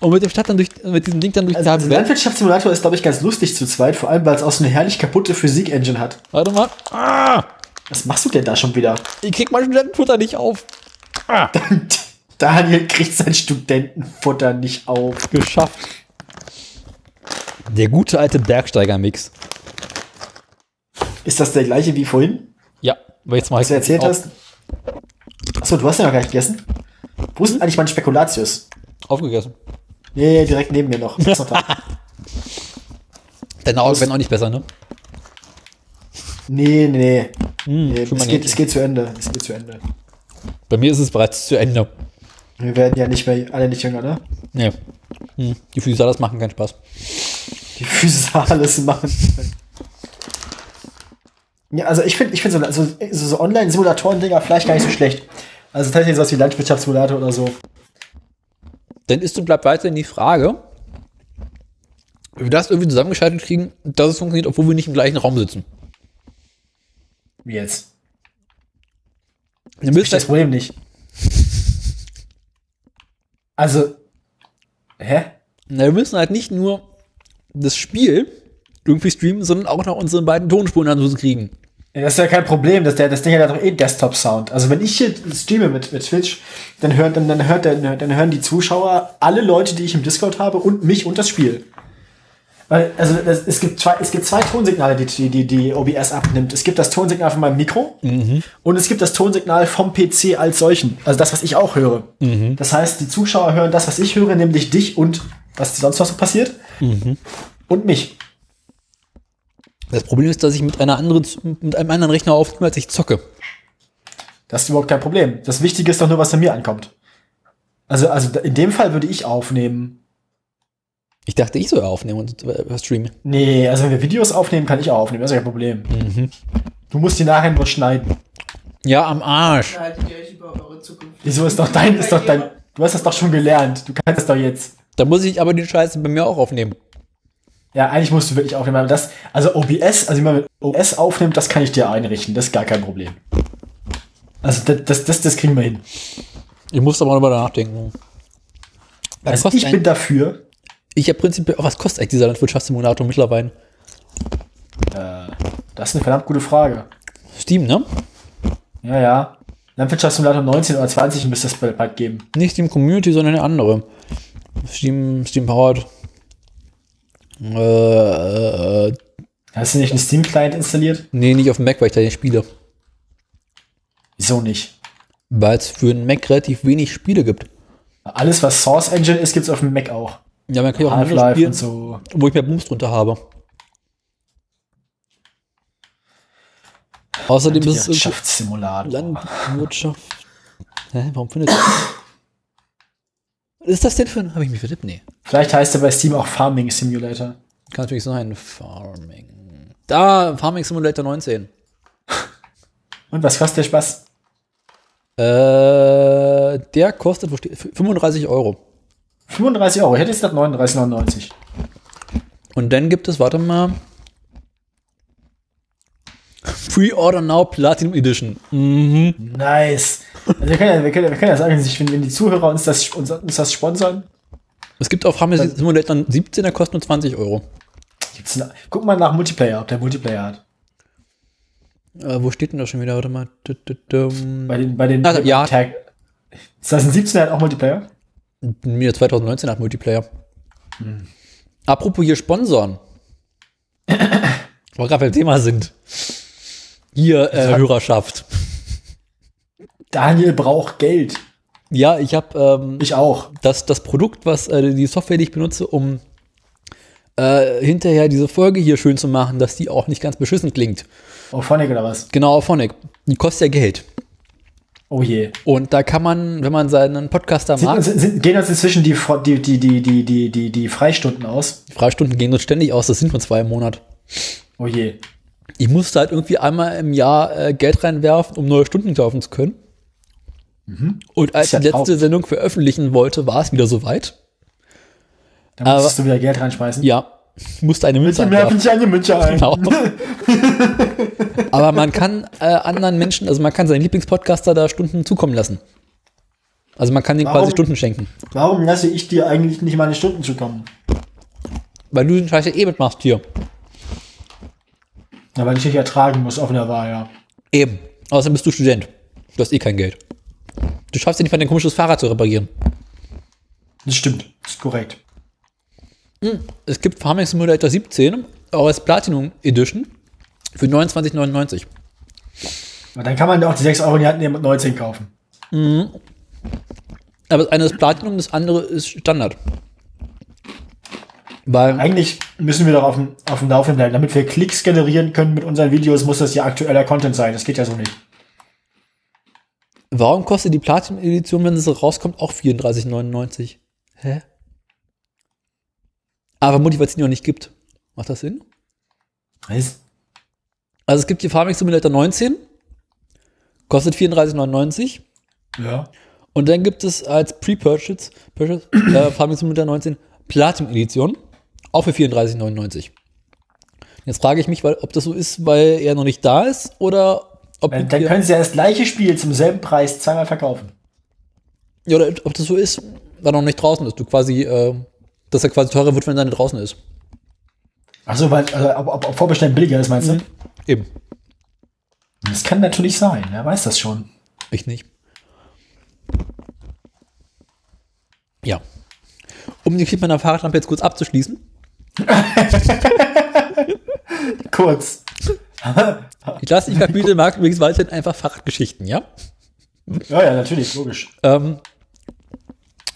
B: und mit dem Stadt dann durch, mit diesem Ding dann durch die
A: Also, also
B: halbe Welt.
A: Landwirtschaftssimulator ist, glaube ich, ganz lustig zu zweit, vor allem, weil es auch so eine herrlich kaputte Physik-Engine hat.
B: Warte mal. Ah,
A: Was machst du denn da schon wieder?
B: ich krieg mein Studentenfutter nicht auf.
A: Daniel kriegt sein Studentenfutter nicht auf.
B: Geschafft. Der gute alte Bergsteiger-Mix.
A: Ist das der gleiche wie vorhin,
B: Ja, weil jetzt mal
A: was du erzählt hast? Achso, du hast ja noch gar nicht gegessen. Wo ist denn eigentlich mein Spekulatius?
B: Aufgegessen.
A: Nee, direkt neben mir noch. Ist noch da.
B: Deine Augen werden auch nicht besser, ne?
A: Nee, nee, nee. nee
B: Hm, schon mal
A: es, geht,
B: nicht.
A: es geht zu Ende. Es geht zu Ende.
B: Bei mir ist es bereits zu Ende.
A: Wir werden ja nicht mehr, alle nicht jünger, ne?
B: Nee. Hm, die Füße das machen keinen Spaß.
A: die Physalis machen. Ja, also ich finde ich find so, so, so, so Online-Simulatoren-Dinger vielleicht gar nicht so schlecht. Also tatsächlich sowas wie Landwirtschaftssimulator oder so.
B: Dann ist und bleibt weiterhin die Frage, wie wir das irgendwie zusammengeschaltet kriegen, dass es funktioniert, obwohl wir nicht im gleichen Raum sitzen.
A: Wie jetzt?
B: Wir
A: Ich das
B: müssen,
A: Problem nicht. Also. Hä?
B: na, wir müssen halt nicht nur das Spiel irgendwie streamen, sondern auch noch unsere beiden Tonspuren dazu kriegen.
A: Ja, Das ist ja kein Problem, das, der, das Ding hat doch eh Desktop-Sound. Also wenn ich hier streame mit, mit Twitch, dann, hört, dann, dann, hört, dann, dann hören die Zuschauer alle Leute, die ich im Discord habe und mich und das Spiel. Weil, also das, es, gibt zwei, es gibt zwei Tonsignale, die, die, die, die OBS abnimmt. Es gibt das Tonsignal von meinem Mikro und es gibt das Tonsignal vom PC als solchen. Also das, was ich auch höre. Das heißt, die Zuschauer hören das, was ich höre, nämlich dich und was sonst noch so passiert und mich.
B: Das Problem ist, dass ich mit, einer anderen, mit einem anderen Rechner aufnehme, als ich zocke.
A: Das ist überhaupt kein Problem. Das Wichtige ist doch nur, was an mir ankommt. Also, also in dem Fall würde ich aufnehmen.
B: Ich dachte, ich soll aufnehmen und äh, streamen.
A: Nee, also wenn wir Videos aufnehmen, kann ich auch aufnehmen. Das ist ja kein Problem.
B: Mhm.
A: Du musst die nachher nur schneiden.
B: Ja, am Arsch.
C: Unterhaltet ihr euch über eure Zukunft?
A: Wieso ist doch dein, ist doch dein. Du hast das doch schon gelernt. Du kannst das doch jetzt.
B: Da muss ich aber den Scheiß bei mir auch aufnehmen.
A: Ja, eigentlich musst du wirklich aufnehmen. Aber das, also OBS, also wie man mit OBS aufnimmt, das kann ich dir einrichten. Das ist gar kein Problem. Also das, das, das, das kriegen wir hin.
B: Ich muss aber darüber nachdenken. Was
A: Also
B: kostet
A: ich
B: ein-
A: bin dafür.
B: Ich habe prinzipiell, oh, was kostet eigentlich dieser Landwirtschaftssimulator mittlerweile?
A: Das ist eine verdammt gute Frage.
B: Steam, ne?
A: Ja, ja. Landwirtschaftssimulator 19 oder 20 müsste es bald geben.
B: Nicht Steam Community, sondern eine andere. Steam, Steam Powered. Äh, äh,
A: Hast du nicht einen Steam-Client installiert?
B: nee, nicht auf dem Mac, weil ich da nicht spiele.
A: Wieso nicht?
B: Weil es für den Mac relativ wenig Spiele gibt.
A: Alles, was Source Engine ist, gibt's auf dem Mac auch.
B: Ja, man kann ja auch andere
A: Half-Life
B: spielen,
A: und so.
B: wo ich mehr Booms drunter habe. Außerdem ist es irgendwie
A: Wirtschaftssimulator.
B: Landwirtschaft. Hä, warum findet das? Was ist das denn für ein. Habe ich mich vertippt? Nee.
A: Vielleicht heißt er bei Steam auch Farming Simulator.
B: Kann natürlich sein. Farming. Da, Farming Simulator 19.
A: Und was kostet der Spaß?
B: Äh, der kostet wo steht, 35 Euro.
A: 35 Euro. Ich hätte jetzt das 39,99.
B: Und dann gibt es, warte mal. Pre-Order Now Platinum Edition. Mhm.
A: Nice. Also wir können ja, wir können, ja- wir können ja sagen, ich finde, wenn die Zuhörer uns das, uns, uns das sponsern,
B: Es gibt auf Farming Simulator 17, der kostet nur 20 Euro.
A: gibt's na- guck mal nach Multiplayer, ob der Multiplayer hat.
B: Äh, wo steht denn das schon wieder? Warte mal. Dü- dü- düm.
A: Bei den, bei den
B: Ach, ja.
A: Tag. Ist das ein 17er hat auch Multiplayer?
B: Mir 2019 hat Multiplayer. Apropos hier Sponsoren. Wo wir gerade beim Thema sind. Hier äh,
A: Sag-
B: Hörerschaft.
A: Daniel braucht Geld.
B: Ja, ich habe ähm,
A: Ich auch.
B: das, das Produkt, was äh, die Software, die ich benutze, um äh, hinterher diese Folge hier schön zu machen, dass die auch nicht ganz beschissen klingt.
A: Oh, Phonic oder was?
B: Genau, Phonic. Die kostet ja Geld.
A: Oh je.
B: Und da kann man, wenn man seinen Podcaster
A: Sind,
B: mag,
A: uns- sind, gehen uns inzwischen die, Fro- die, die, die, die, die, die, die Freistunden aus?
B: die Freistunden gehen uns ständig aus, das sind nur zwei im Monat.
A: Oh je.
B: Ich musste halt irgendwie einmal im Jahr äh, Geld reinwerfen, um neue Stunden kaufen zu können. Und
A: Mhm. Ist
B: als
A: ja
B: ich die letzte
A: traurig.
B: Sendung veröffentlichen wollte, war es wieder soweit.
A: Da musstest du wieder Geld reinschmeißen.
B: Ja, ich musste eine Münze
A: werfen
B: einwerfen.
A: dich eine Münze ein.
B: Genau. Aber man kann äh, anderen Menschen, also man kann seinen Lieblingspodcaster da Stunden zukommen lassen. Also man kann denen
A: Warum?
B: quasi Stunden schenken.
A: Warum lasse ich dir eigentlich nicht meine Stunden zukommen?
B: Weil du den Scheiß ja eh mitmachst hier.
A: Ja, weil ich dich ertragen muss, offener war, ja.
B: Eben. Außerdem bist du Student. Du hast eh kein Geld. Du schaffst ja nicht mal dein komisches Fahrrad zu reparieren.
A: Das stimmt. Ist korrekt.
B: Es gibt Farming Simulator 17, auch als Platinum Edition, für 29,99.
A: Aber dann kann man ja auch die 6 Euro in die Hand nehmen und 19 kaufen.
B: Aber das eine ist Platinum, das andere ist Standard. Weil,
A: Eigentlich müssen wir doch auf dem, auf dem Laufenden bleiben. Damit wir Klicks generieren können mit unseren Videos, muss das ja aktueller Content sein. Das geht ja so nicht.
B: warum kostet die Platinum Edition, wenn sie rauskommt, auch 34,99? Hä? Aber vermutlich, weil es die noch nicht gibt. Macht das Sinn?
A: Was?
B: Also es gibt hier Farming Simulator 19, kostet 34,99.
A: Ja.
B: Und dann gibt es als Pre-Purchase Purchase, äh, Farming Simulator 19 Platinum Edition, auch für 34,99. Jetzt frage ich mich, weil, ob das so ist, weil er noch nicht da ist oder ob,
A: Äh, Dann, dann
B: wir-
A: können sie ja das gleiche Spiel zum selben Preis zweimal verkaufen.
B: ja, oder ob das so ist, weil er noch nicht draußen ist. Du quasi, äh, dass er quasi teurer wird, wenn er dann draußen ist.
A: Achso, weil also, ob, ob, ob Vorbestellen billiger ist, meinst du?
B: Eben,
A: Das kann natürlich sein. Wer weiß das schon.
B: ich nicht. Ja. Um den Clip meiner Fahrradlampe jetzt kurz abzuschließen.
A: Kurz.
B: Ich lasse die Kapitel mag übrigens weiterhin einfach Fahrradgeschichten, ja?
A: Ja, ja, natürlich, logisch.
B: Ähm,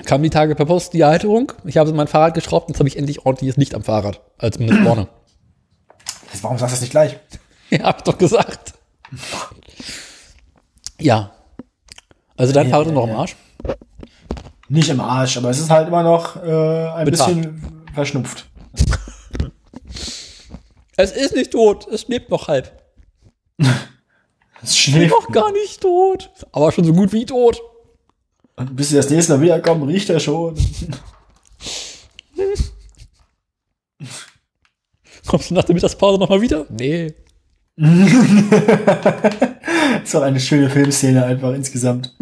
B: kam die Tage per Post die Erhalterung. Ich habe mein Fahrrad geschraubt und jetzt habe ich endlich ordentliches Licht am Fahrrad. Als zumindest vorne.
A: Das- Also Warum sagst du das nicht gleich?
B: ja, hab ich doch gesagt. ja. Also dein
A: Ja,
B: Fahrrad ist
A: ja,
B: noch im
A: ja.
B: Arsch.
A: Nicht im Arsch, aber es ist halt immer noch äh, ein
B: Betagt.
A: bisschen verschnupft.
B: Es ist nicht tot. Es lebt noch halb.
A: Es schläft.
B: Noch gar nicht tot. Aber schon so gut wie tot.
A: Und bis sie das nächste Mal wiederkommen, riecht er schon.
B: Kommst du nach der Mittagspause nochmal wieder? Nee.
A: Das ist doch eine schöne Filmszene einfach insgesamt.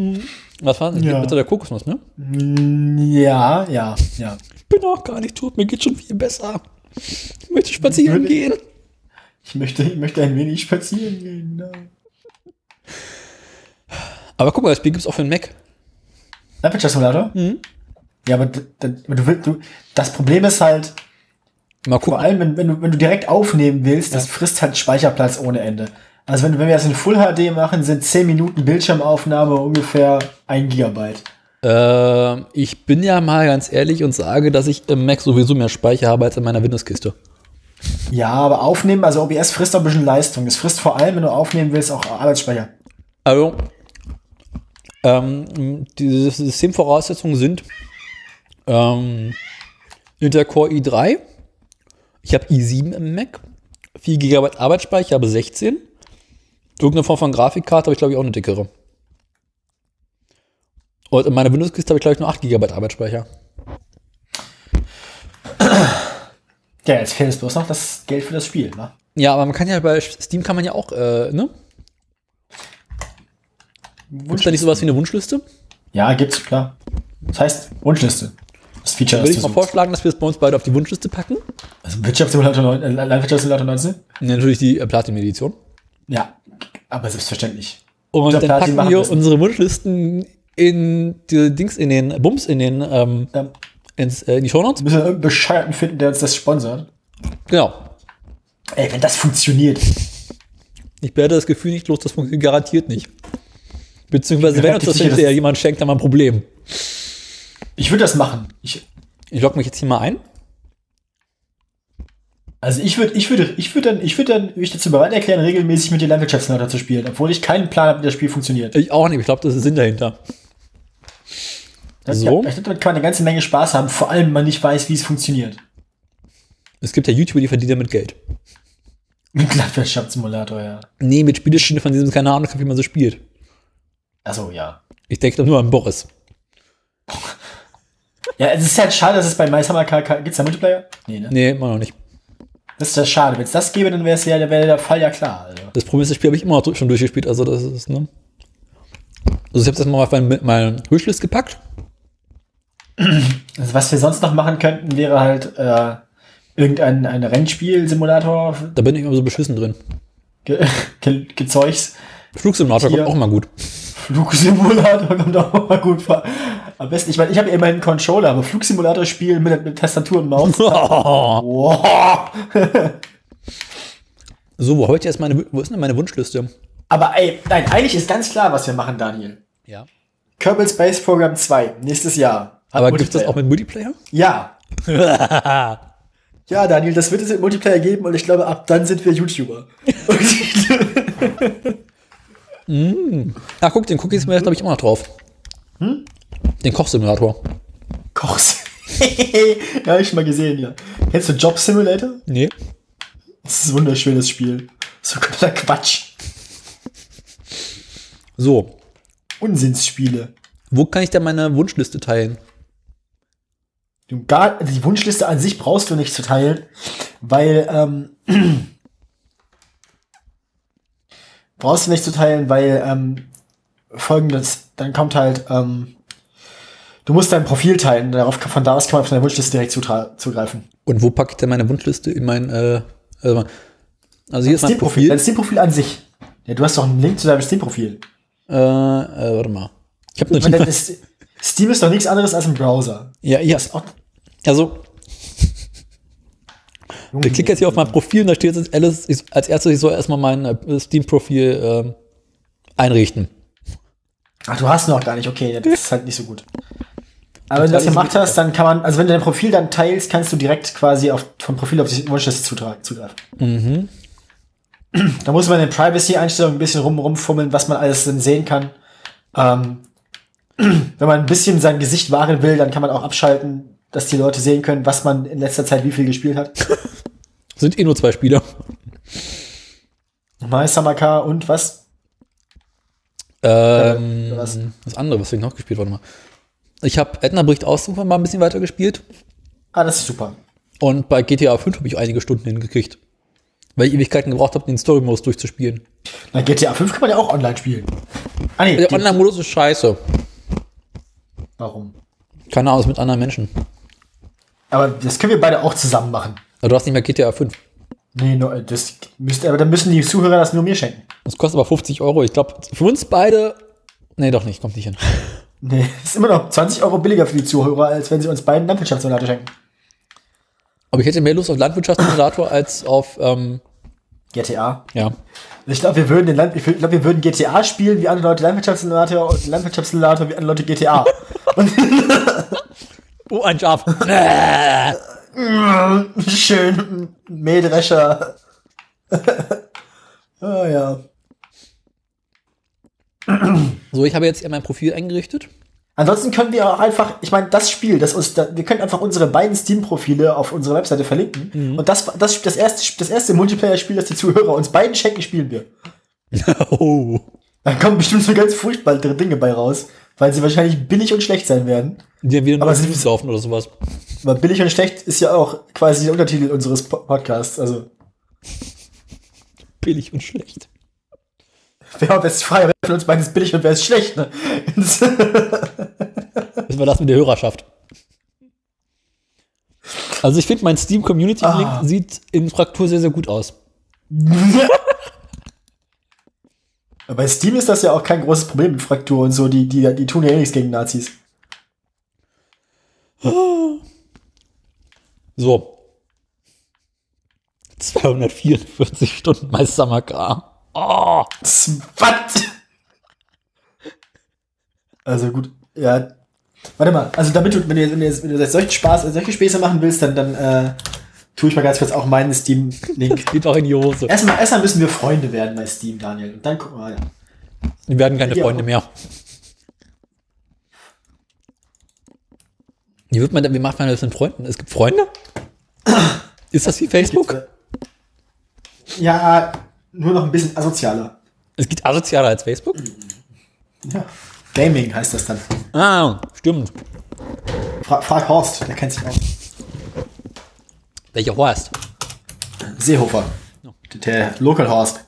B: Was war denn?
A: Ja.
B: Mit der Kokosnuss, ne?
A: Mm, Ja, ja, ja.
B: Ich bin auch gar nicht tot. Mir geht schon viel besser. Ich möchte spazieren gehen.
A: Ich möchte, ich möchte ein wenig spazieren gehen. ne? Ja.
B: Aber guck mal, das Spiel gibt es auch für den Mac.
A: Aperture Simulator? Ja, aber, d- d- aber du, willst- du, das Problem ist halt,
B: Mal
A: vor
B: gucken.
A: allem, wenn, wenn, du, wenn du direkt aufnehmen willst, das frisst halt Speicherplatz ohne Ende. Also wenn, wenn wir das in Full HD machen, sind 10 Minuten Bildschirmaufnahme ungefähr 1 Gigabyte.
B: Ähm, ich bin ja mal ganz ehrlich und sage, dass ich im Mac sowieso mehr Speicher habe als in meiner Windows-Kiste.
A: Ja, aber aufnehmen, also OBS frisst auch ein bisschen Leistung. Es frisst vor allem, wenn du aufnehmen willst, auch Arbeitsspeicher.
B: Also, Ähm, diese Systemvoraussetzungen sind ähm, Intel Core i3. Ich habe i7 im Mac. 4 GB Arbeitsspeicher, aber 16. Irgendeine Form von Grafikkarte habe ich, glaube ich, auch eine dickere. Und in meiner Windows-Kiste habe ich, glaube ich, nur 8 GB Arbeitsspeicher.
A: Ja, jetzt fehlt es bloß noch das Geld für das Spiel, ne?
B: Ja, aber man kann ja bei Steam kann man ja auch, äh, ne? Gibt da nicht sowas wie eine Wunschliste?
A: Ja, gibt's, klar. Das heißt Wunschliste. Das Feature
B: Würde
A: ist
B: ich mal vorschlagen, dass wir es bei uns beide auf die Wunschliste packen.
A: Also Wirtschaftssimulator 9, äh, Landwirtschaftssimulator 19?
B: Ja, natürlich die äh, Platin-Edition.
A: Ja, aber selbstverständlich.
B: Und
A: Der
B: dann
A: Platin
B: packen
A: machen
B: wir
A: müssen.
B: unsere Wunschlisten in die Dings in den Bums in den ähm,
A: Dann
B: ins, äh, in die Shownotes.
A: müssen wir irgendeinen Bescheuerten finden, der uns das sponsert.
B: Genau.
A: Ey, wenn das funktioniert.
B: Ich werde das Gefühl nicht los, das funktioniert garantiert nicht. Beziehungsweise,
A: bin
B: wenn uns
A: relativ
B: das
A: sicher,
B: hinterher
A: dass-
B: jemand schenkt, dann haben wir ein Problem.
A: Ich würde das machen. Ich,
B: Ich logge mich jetzt hier mal ein.
A: also ich würde ich würde, ich würde dann, ich würde dann mich dazu bereit erklären, regelmäßig mit dir Landwirtschaftssimulator zu spielen, obwohl ich keinen Plan habe, wie das Spiel funktioniert.
B: Ich auch nicht. Ich glaube, das ist Sinn dahinter.
A: Das,
B: so.
A: ja, ich glaube, damit kann man eine ganze Menge Spaß haben, vor allem wenn man nicht weiß, wie es funktioniert.
B: Es gibt ja YouTuber, die verdienen damit Geld.
A: Mit Landwirtschaftssimulator, ja.
B: Nee, mit Spieleschiene von diesem, keine Ahnung, wie man so spielt.
A: Achso, ja.
B: Ich denke doch nur an Boris.
A: Ja, es ist halt schade, dass es bei Maishammer KK. Gibt's da Multiplayer? Nee, ne?
B: Nee, immer noch nicht.
A: Das ist ja schade. Wenn es das gäbe, dann wäre es ja, dann wäre der Fall ja klar. Also.
B: Das Problem ist, das Spiel habe ich immer noch durch- schon durchgespielt, also das ist, ne? Also ich habe das mal auf mein- meine Wishlist gepackt.
A: Also was wir sonst noch machen könnten, wäre halt äh, irgendein ein Rennspiel-Simulator
B: Da bin ich immer so beschissen drin.
A: ge ge gezeugs.
B: Flugsimulator
A: Hier.
B: kommt auch mal gut.
A: Flugsimulator kommt auch mal gut vor. Am besten, ich meine, ich habe ja immer einen Controller, aber Flugsimulator spielen mit, mit Tastatur und Maus. Wow.
B: So, wo heute ist meine, wo ist denn meine Wunschliste?
A: aber ey, nein, eigentlich ist ganz klar, was wir machen, Daniel.
B: Ja.
A: Kerbal Space Program 2, nächstes Jahr. Hat
B: Aber gibt es das
A: Multiplayer.
B: auch mit Multiplayer?
A: Ja. ja, Daniel, das wird es im Multiplayer geben und ich glaube, ab dann sind wir YouTuber.
B: Ach, Ah, guck, den Cookies mir, glaube ich, immer noch drauf. Den Kochsimulator.
A: Kochs. ja, hab ich mal gesehen, ja. Kennst du Job Simulator?
B: Nee.
A: Das ist ein wunderschönes Spiel. So kompletter Quatsch.
B: So,
A: Unsinnsspiele.
B: wo kann ich denn meine Wunschliste teilen?
A: Du gar, die Wunschliste an sich brauchst du nicht zu teilen, weil, ähm, brauchst du nicht zu teilen, weil, ähm, folgendes, dann kommt halt, ähm, du musst dein Profil teilen, darauf, von da aus kann man auf deine Wunschliste direkt zutra- zugreifen.
B: Und wo packe ich denn meine Wunschliste in mein, äh, also, also hier ist mein
A: Steam-Profil, dein
B: Profil.
A: Steam-Profil an sich. Ja, du hast doch einen Link zu deinem Steam-Profil.
B: Äh, äh, warte mal. Ich habe
A: Ich meine,
B: eine,
A: das ist, Steam ist doch nichts anderes als ein Browser.
B: ja, ja, also,
A: Junge,
B: Der klickt jetzt hier auf mein Profil und da steht jetzt alles, ich, als erstes, ich soll erstmal mein äh, Steam-Profil ähm, einrichten.
A: Ach, du hast noch gar nicht. Okay, das ist halt nicht so gut. Aber wenn du das
B: Total
A: gemacht
B: easy.
A: hast, dann kann man, also wenn du dein Profil dann teilst, kannst du direkt quasi auf, vom Profil auf die Wunschliste zutra- zugreifen. Mhm. Da muss man in den Privacy-Einstellungen ein bisschen rum, rumfummeln, was man alles dann sehen kann. Ähm, wenn man ein bisschen sein Gesicht wahren will, dann kann man auch abschalten, dass die Leute sehen können, was man in letzter Zeit wie viel gespielt hat.
B: Sind eh nur zwei Spieler.
A: Nochmal Samaka und was?
B: Ähm,
A: was?
B: was? Das andere, was ich noch gespielt habe, mal. Ich habe Edna bricht aus irgendwann mal ein bisschen weiter gespielt
A: Ah, das ist super.
B: und bei GTA 5 habe ich einige Stunden hingekriegt. Weil ich Ewigkeiten gebraucht habe, den Story-Modus durchzuspielen.
A: Na, GTA 5 kann man ja auch online spielen. Ah, nee,
B: Der
A: die-
B: Online-Modus ist scheiße.
A: warum?
B: Keine Ahnung, ist mit anderen Menschen.
A: Aber das können wir beide auch zusammen machen.
B: Aber du hast nicht mehr GTA 5.
A: Nee, no, das müsste, aber dann müssen die Zuhörer das nur mir schenken.
B: Das kostet aber 50 Euro. Ich glaube, für uns beide. Nee, doch nicht, kommt nicht hin.
A: Nee, ist immer noch 20 Euro billiger für die Zuhörer, als wenn sie uns beiden Landwirtschaftsmonate schenken.
B: Aber ich hätte mehr Lust auf Landwirtschaftssimulator als auf, ähm,
A: GTA.
B: ja.
A: Ich glaube, wir würden den Land, ich glaube, wir würden GTA spielen, wie andere Leute Landwirtschaftssimulator und Landwirtschaftssimulator wie andere Leute GTA.
B: Oh, ein Schaf.
A: Schön Mähdrescher. ah ja.
B: So, ich habe jetzt hier mein Profil eingerichtet.
A: Ansonsten können wir auch einfach, ich meine, das Spiel, das uns, da, wir können einfach unsere beiden Steam-Profile auf unserer Webseite verlinken. Und das, das, das erste, das erste Multiplayer-Spiel, das die Zuhörer uns beiden schenken, spielen wir.
B: oh.
A: Da kommen bestimmt so ganz furchtbare Dinge bei raus, weil sie wahrscheinlich billig und schlecht sein werden.
B: Die haben wieder
A: Aber
B: nur
A: sie-
B: Streams laufen oder sowas.
A: Aber billig und schlecht ist ja auch quasi der Untertitel unseres Po- Podcasts. Also,
B: Billig und schlecht.
A: wer ist frei, wer von uns beiden ist billig und wer ist schlecht. Ne?
B: Das war das mit der Hörerschaft. Also ich finde, mein Steam Community Link
A: Ah.
B: sieht in Fraktur sehr, sehr gut aus.
A: Bei Steam ist das ja auch kein großes Problem mit Fraktur und so. Die, die, die tun ja eh nichts gegen Nazis.
B: So. 244 Stunden Meister Makar. Oh,
A: Was? Also gut, ja. Warte mal, also damit du, wenn du, wenn du, jetzt- wenn du jetzt solchen Spaß, solche Späße machen willst, dann, dann äh, tue ich mal ganz kurz auch meinen Steam-Link.
B: geht auch in die Hose.
A: erstmal, erstmal müssen wir Freunde werden bei Steam, Daniel. Und dann gucken wir mal.
B: Die werden keine
A: Ja.
B: Freunde mehr. Wie, wird man, denn- wie macht man das mit Freunden? Es gibt Freunde? Ist das wie Facebook?
A: Ja, nur noch ein bisschen asozialer.
B: Es gibt asozialer als Facebook?
A: Ja. Gaming heißt das dann.
B: Ah, stimmt.
A: Fra frag Horst, der kennt sich aus.
B: Welcher Horst?
A: Seehofer. Der Local Horst.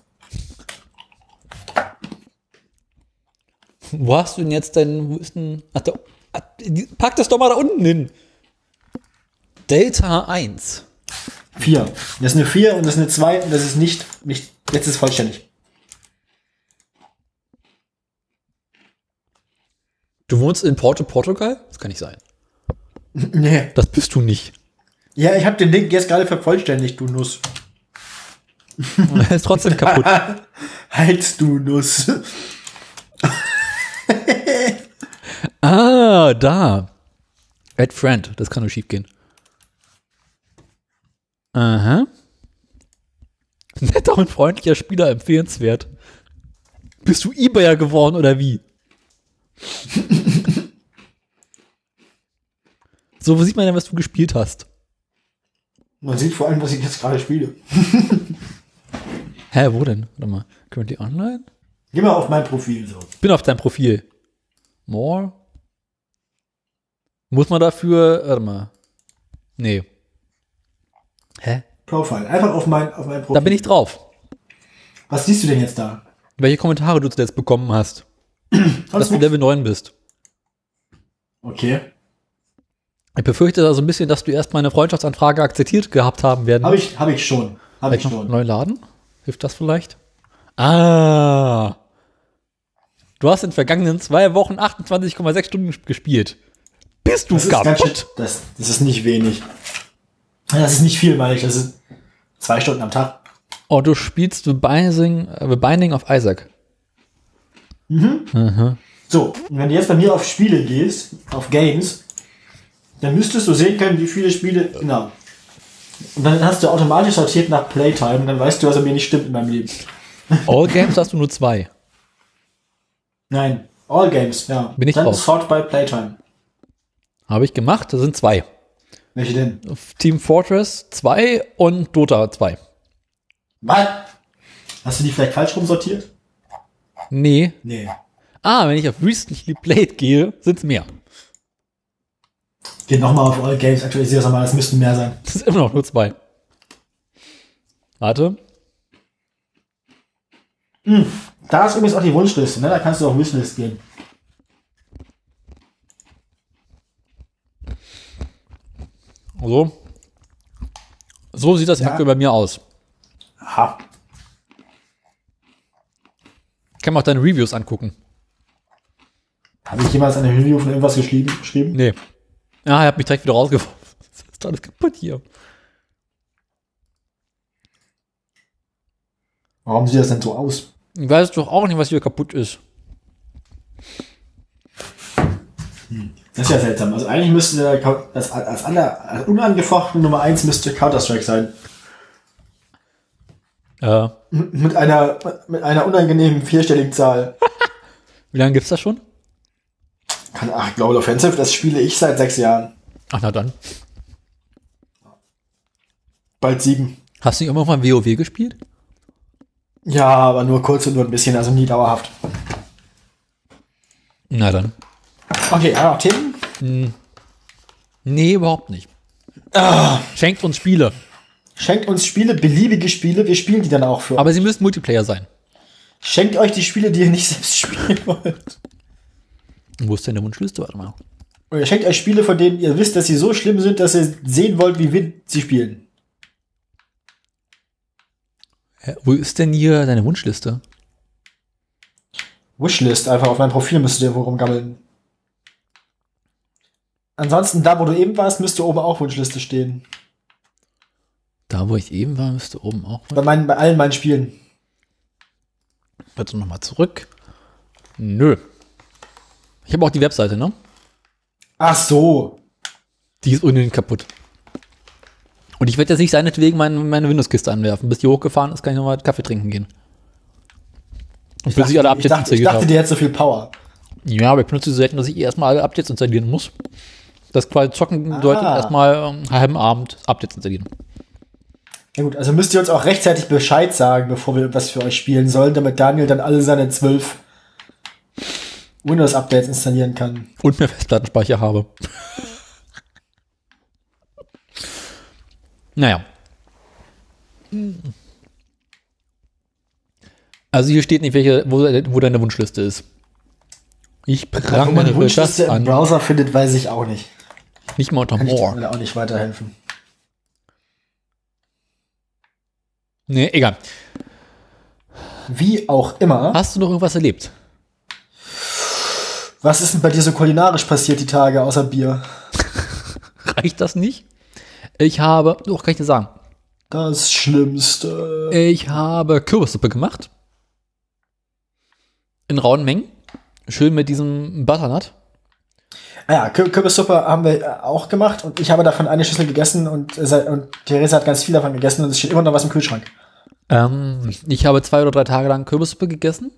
B: Wo hast du denn jetzt deinen. Wo ist denn. Ach, da, ah, die- pack das doch mal da unten hin. Delta 1.
A: Vier. Das ist eine vier und das ist eine zwei und das ist nicht, nicht, jetzt ist vollständig.
B: Du wohnst in Porto, Portugal? Das kann nicht sein.
A: Nee.
B: Das bist du nicht.
A: Ja, ich habe den Link jetzt gerade vervollständigt, du Nuss.
B: Und er ist trotzdem kaputt.
A: Halt, du Nuss.
B: Ah, da. Add Friend. Das kann nur schief gehen. Aha. Netter und freundlicher Spieler empfehlenswert. Bist du Ebayer geworden oder wie? so, wo sieht man denn, was du gespielt hast?
A: Man sieht vor allem, was ich jetzt gerade spiele.
B: Hä, wo denn? Warte mal. Currently online?
A: Geh mal auf mein Profil so.
B: Bin auf deinem Profil. More? Muss man dafür. Warte mal. Nee. Hä?
A: Profile. Einfach auf mein, auf mein Profil.
B: Da bin ich drauf.
A: Was siehst du denn jetzt da?
B: Welche Kommentare du zuletzt bekommen hast, dass
A: Sonst
B: du
A: nichts?
B: Level 9 bist.
A: Okay.
B: Ich befürchte da so ein bisschen, dass du erst meine Freundschaftsanfrage akzeptiert gehabt haben werden.
A: Habe ich, hab ich schon. Habe ich
B: Vielleicht noch
A: schon.
B: neu laden? Hilft das vielleicht? Ah. Du hast in den vergangenen zwei Wochen 28,6 Stunden gespielt. Bist du
A: Das ist, ganz schön,
B: kaputt?
A: das, das ist nicht wenig. Das ist nicht viel, meine ich. Das ist zwei Stunden am Tag.
B: Oh, du spielst The Binding, äh, The Binding of Isaac.
A: So, und wenn du jetzt bei mir auf Spiele gehst, auf Games, dann müsstest du sehen können, wie viele Spiele. Genau. Und dann hast du automatisch sortiert nach Playtime und dann weißt du, was an mir nicht stimmt in meinem Leben.
B: All Games hast du nur zwei.
A: Nein, All Games, ja.
B: Bin ich
A: dann
B: drauf.
A: Sort by Playtime.
B: Habe ich gemacht, das sind zwei.
A: Welche denn?
B: Team Fortress 2 und Dota 2.
A: Was? Hast du die vielleicht falsch rumsortiert?
B: Nee.
A: Nee.
B: Ah, wenn ich auf Recently Played gehe, sind es mehr.
A: Geh nochmal auf All Games, aktualisiere das nochmal, das müssten mehr sein.
B: Das ist immer noch nur zwei. Warte.
A: Da ist übrigens auch die Wunschliste, ne? Da kannst du auf Wishlist gehen.
B: So. So sieht das aktuell bei mir aus.
A: Aha.
B: Ich kann mir auch deine Reviews angucken.
A: Habe ich jemals eine Review von irgendwas geschrieben? geschrieben?
B: Nee. Ah, er hat mich direkt wieder rausgeworfen. Das ist alles kaputt hier.
A: Warum sieht das denn so aus?
B: Ich weiß doch auch nicht, was hier kaputt ist.
A: Das ist ja seltsam. Also eigentlich müsste der Coun- als, als, aller, als unangefochten Nummer 1 müsste Counter-Strike sein.
B: Äh,
A: M- Mit einer, mit einer unangenehmen vierstelligen Zahl.
B: Wie lange gibt's das schon?
A: Kann, ach, ich glaube, Offensive, das spiele ich seit sechs Jahren.
B: Ach, na dann.
A: Bald sieben.
B: Hast du irgendwann mal WoW gespielt?
A: Ja, aber nur kurz und nur ein bisschen, also nie dauerhaft.
B: Na dann.
A: Okay, einmal noch Themen.
B: Nee, überhaupt nicht. Ah. Schenkt uns Spiele.
A: Schenkt uns Spiele, beliebige Spiele, wir spielen die dann auch für euch.
B: Aber sie müssen Multiplayer sein.
A: Schenkt euch die Spiele, die ihr nicht selbst spielen wollt.
B: Wo ist denn der Wunschliste? Warte mal.
A: Oder schenkt euch Spiele, von denen ihr wisst, dass sie so schlimm sind, dass ihr sehen wollt, wie wir sie spielen.
B: Hä, wo ist denn hier deine Wunschliste?
A: Wishlist, einfach auf meinem Profil müsst ihr irgendwo rumgammeln. Ansonsten, da wo du eben warst, müsste oben auch Wunschliste stehen.
B: Da, wo ich eben war, müsste oben auch.
A: Bei, meinen, bei allen meinen Spielen.
B: Bitte nochmal zurück. Nö. Ich habe auch die Webseite, ne?
A: Ach so.
B: Die ist ohnehin kaputt. Und ich werde jetzt nicht seinetwegen meine, meine Windows-Kiste anwerfen. Bis die hochgefahren ist, kann ich nochmal Kaffee trinken gehen. Und bis ich alle
A: ich
B: Updates
A: dachte, ich
B: installiert
A: dachte
B: habe.
A: die hat so viel Power.
B: Ja, aber ich benutze sie selten, dass ich eh erstmal alle Updates installieren muss. Das quasi zocken
A: Ah.
B: bedeutet erstmal ähm, einen halben Abend Updates installieren.
A: Ja gut, also müsst ihr uns auch rechtzeitig Bescheid sagen, bevor wir irgendwas für euch spielen sollen, damit Daniel dann alle seine zwölf Windows-Updates installieren kann.
B: Und mehr Festplattenspeicher habe. naja. Also hier steht nicht, welche, wo, wo deine Wunschliste ist. Ich
A: Wo man die
B: prangere das
A: Wunschliste im
B: an.
A: Browser findet, weiß ich auch nicht.
B: Nicht mal unter
A: Kann ich
B: More.
A: dir auch nicht weiterhelfen.
B: Nee, egal.
A: Wie auch immer.
B: Hast du noch irgendwas erlebt?
A: Was ist denn bei dir so kulinarisch passiert die Tage, außer Bier?
B: Reicht das nicht? Ich habe, doch, kann ich dir sagen.
A: Das Schlimmste.
B: Ich habe Kürbissuppe gemacht. In rauen Mengen. Schön mit diesem Butternut.
A: Ah ja, Kür Kürbissuppe haben wir äh, auch gemacht und ich habe davon eine Schüssel gegessen und, äh, se- und Theresa hat ganz viel davon gegessen und es steht immer noch was im Kühlschrank.
B: Ähm, ich habe zwei oder drei Tage lang Kürbissuppe gegessen.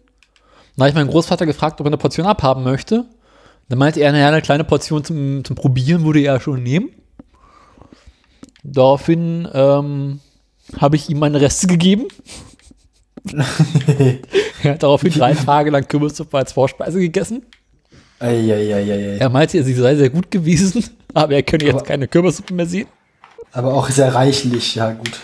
B: Dann habe ich meinen Großvater gefragt, ob er eine Portion abhaben möchte. Dann meinte er, naja, eine kleine Portion zum, zum Probieren würde er schon nehmen. Daraufhin ähm, habe ich ihm meine Reste gegeben. er hat daraufhin drei Tage lang Kürbissuppe als Vorspeise gegessen.
A: Eieieiei.
B: Er meinte, sie sei sehr gut gewesen, aber er könne jetzt
A: Aber-
B: keine Kürbissuppe mehr sehen.
A: Aber auch sehr reichlich, ja gut.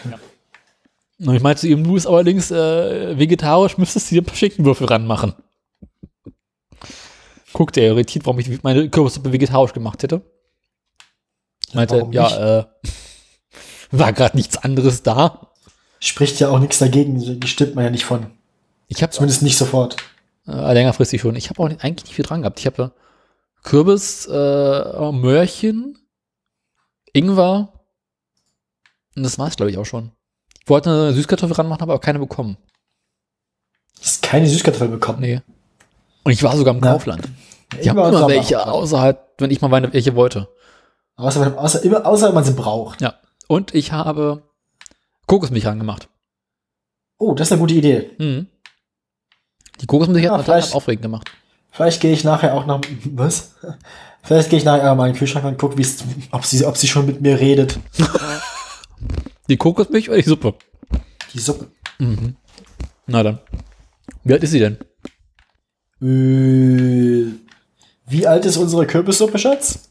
B: Und ich meinte zu ihm, du bist allerdings äh, vegetarisch, müsstest du dir ein paar Schinkenwürfel ranmachen. Guckte er irritiert, warum ich meine Kürbissuppe vegetarisch gemacht hätte. Meinte,
A: warum nicht?
B: ja, äh, war gerade nichts anderes da.
A: Spricht ja auch nichts dagegen, die stimmt man ja nicht von.
B: Ich habe
A: Zumindest nicht sofort.
B: äh, längerfristig schon. Ich habe auch nicht, eigentlich nicht viel dran gehabt. Ich habe Kürbis, äh, Möhrchen, Ingwer und das war's, glaube ich, auch schon. Ich wollte eine Süßkartoffel ranmachen, habe aber keine bekommen.
A: Hast keine Süßkartoffel bekommen.
B: Nee. Und ich war sogar im
A: Ja.
B: Kaufland. Ich
A: Ingwer
B: habe
A: und
B: immer
A: Sauerkraut.
B: welche außerhalb, wenn ich mal meine welche wollte.
A: Außer, wenn- außer, immer, außer wenn man sie braucht.
B: Ja. Und ich habe Kokosmilch angemacht.
A: Oh, das ist eine gute Idee.
B: Mhm. Die Kokosmilch
A: Ah,
B: hat ja,
A: vielleicht-
B: aufregend gemacht.
A: Vielleicht gehe ich nachher auch noch. Was? Vielleicht gehe ich nachher auch mal in den Kühlschrank und gucke, ob sie, ob sie schon mit mir redet.
B: Die Kokosmilch oder die Suppe?
A: Die Suppe.
B: Mhm. Na dann. Wie alt ist sie denn?
A: Äh, wie alt ist unsere Kürbissuppe, Schatz?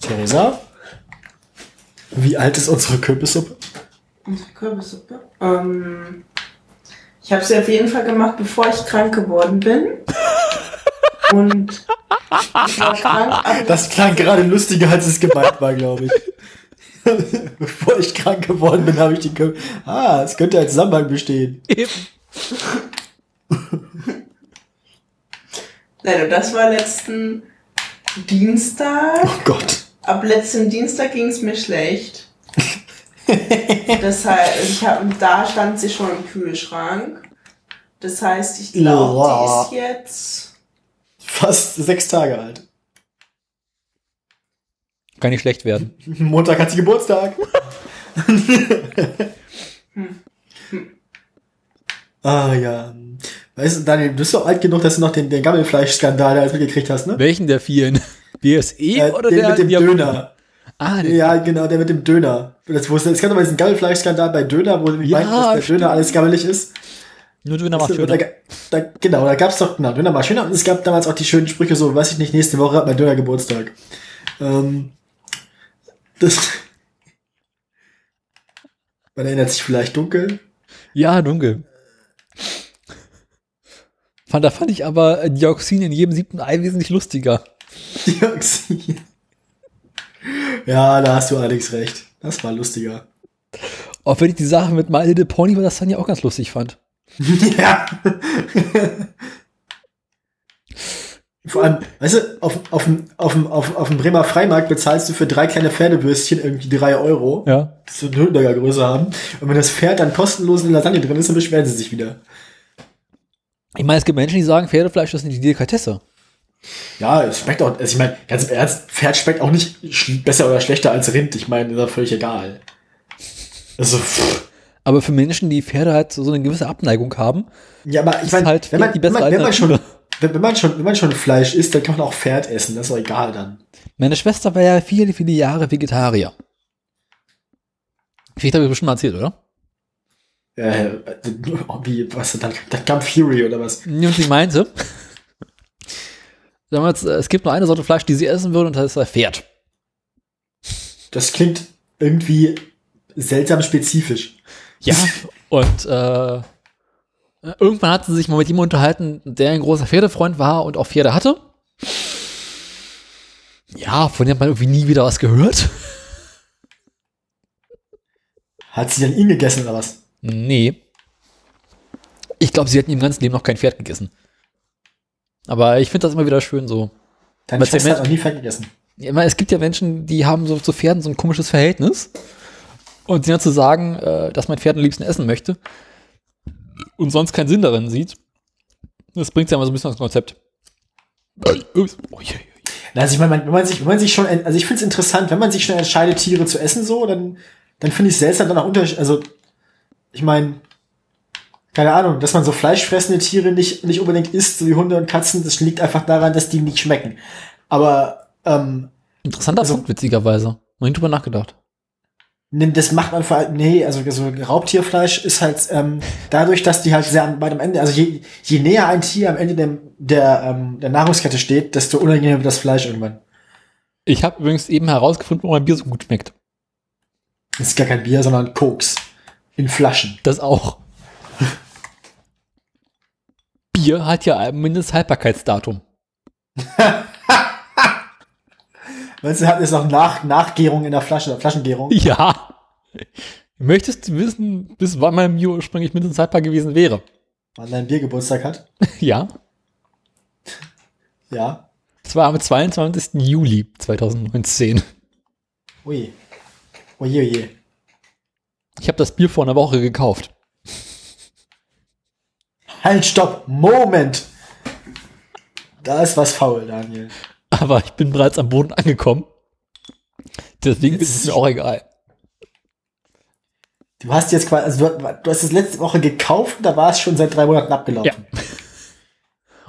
A: Theresa? Wie alt ist unsere Kürbissuppe?
C: Unsere Kürbissuppe. Ähm, ich habe sie auf jeden Fall gemacht, bevor ich krank geworden bin. Und ich war krank, aber
A: Das klang gerade lustiger, als es gemeint war, glaube ich. Bevor ich krank geworden bin, habe ich die Kürbis. Ah, es könnte ein Zusammenhang bestehen.
B: Eben.
C: Nein, und das war letzten Dienstag.
A: Oh Gott.
C: Ab letztem Dienstag ging es mir schlecht. das heißt, ich hab, da stand sie schon im Kühlschrank. Das heißt, ich
A: Ja.
C: glaube, die ist jetzt.
A: Fast sechs Tage alt.
B: Kann nicht schlecht werden.
A: Montag hat sie Geburtstag. Ah ja. Weißt du, Daniel, du bist doch alt genug, dass du noch den, den Gammelfleisch-Skandal da alles mitgekriegt hast, ne?
B: Welchen der vielen? BSE
A: Äh,
B: oder
A: den
B: der
A: mit dem
B: Diabolo?
A: Döner.
B: Ah, der,
A: Ja, genau, der mit dem Döner. Das, wo es, es gab doch mal diesen Gammelfleisch-Skandal bei Döner, wo ja,
B: Ja,
A: meint, dass der
B: stimmt. ne?
A: Döner alles gammelig ist.
B: nur Döner macht
A: Da,
B: schöner.
A: da, genau, da gab's doch, na, Döner war schöner und es gab damals auch die schönen Sprüche so, weiß ich nicht, nächste Woche hat mein Döner Geburtstag. Ähm, das. Man erinnert sich vielleicht dunkel.
B: Ja, dunkel. Fand, da fand ich aber äh, Dioxin in jedem siebten Ei wesentlich lustiger.
A: Dioxin. Ja, da hast du allerdings recht. Das war lustiger.
B: Auch wenn ich die Sache mit My Little Pony war, das dann ja auch ganz lustig fand.
A: ja. Vor allem, weißt du, auf, auf, dem- auf, dem- auf, auf dem Bremer Freimarkt bezahlst du für drei kleine Pferdebürstchen irgendwie drei Euro.
B: Ja.
A: so eine Nürnberger Größe haben. Und wenn das Pferd dann kostenlos in der Lasagne drin ist, dann beschweren sie sich wieder.
B: Ich meine, es gibt Menschen, die sagen, Pferdefleisch ist eine Delikatesse.
A: Ja, es schmeckt auch, also ich meine, ganz im Ernst, Pferd schmeckt auch nicht sch- besser oder schlechter als Rind. Ich meine, ist ja völlig egal. Also, pff.
B: Aber für Menschen, die Pferde halt so so eine gewisse Abneigung haben,
A: ja, aber ich
B: Ist
A: meine,
B: halt
A: wenn, man,
B: die
A: wenn,
B: bessere
A: man, wenn, man schon,
B: Alternative.
A: wenn, wenn man schon, wenn man schon Fleisch isst, dann kann man auch Pferd essen. Das ist doch egal dann.
B: meine Schwester war ja viele, viele Jahre Vegetarier. Vielleicht habe ich bestimmt mal erzählt, oder?
A: Äh, oh, wie, was, dann, dann kam Fury oder was?
B: Und sie meinte, damals, äh, es gibt nur eine Sorte Fleisch, die sie essen würde, und das ist das Pferd.
A: Das klingt irgendwie seltsam spezifisch.
B: Ja, und äh, irgendwann hat sie sich mal mit jemandem unterhalten, der ein großer Pferdefreund war und auch Pferde hatte. Ja, von dem hat man irgendwie nie wieder was gehört.
A: Hat sie dann ihn gegessen oder was?
B: Nee. Ich glaube, sie hat in ihrem ganzen Leben noch kein Pferd gegessen. Aber ich finde das immer wieder schön so.
A: Deine
B: Was der
A: Schwester hat
B: Mensch-
A: noch nie Pferd gegessen.
B: Ja, ich meine, es gibt ja Menschen, die haben so zu Pferden so ein komisches Verhältnis. Und sie dann zu sagen, äh, dass mein Pferd am liebsten essen möchte und sonst keinen Sinn darin sieht, das bringt ja mal so ein bisschen ans Konzept. Ups. Oh, je, je.
A: Na, Also ich meine, wenn man sich, wenn man sich schon, also ich finde es interessant, wenn man sich schon entscheidet, Tiere zu essen, so, dann, dann finde ich es seltsam, dann auch Unterschied, also ich meine, keine Ahnung, dass man so fleischfressende Tiere nicht, nicht unbedingt isst, so wie Hunde und Katzen, das liegt einfach daran, dass die nicht schmecken. Aber ähm,
B: Interessanter
A: Also-
B: Punkt, witzigerweise. Noch nie drüber nachgedacht.
A: nimm- das macht man vor allem, nee, also so Raubtierfleisch ist halt ähm, dadurch, dass die halt sehr am- weit am Ende, also je, je näher ein Tier am Ende dem, der, ähm, der Nahrungskette steht, desto unangenehmer wird das Fleisch irgendwann.
B: Ich habe übrigens eben herausgefunden, warum mein Bier so gut schmeckt.
A: Das ist gar kein Bier, sondern Koks. In Flaschen.
B: Das auch. Bier hat ja ein Mindesthaltbarkeitsdatum.
A: Meinst du, hat jetzt noch Nach Nachgärung in der Flasche, oder Flaschengärung?
B: Ja. Möchtest du wissen, bis wann mein Bier ursprünglich mindesthaltbar gewesen wäre?
A: Wann dein Biergeburtstag hat?
B: Ja.
A: Ja.
B: Es war am 22. Juli 2019.
A: Ui. Oje, oje.
B: Ich habe das Bier vor einer Woche gekauft.
A: Halt, stopp! Moment! Da ist was faul, Daniel.
B: Aber ich bin bereits am Boden angekommen. Deswegen ist es mir auch egal.
A: Du hast jetzt quasi, also du, du hast es letzte Woche gekauft und da war es schon seit drei Monaten abgelaufen.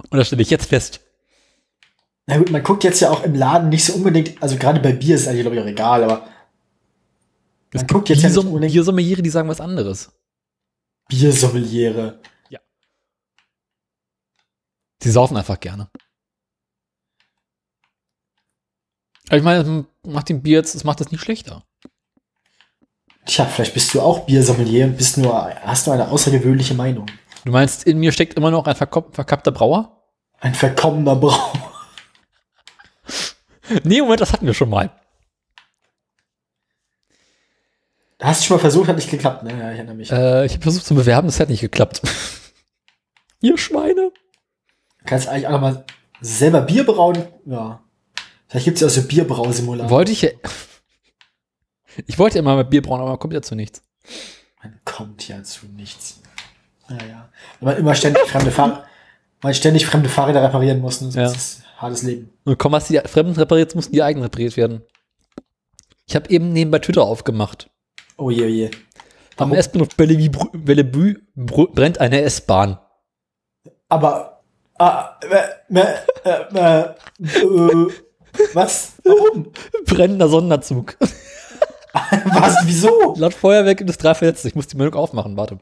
B: Und das stelle ich jetzt fest.
A: Na gut, man guckt jetzt ja auch im Laden nicht so unbedingt, also gerade bei Bier ist es eigentlich, glaube ich, auch egal, aber
B: Es
A: man guckt
B: gibt
A: jetzt ja nicht
B: Biersom-
A: unbedingt
B: Biersommeliere, die sagen was anderes.
A: Biersommeliere.
B: Sie saufen einfach gerne. Aber ich meine, das macht dem Bier jetzt, das macht das nicht schlechter.
A: Tja, vielleicht bist du auch Biersommelier und bist nur, hast nur eine außergewöhnliche Meinung.
B: Du meinst, in mir steckt immer noch ein verkop- verkappter Brauer?
A: Ein verkommener Brauer.
B: Nee, Moment, das hatten wir schon mal.
A: Hast du schon mal versucht, hat nicht geklappt, ne? Ja, ich erinnere mich.
B: Äh, ich habe versucht zu bewerben, das hat nicht geklappt. Ihr Schweine.
A: Kannst eigentlich auch noch mal selber Bier brauen? Ja. Vielleicht gibt's ja auch so Bierbrausimulator.
B: Wollte ich ja. Ich wollte ja mal mit Bier brauen, aber kommt ja zu nichts.
A: Man kommt ja zu nichts. Naja. Wenn man immer ständig fremde Fahrräder, man ständig fremde Fahrräder reparieren muss, ne? das
B: Ja.
A: ist ein hartes Leben.
B: Und komm, was die Fremden repariert, mussten die eigenen repariert werden. Ich habe eben nebenbei Twitter aufgemacht.
A: Oh je, oh je.
B: Am
A: Warum?
B: S-Bahnhof Bellevue br- Bellevue br- brennt eine S-Bahn.
A: Aber. Ah, äh, äh, äh, äh, was? Warum?
B: Brennender Sonderzug.
A: Was? Wieso?
B: Laut Feuerwerk gibt es drei Verletzte. Ich muss die Meldung aufmachen, warte.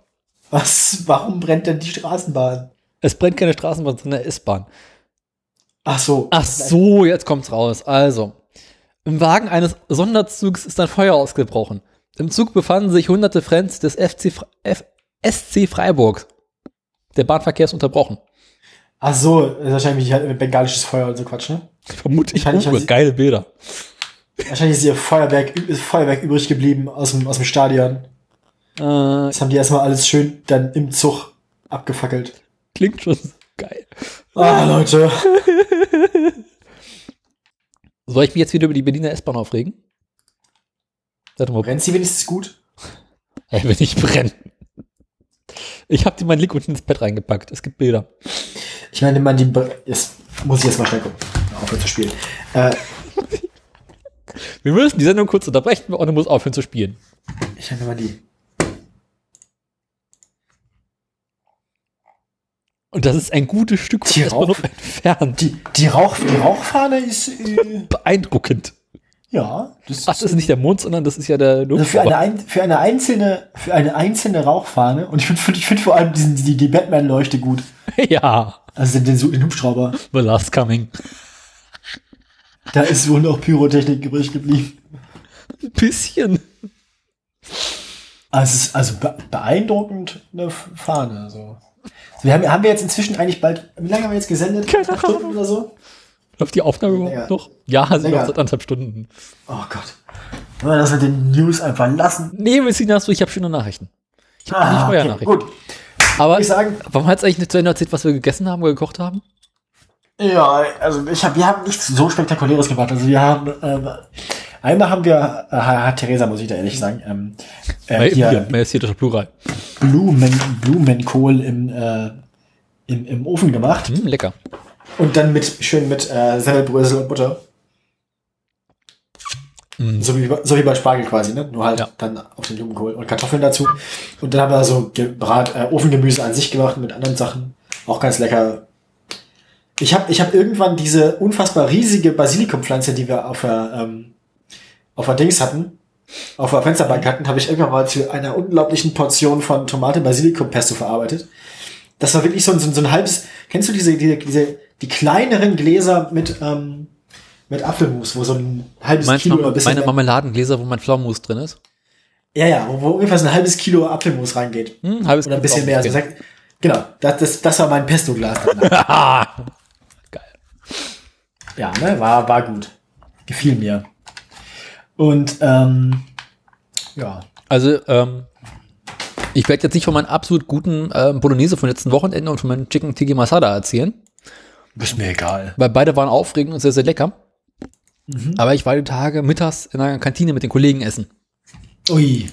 A: Was? Warum brennt denn die Straßenbahn?
B: Es brennt keine Straßenbahn, sondern eine S-Bahn.
A: Ach so.
B: Ach so, jetzt kommt's raus. Also, im Wagen eines Sonderzugs ist ein Feuer ausgebrochen. Im Zug befanden sich hunderte Fans des FC Fre F SC Freiburg. Der Bahnverkehr ist unterbrochen.
A: Ach so, das ist wahrscheinlich halt bengalisches Feuer und so Quatsch, ne?
B: Vermutlich
A: Wahrscheinlich haben
B: Uwe.
A: sie-
B: Geile Bilder.
A: Wahrscheinlich ist ihr Feuerwerk, ist Feuerwerk übrig geblieben aus dem, aus dem Stadion.
B: Äh,
A: Das haben die erstmal alles schön dann im Zug abgefackelt.
B: klingt schon so geil.
A: Ah, Leute.
B: Soll ich mich jetzt wieder über die Berliner S-Bahn aufregen? Warte mal,
A: Brennt sie wenigstens gut?
B: ey, wenn ich brenne. Ich hab dir meinen Link unten ins Bett reingepackt. Es gibt Bilder.
A: Ich meine, man die. Bre jetzt muss ich erstmal schnell gucken. Aufhören zu spielen. Äh,
B: Wir müssen die Sendung kurz unterbrechen und du musst aufhören zu spielen.
A: ich meine mal die.
B: Und das ist ein gutes Stück
A: Die
B: S-Bahnhof
A: Rauch-
B: entfernt.
A: Die, die, Rauch, die Rauchfahne ist. Äh,
B: beeindruckend.
A: ja, das
B: Ach, das ist nicht der Mond, sondern das ist ja der
A: Also für, eine, ein-
B: Luftballon.
A: für, eine einzelne, für eine einzelne Rauchfahne. Und ich finde ich find vor allem diesen, die, die Batman-Leuchte gut.
B: Ja,
A: Also den, den Hubschrauber.
B: The Last Coming.
A: Da ist wohl noch Pyrotechnik übrig geblieben.
B: Ein bisschen.
A: Also, es ist also be beeindruckend eine F- Fahne. So. So, Wir haben, haben wir jetzt inzwischen eigentlich bald. Wie lange haben wir jetzt gesendet?
B: Keine
A: Acht Stunden oder so?
B: Läuft die Aufnahme überhaupt
A: Länger.
B: noch? Ja, sie
A: Länger.
B: läuft seit anderthalb Stunden.
A: Oh Gott. Wollen wir das mit den News einfach lassen?
B: Nee, Messina, hast du, ich habe schöne Nachrichten. Ich habe
A: Ah,
B: nicht
A: okay,
B: vorher Nachrichten.
A: Gut.
B: Aber
A: Würde ich sagen-
B: warum hat's eigentlich nicht zu Ende erzählt, was wir gegessen haben oder gekocht haben?
A: Ja, also ich hab, wir haben nichts so Spektakuläres gemacht. Also wir haben. Ähm, einmal haben wir. Äh, hat Theresa, muss ich da ehrlich sagen. Ähm, äh,
B: Weil, ja.
A: hier,
B: Mehr ist hier das Plural.
A: Blumen, Blumenkohl im, äh, im, im Ofen gemacht.
B: Hm, lecker.
A: Und dann mit schön mit äh, Semmelbrösel und Butter. So, wie, bei- so wie bei Spargel quasi, ne? Nur halt
B: Ja.
A: dann auf den Blumenkohl und Kartoffeln dazu. Und dann haben wir so gebrat, äh, Ofengemüse an sich gemacht mit anderen Sachen. Auch ganz lecker. Ich habe ich hab irgendwann diese unfassbar riesige Basilikumpflanze, die wir auf der, ähm, auf der Dings hatten, auf der Fensterbank hatten, habe ich irgendwann mal zu einer unglaublichen Portion von Tomate Basilikum Pesto verarbeitet. Das war wirklich so ein, so ein, so ein halbes. Kennst du diese, diese, diese, die kleineren Gläser mit, ähm, mit Apfelmus, wo so ein halbes
B: Meinst
A: Kilo
B: du
A: oder ein
B: noch
A: bisschen
B: meine
A: mehr-
B: Marmeladengläser, wo mein Pflaumenmus drin ist?
A: ja, ja, wo, wo ungefähr so ein halbes Kilo Apfelmus reingeht.
B: Hm, halbes
A: Oder ein
B: Kilo
A: bisschen mehr. Also,
B: Pflaumenmus
A: sag, genau, das, das, das war mein Pesto-Glas. danach.
B: Geil.
A: ja, ne, war, war gut. Gefiel mir. Und, ähm, ja.
B: Also, ähm, ich werde jetzt nicht von meinen absolut guten ähm, Bolognese vom letzten Wochenende und von meinem Chicken Tiki Masala erzählen,
A: Ist mir egal.
B: weil beide waren aufregend und sehr, sehr lecker. Aber ich war die Tage mittags in einer Kantine mit den Kollegen essen.
A: Ui.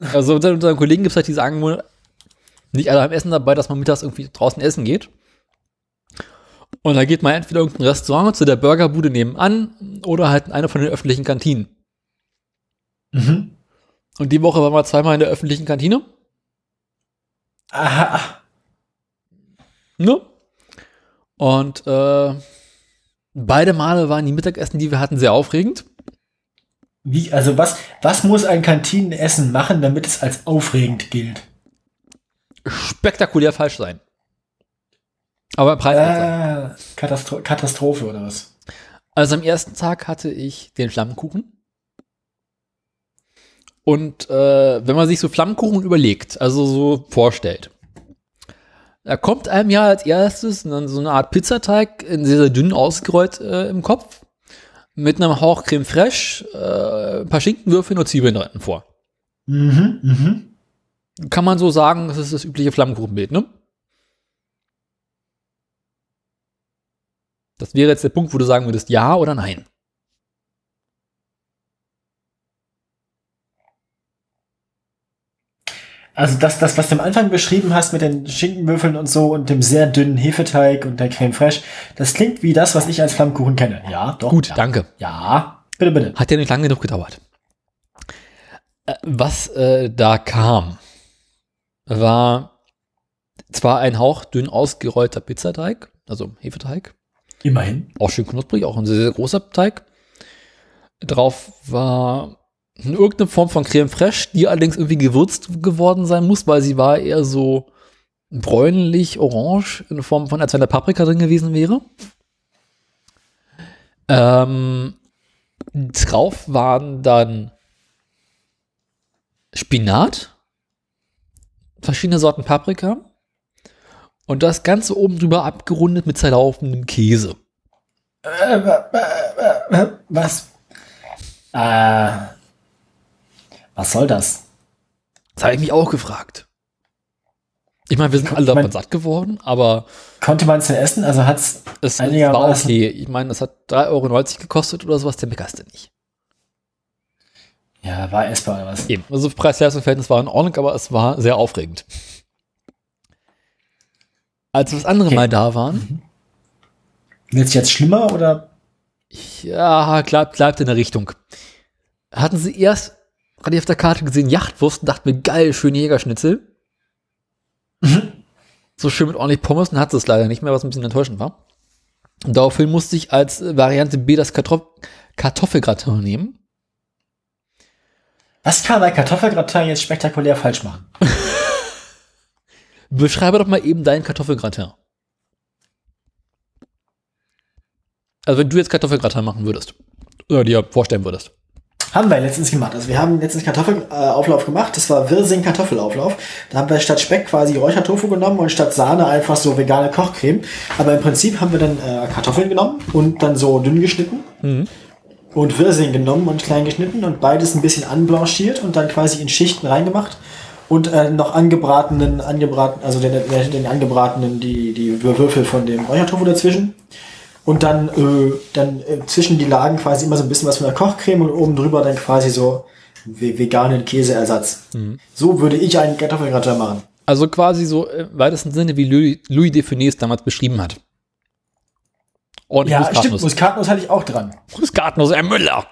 B: Also unter unseren Kollegen gibt es halt diese Angewohnheit, nicht alle haben Essen dabei, dass man mittags irgendwie draußen essen geht. Und da geht man entweder in irgendein Restaurant zu der Burgerbude nebenan oder halt in eine von den öffentlichen Kantinen.
A: Mhm.
B: Und die Woche waren wir zweimal in der öffentlichen Kantine.
A: Aha.
B: Ne? Und äh, beide Male waren die Mittagessen, die wir hatten, sehr aufregend.
A: Wie, also was, was muss ein Kantinenessen machen, damit es als aufregend gilt?
B: Spektakulär falsch sein. Aber Preis wert sein.
A: Äh, Katastro Katastrophe oder was?
B: Also am ersten Tag hatte ich den Flammkuchen. Und äh, wenn man sich so Flammkuchen überlegt, also so vorstellt, da kommt einem ja als erstes dann so eine Art Pizzateig, in sehr, sehr dünn ausgerollt äh, im Kopf, mit einem Hauch Creme Fraiche, äh, ein paar Schinkenwürfeln und Zwiebeln drin vor.
A: Mhm, mhm.
B: kann man so sagen, das ist das übliche Flammkuchenbild, ne? Das wäre jetzt der Punkt, wo du sagen würdest, ja oder nein.
A: Also das, das, was du am Anfang beschrieben hast mit den Schinkenwürfeln und so und dem sehr dünnen Hefeteig und der Creme Fraiche, das klingt wie das, was ich als Flammkuchen kenne. Ja, doch.
B: Gut,
A: ja.
B: danke.
A: Ja, bitte, bitte.
B: Hat ja nicht lange genug gedauert. äh, was äh, da kam, war zwar ein hauchdünn ausgerollter Pizzateig, also Hefeteig,
D: Immerhin.
B: auch schön knusprig, auch ein sehr, sehr großer Teig. Drauf war irgendeine Form von Creme Fraiche, die allerdings irgendwie gewürzt geworden sein muss, weil sie war eher so bräunlich-orange in Form von, als wenn da Paprika drin gewesen wäre. Ähm, drauf waren dann Spinat, verschiedene Sorten Paprika und das Ganze oben drüber abgerundet mit zerlaufendem Käse.
A: Äh,
D: Was? Äh, was soll das?
B: Das habe ich mich auch gefragt. Ich meine, wir sind alle
D: Ich mein-
B: davon satt geworden, aber
D: Konnte man es denn essen? Also hat's.
B: es, es war
D: Einigermaßen.
B: okay. Ich meine, es hat 3,90 Euro gekostet oder sowas, der meckerste nicht.
D: Ja, war essbar oder was?
B: Eben. Also Preis-Leistung-Verhältnis war in Ordnung, aber es war sehr aufregend. Als wir das andere
D: Okay.
B: Mal da waren,
D: Wird's jetzt schlimmer oder?
B: ja, bleibt, bleibt in der Richtung. Hatten sie erst, hatte ich auf der Karte gesehen, Jachtwurst und dachte mir, geil, schöne Jägerschnitzel. So schön mit ordentlich Pommes und hatte es leider nicht mehr, was ein bisschen enttäuschend war. Und daraufhin musste ich als äh, Variante B das Kartoff Kartoffelgratin nehmen.
D: Was kann man bei Kartoffelgratin jetzt spektakulär falsch machen?
B: Beschreibe doch mal eben deinen Kartoffelgratin. Also wenn du jetzt Kartoffelgratin machen würdest. Oder dir vorstellen würdest.
A: Haben wir letztens gemacht. Also wir haben letztens Kartoffelauflauf gemacht. Das war Wirsing Kartoffelauflauf. Da haben wir statt Speck quasi Räuchertofu genommen und statt Sahne einfach so vegane Kochcreme. Aber im Prinzip haben wir dann äh, Kartoffeln genommen und dann so dünn geschnitten. Und Wirsing genommen und klein geschnitten und beides ein bisschen anblanchiert und dann quasi in Schichten reingemacht. Und äh, noch angebratenen, angebraten, also den, den, den angebratenen, die, die Würfel von dem Räuchertofu dazwischen. Und dann, äh, dann äh, zwischen die Lagen quasi immer so ein bisschen was von der Kochcreme und oben drüber dann quasi so ve- veganen Käseersatz.
D: Mhm.
A: So würde ich einen Kartoffelgratin machen.
B: Also quasi so im weitesten Sinne, wie Louis, Louis Define es damals beschrieben hat. Und
D: Ja,
A: Stimmt, Muskatnuss hatte ich auch dran.
B: Muskatnuss, Herr Müller.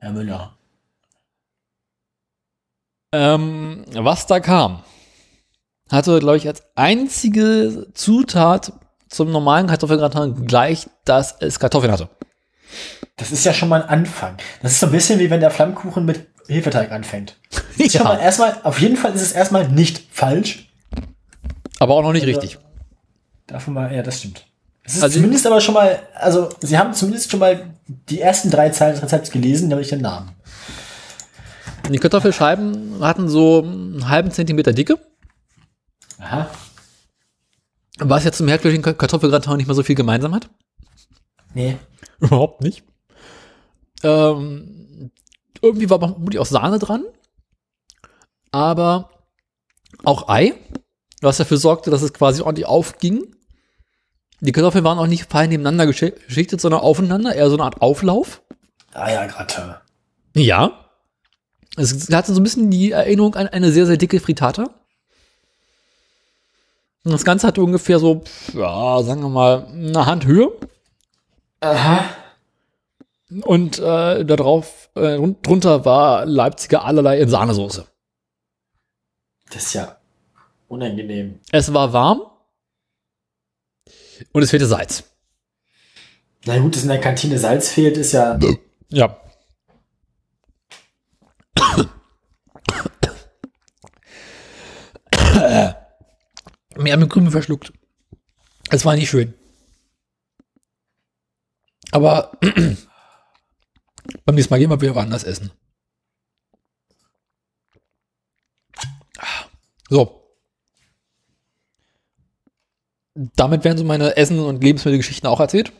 D: Herr Müller.
B: Ähm, was da kam, hatte, glaube ich, als einzige Zutat zum normalen Kartoffelgratin gleich, dass es Kartoffeln hatte.
D: Das ist ja schon mal ein Anfang. Das ist so ein bisschen wie wenn der Flammkuchen mit Hefeteig anfängt. Das ist
B: Ja.
D: schon mal erstmal, auf jeden Fall ist es erstmal nicht falsch.
B: Aber auch noch nicht richtig.
D: Davon mal, ja, das stimmt. Es ist
B: Also-
D: zumindest aber schon mal, also sie haben zumindest schon mal die ersten drei Zeilen des Rezepts gelesen, nämlich den Namen.
B: Die Kartoffelscheiben hatten so einen halben Zentimeter Dicke,
D: Aha.
B: was ja zum herkömmlichen Ka- Kartoffelgratin nicht mehr so viel gemeinsam hat.
D: Nee.
B: Überhaupt nicht. Ähm, irgendwie war vermutlich auch Sahne dran, aber auch Ei, was dafür sorgte, dass es quasi ordentlich aufging. Die Kartoffeln waren auch nicht fein nebeneinander gesch- geschichtet, sondern aufeinander, eher so eine Art Auflauf.
D: Ah ja, gerade.
B: Ja. Es hatte so ein bisschen die Erinnerung an eine sehr, sehr dicke Frittata. Und das Ganze hatte ungefähr so, ja, sagen wir mal, eine Handhöhe.
D: Aha.
B: Und äh, da drauf, äh, run- drunter war Leipziger allerlei in Sahnesoße.
A: Das ist ja unangenehm.
B: Es war warm und es fehlte Salz.
A: Na gut, dass in der Kantine Salz fehlt, ist ja.
B: Ja. Mir haben die Krümel verschluckt. Es war nicht schön. Aber beim nächsten Mal gehen wir wieder woanders essen. So. Damit wären so meine Essen- und Lebensmittelgeschichten auch erzählt.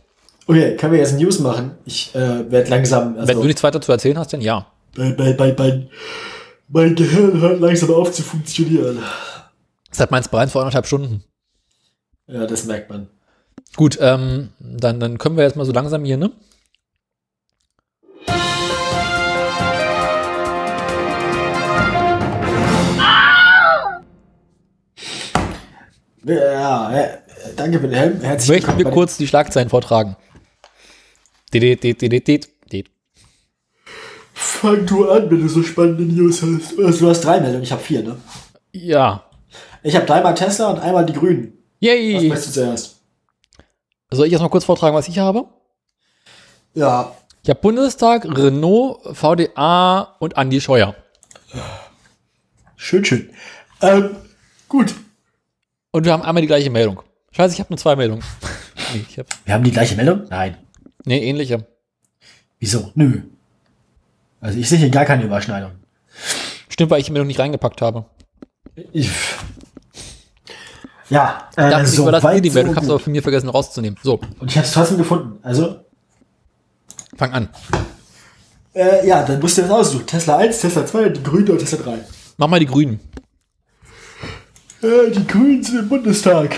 A: Okay, können wir jetzt News machen? Ich äh, werde langsam. Also,
B: Wenn du nichts weiter zu erzählen hast, dann ja.
A: bei, bei, bei, bei, mein Gehirn hört langsam auf zu funktionieren.
B: Das hat halt meins bereits vor anderthalb Stunden.
A: Ja, das merkt man.
B: Gut, ähm, dann, dann können wir jetzt mal so langsam hier, ne?
A: Ja, äh, danke, Wilhelm. Herzlich
B: Möchten wir
A: bei-
B: kurz die Schlagzeilen vortragen. Didit, didit, didit, didit.
E: Fang du an, wenn du so spannende News hast.
A: Oh,
E: Also, du hast drei Meldungen, ich habe vier, ne?
B: Ja.
E: Ich habe dreimal Tesla und einmal die Grünen. Was
B: Yay!
E: möchtest du zuerst?
B: Soll ich erstmal kurz vortragen, was ich habe?
E: Ja,
B: Ich habe Bundestag, Renault, VDA und Andi Scheuer.
E: schön, schön. Ähm, gut.
B: Und wir haben einmal die gleiche Meldung. Scheiße, ich habe nur zwei Meldungen. nee, ich hab,
A: Wir haben die gleiche Meldung? Nein.
B: nee, ähnliche.
A: Wieso? Nö. Also ich sehe hier gar keine Überschneidung.
B: Stimmt, weil ich die Meldung nicht reingepackt habe.
A: Ich, ja, äh,
B: Darf ich
A: so
B: überlassen dir
A: weit,
B: die
A: so
B: Meldung, hab's aber
A: gut.
B: von mir vergessen rauszunehmen. So,
A: Und ich habe es trotzdem gefunden. Also,
B: fang an.
E: Äh, ja, dann musst du das aussuchen. Tesla 1, Tesla 2, die Grünen und Tesla 3.
B: Mach mal die Grünen.
E: Äh, die Grünen sind im Bundestag.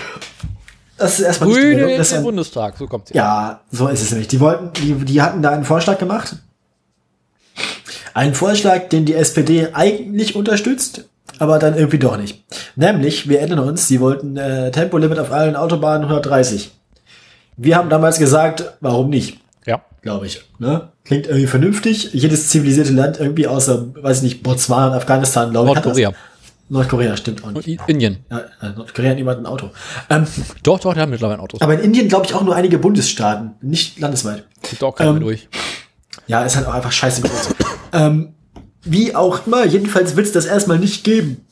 E: Das ist erstmal nicht die
B: Grüne
E: Meldung, das
B: ist
E: ist
B: im
E: ein-
B: Bundestag, so kommt's.
A: Ja, so ist es nämlich. Die wollten, die, die hatten da einen Vorschlag gemacht. Einen Vorschlag, den die SPD eigentlich unterstützt, aber dann irgendwie doch nicht. Nämlich, wir erinnern uns, sie wollten äh, Tempolimit auf allen Autobahnen 130. Wir haben damals gesagt, warum nicht,
B: Ja.
A: glaube ich. Ne? Klingt irgendwie vernünftig. Jedes zivilisierte Land irgendwie außer, weiß ich nicht, Botswana und Afghanistan, glaube ich. hat das.
B: Nordkorea.
A: Nordkorea, stimmt auch
B: Und
A: nicht.
B: I- Indien.
A: Ja, äh, Nordkorea hat niemand ein Auto. Ähm,
B: Doch, doch, die haben mittlerweile Autos.
A: aber in Indien, glaube ich, auch nur einige Bundesstaaten, nicht landesweit.
B: Gibt auch keiner
A: ähm,
B: mehr durch.
A: Ja, ist halt auch einfach scheiße groß. ähm, wie auch immer, jedenfalls wird's das erstmal nicht geben.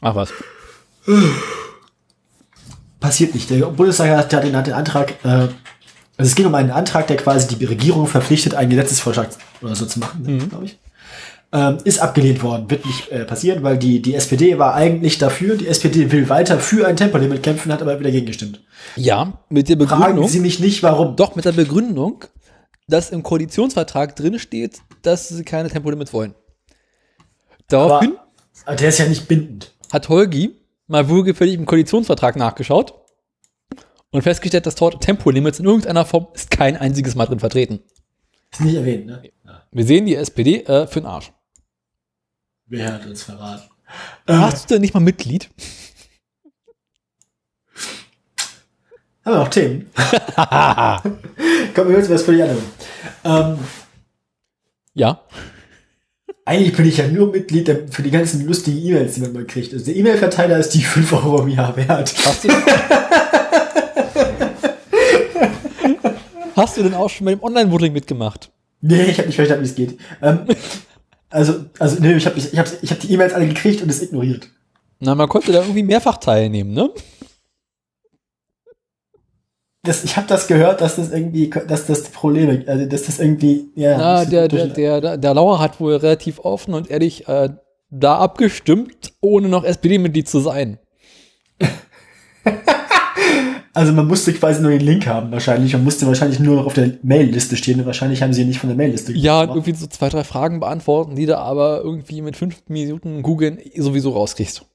B: Ach was.
A: Passiert nicht. Der Bundestag hat, hat, den, hat den Antrag, äh, also es ging um einen Antrag, der quasi die Regierung verpflichtet, einen Gesetzesvorschlag oder so zu machen, glaube ich. Ähm, ist abgelehnt worden, wird nicht äh, passieren, weil die, die SPD war eigentlich dafür. Die SPD will weiter für ein Tempolimit kämpfen, hat aber wieder gegen gestimmt.
B: Ja, mit der
A: Fragen
B: Begründung.
A: Sie mich nicht, warum.
B: Doch, mit der Begründung, dass im Koalitionsvertrag drin steht, dass sie keine Tempolimits wollen.
A: Aber,
B: Daraufhin
A: aber der ist ja nicht bindend.
B: hat Holgi mal wohlgefällig im Koalitionsvertrag nachgeschaut und festgestellt, dass dort Tempolimits in irgendeiner Form ist kein einziges Mal drin vertreten.
A: Ist nicht erwähnt, ne?
B: Wir sehen die SPD äh, für den Arsch.
A: Wer hat uns verraten?
B: Warst du denn nicht mal Mitglied?
A: Haben wir noch Themen? Kommen wir jetzt was völlig anderes. Ähm,
B: Ja.
A: eigentlich bin ich ja nur Mitglied der- für die ganzen lustigen E-Mails, die man mal kriegt. Also der E-Mail-Verteiler ist die 5 Euro im Jahr wert.
B: Hast du, hast du denn auch schon bei dem Online-Voting mitgemacht?
A: Nee, ich habe nicht verstanden, wie es geht. Ähm, also, also nee, ich habe ich hab, ich hab die E-Mails alle gekriegt und es ignoriert.
B: Na, man konnte da irgendwie mehrfach teilnehmen, ne?
A: Das, ich habe das gehört, dass das irgendwie, dass das Probleme, also dass das irgendwie, ja.
B: Na,
A: das-
B: Ah, der, der,
A: durch-
B: der, der, der Lauer hat wohl relativ offen und ehrlich äh, da abgestimmt, ohne noch SPD-Mitglied zu sein.
A: Also man musste quasi nur den Link haben wahrscheinlich und musste wahrscheinlich nur noch auf der Mail-Liste stehen. Und wahrscheinlich haben sie ihn nicht von der Mail-Liste
B: Ja, und
A: gemacht.
B: irgendwie so zwei, drei Fragen beantworten, die du aber irgendwie mit fünf Minuten googeln sowieso rauskriegst.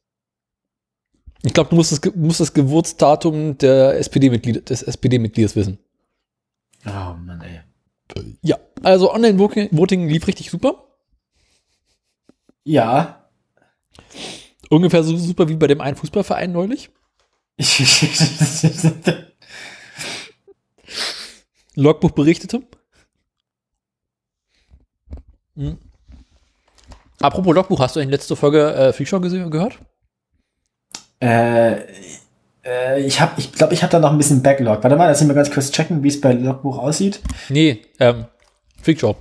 B: Ich glaube, du musst das, Ge- musst das Geburtsdatum der SPD-Mitglied, des SPD-Mitgliedes wissen.
A: Oh Mann, ey.
B: Ja, also Online-Voting Voting lief richtig super.
A: Ja,
B: Ungefähr so super wie bei dem einen Fußballverein neulich. Logbuch berichtete. Hm. Apropos Logbuch, hast du in letzter Folge äh, Freakshow gese- gehört?
A: äh, äh, ich habe, ich glaube, ich habe da noch ein bisschen Backlog. Warte mal, lass mich mal ganz kurz checken, wie es bei Logbuch aussieht.
B: Nee, ähm, Freakshow,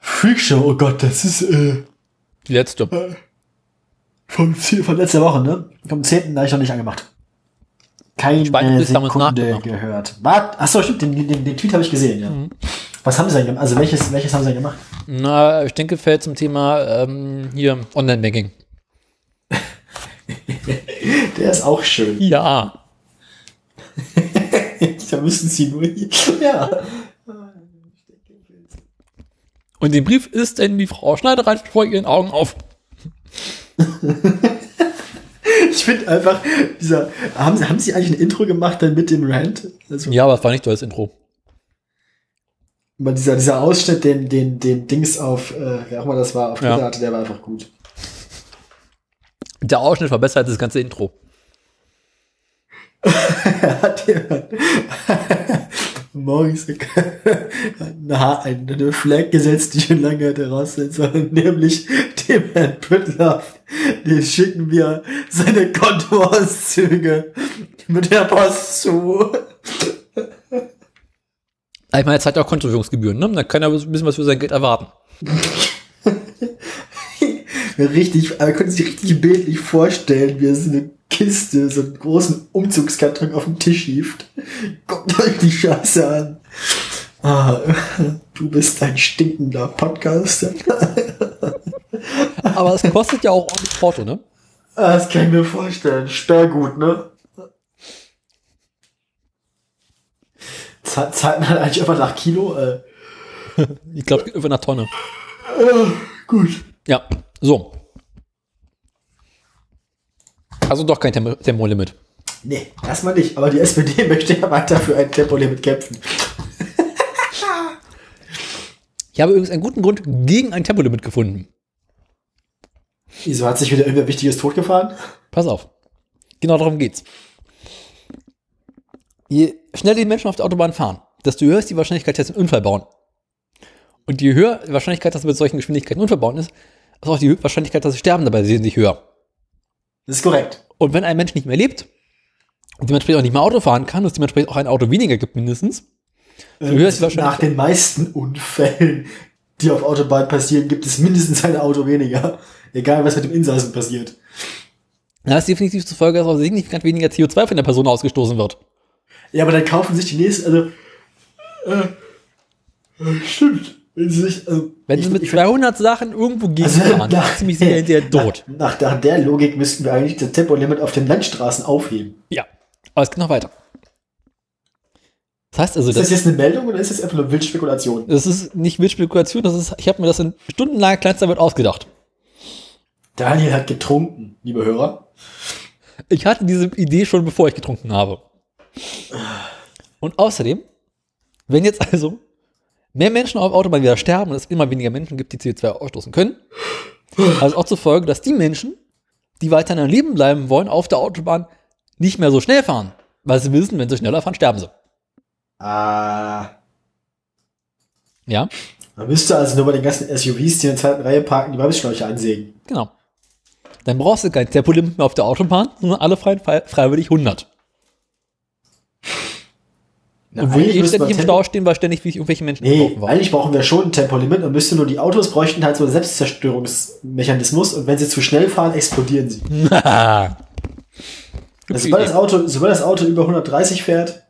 A: Freakshow, oh Gott, das ist äh,
B: die letzte.
A: vom, Z- von letzter Woche, ne? Vom 10. habe ich noch nicht angemacht. Keine
B: Spalten bis damals
A: Sekunde
B: nachgemacht.
A: gehört. Wart, ach so, stimmt, den, den, den Tweet habe ich gesehen, ja. Was haben sie denn gemacht? Also welches, welches haben sie denn gemacht?
B: Na, ich denke, fällt zum Thema ähm, hier Online-Banking.
A: Der ist auch schön.
B: Ja.
A: da müssen sie nur hier. Ja.
B: Und den Brief ist denn die Frau Schneider reißt vor ihren Augen auf.
A: Ich finde einfach, dieser. Haben sie, haben sie eigentlich ein Intro gemacht dann mit dem Rant? Also
B: Ja, aber es war nicht das Intro.
A: Mal dieser, dieser Ausschnitt, den, den, den Dings auf, äh, wer auch immer das war, auf
B: Ja.
A: Twitter hatte, der war einfach gut.
B: Der Ausschnitt verbessert das ganze Intro.
A: Hat jemand-
F: morgens eine, Ha- eine Flag gesetzt, die schon lange hätte raus sein sollen, nämlich dem Herrn Püttler. Den schicken wir seine Kontoauszüge mit der Post zu.
B: Ich meine, jetzt hat er auch Kontoführungsgebühren, ne? Dann kann er ein bisschen was für sein Geld erwarten.
F: Richtig, aber können Sie sich richtig bildlich vorstellen, wie er so eine Kiste, so einen großen Umzugskarton auf den Tisch hieft. Guckt euch die Scheiße an. Ah, du bist ein stinkender Podcaster.
B: Aber es kostet ja auch ordentlich Porto, ne?
F: Ah, Das kann ich mir vorstellen. Sperrgut, ne?
A: Zahlt, zahlt man eigentlich einfach nach Kilo? Äh,
B: Ich glaube, es geht über nach Tonne.
F: Gut.
B: Ja, so. Also doch kein Tempo- Tempolimit.
F: Nee, erstmal nicht. Aber die SPD möchte ja weiter für ein Tempolimit kämpfen.
B: Ich habe übrigens einen guten Grund gegen ein Tempolimit gefunden.
A: wieso hat sich wieder irgendwer Wichtiges totgefahren?
B: Pass auf. Genau darum geht's. Je schneller die Menschen auf der Autobahn fahren, desto höher ist die Wahrscheinlichkeit, dass sie einen Unfall bauen. Und je höher die Wahrscheinlichkeit, dass sie mit solchen Geschwindigkeiten einen Unfall bauen ist, ist auch die Wahrscheinlichkeit, dass sie sterben dabei wesentlich höher.
A: Das ist korrekt.
B: Und wenn ein Mensch nicht mehr lebt und dementsprechend auch nicht mehr Auto fahren kann und es dementsprechend auch ein Auto weniger gibt mindestens, so höher ist die
A: Nach
B: Wahrscheinlichkeit.
A: den meisten Unfällen, die auf Autobahnen passieren, gibt es mindestens ein Auto weniger. Egal, was mit dem Insassen passiert.
B: Dann ist definitiv zufolge, dass auch signifikant weniger CO2 von der Person ausgestoßen wird.
A: Ja, aber dann kaufen sich die nächsten, also. Äh, äh, stimmt. Wenn sie sich, äh,
B: Wenn sie mit 200 Sachen irgendwo
A: Also,
B: gegenfahren,
A: nach-
B: ist ziemlich sicher hinterher tot.
A: nach, nach der Logik müssten wir eigentlich das Tempolimit auf den Landstraßen aufheben.
B: Ja, aber es geht noch weiter. Das heißt also,
A: Ist das
B: das,
A: jetzt eine Meldung oder ist das einfach nur Wildspekulation?
B: das ist nicht Wildspekulation, das ist, ich habe mir das in stundenlanger Kleinstarbeit ausgedacht.
A: Daniel hat getrunken, liebe Hörer.
B: Ich hatte diese Idee schon, bevor ich getrunken habe. Und außerdem, wenn jetzt also mehr Menschen auf Autobahn wieder sterben und es immer weniger Menschen gibt, die CO2 ausstoßen können, also auch zur Folge, dass die Menschen, die weiterhin am Leben bleiben wollen, auf der Autobahn nicht mehr so schnell fahren. Weil sie wissen, wenn sie schneller fahren, sterben sie.
A: Ah.
B: Ja,
A: Man müsste also nur bei den ganzen SUVs, die in der zweiten Reihe parken, die Bremsschläuche ansägen.
B: genau. Dann brauchst du kein Tempolimit mehr auf der Autobahn, sondern alle freien, frei, freiwillig 100.
A: Na,
B: und will
A: eigentlich
B: ich
A: müsste
B: ständig im
A: man
B: Stau stehen, weil ständig wie ich irgendwelche Menschen
A: Nee,
B: getroffen waren.
A: eigentlich brauchen wir schon ein Tempolimit und müsste nur die Autos bräuchten halt so einen Selbstzerstörungsmechanismus und wenn sie zu schnell fahren, explodieren sie.
B: Hm,
A: Also, sobald, das Auto, sobald das Auto über 130 fährt,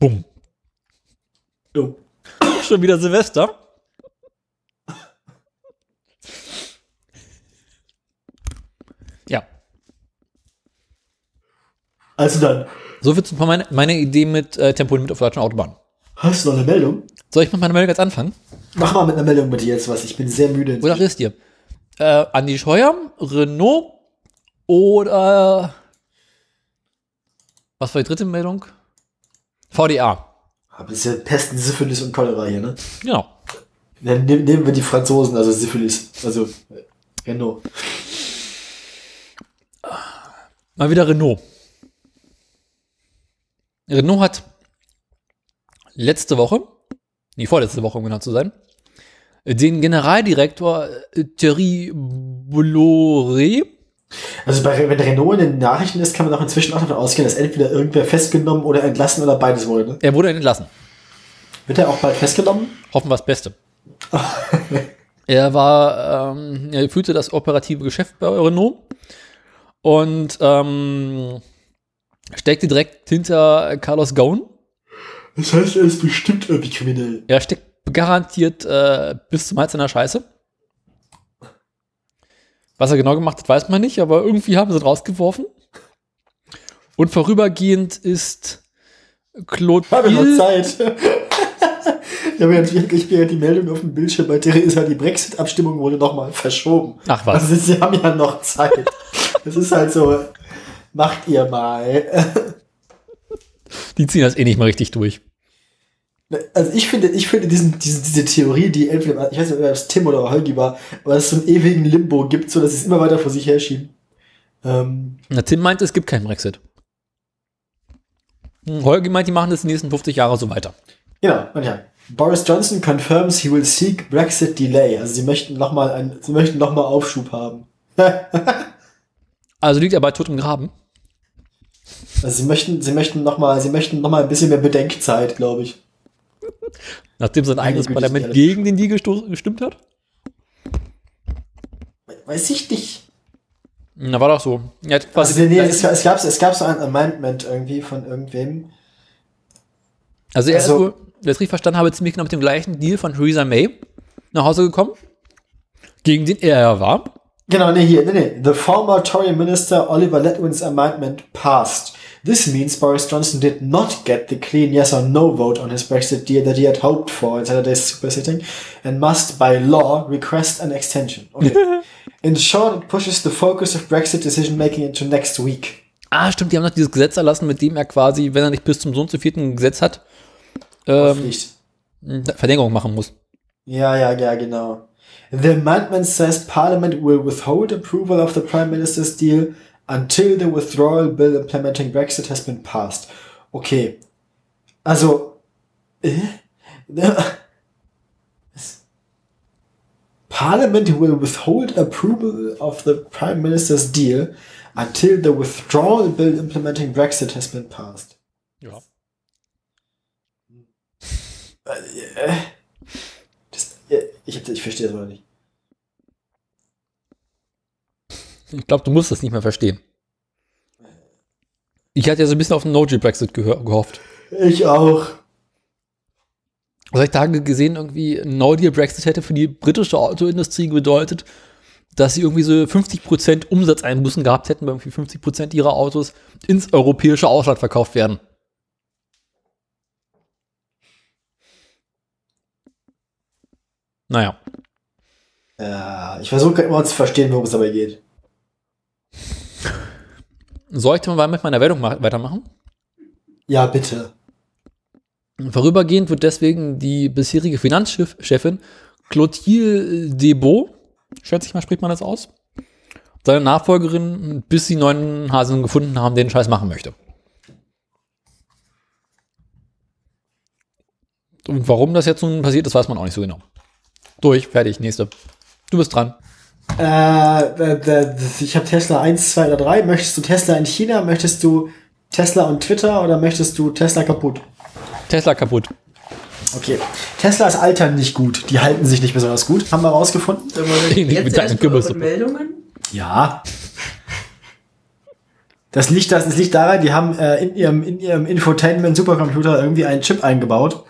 B: Bumm.
A: Jo.
B: Schon wieder Silvester. ja,
A: also dann
B: soviel zu meiner meine Idee mit äh, Tempolimit auf der deutschen Autobahn.
A: hast du noch eine Meldung.
B: Soll ich mit meiner Meldung jetzt anfangen?
A: Mach mal mit einer Meldung bitte jetzt was. Ich bin sehr müde.
B: Oder ist dir? Äh, Andi Scheuer, Renault oder was war die dritte Meldung? VDA.
A: Aber das ist ja Pesten, Syphilis und Cholera hier, ne?
B: Genau.
A: Dann nehm, nehmen wir die Franzosen, also Syphilis. Also äh, Renault.
B: Mal wieder Renault. Renault hat letzte Woche, nee, vorletzte Woche, um genau zu sein, den Generaldirektor äh, Thierry Bolloré,
A: Also bei, wenn Renault in den Nachrichten ist, kann man auch inzwischen auch davon ausgehen, dass entweder irgendwer festgenommen oder entlassen oder beides wurde. Ne?
B: er wurde entlassen.
A: Wird er auch bald festgenommen?
B: Hoffen wir das Beste. er war, ähm, er führte das operative Geschäft bei Renault und ähm, steckte direkt hinter Carlos Gaun.
A: Das heißt, er ist bestimmt irgendwie kriminell.
B: Er steckt garantiert äh, bis zum Hals in der Scheiße. Was er genau gemacht hat, weiß man nicht, aber irgendwie haben sie ihn rausgeworfen. Und vorübergehend ist Claude
A: Habe noch
B: Bill,
A: Zeit. ich habe ja ich bin ja die Meldung auf dem Bildschirm bei Theresa, die Brexit-Abstimmung wurde nochmal verschoben.
B: Ach was.
A: Also sie haben ja noch Zeit. das ist halt so, macht ihr mal.
B: die ziehen das eh nicht mal richtig durch.
A: Also ich finde, ich finde diesen, diesen, diese Theorie, die entweder, ich weiß nicht, ob es Tim oder Holgi war, aber dass es so einen ewigen Limbo gibt, so dass sie es immer weiter vor sich herschieben. Ähm,
B: Na, Tim meint, es gibt keinen Brexit. Hm, Holger meint, die machen das die nächsten 50 Jahre so weiter.
A: Genau, und ja. Boris Johnson confirms he will seek Brexit delay. Also sie möchten nochmal einen, sie möchten noch mal Aufschub haben.
B: Also liegt er bei tot im Graben.
A: Also sie möchten, sie möchten nochmal, sie möchten noch mal ein bisschen mehr Bedenkzeit, glaube ich.
B: Nachdem sein eigenes
A: Güte,
B: Parlament
A: ist die
B: gegen den Deal gesto- gestimmt hat?
A: Weiß ich nicht.
B: Na, war doch so. Er hat quasi
A: Also, nee, es, es, gab, es gab so ein Amendment irgendwie von irgendwem.
B: Also er ist
A: Also-
B: wohl, wenn ich es richtig verstanden habe, ziemlich genau mit dem gleichen Deal von Theresa May nach Hause gekommen, gegen den er ja war.
A: Genau, nee, hier, nee, nee. The former Tory Minister Oliver Letwin's amendment passed. This means Boris Johnson did not get the clean yes or no vote on his Brexit deal that he had hoped for in Saturday's super sitting and must, by law, request an extension. Okay. in short, it pushes the focus of Brexit decision making into next week.
B: Ah, stimmt, die haben noch dieses Gesetz erlassen, mit dem er quasi, wenn er nicht bis zum Sohn zu vierten ein Gesetz hat, ähm,
A: Pflicht.
B: Verlängerung machen muss.
A: Ja, ja, ja, genau. The amendment says Parliament will withhold approval of the Prime Minister's deal until the withdrawal bill implementing Brexit has been passed. Okay. Also. Äh? Parliament will withhold approval of the Prime Minister's deal until the withdrawal bill implementing Brexit has been passed.
B: Ja.
A: Das, äh, ich, ich verstehe das mal nicht.
B: Ich glaube, du musst das nicht mehr verstehen. Ich hatte ja so ein bisschen auf einen No-G-Brexit gehör- gehofft.
A: Ich auch.
B: Also ich Tage gesehen, irgendwie ein No-Deal-Brexit hätte für die britische Autoindustrie bedeutet, dass sie irgendwie so 50% Umsatzeinbußen gehabt hätten, weil irgendwie 50% ihrer Autos ins europäische Ausland verkauft werden. Naja.
A: Ja, Äh, ich versuche immer zu verstehen, worum es dabei geht.
B: Sollte man mit meiner Meldung ma- weitermachen?
A: Ja, bitte.
B: Vorübergehend wird deswegen die bisherige Finanzchefin Clotilde Debo, schätze ich mal, spricht man das aus, seine Nachfolgerin, bis sie neuen Hasen gefunden haben, den Scheiß machen möchte. Und warum das jetzt nun passiert ist, weiß man auch nicht so genau. Durch, fertig, nächste. Du bist dran.
A: Äh, äh, äh, ich habe Tesla 1, 2 oder 3. Möchtest du Tesla in China? Möchtest du Tesla und Twitter oder möchtest du Tesla kaputt?
B: Tesla kaputt.
A: Okay. Teslas altern nicht gut. Die halten sich nicht besonders gut. Haben wir rausgefunden?
B: Ähnlich
C: Jetzt
B: mit deinen
C: erst mal eure
B: Kürbissuppe.
C: Meldungen?
A: Ja. Das liegt, das, das liegt daran, die haben äh, in ihrem, in ihrem Infotainment-Supercomputer irgendwie einen Chip eingebaut,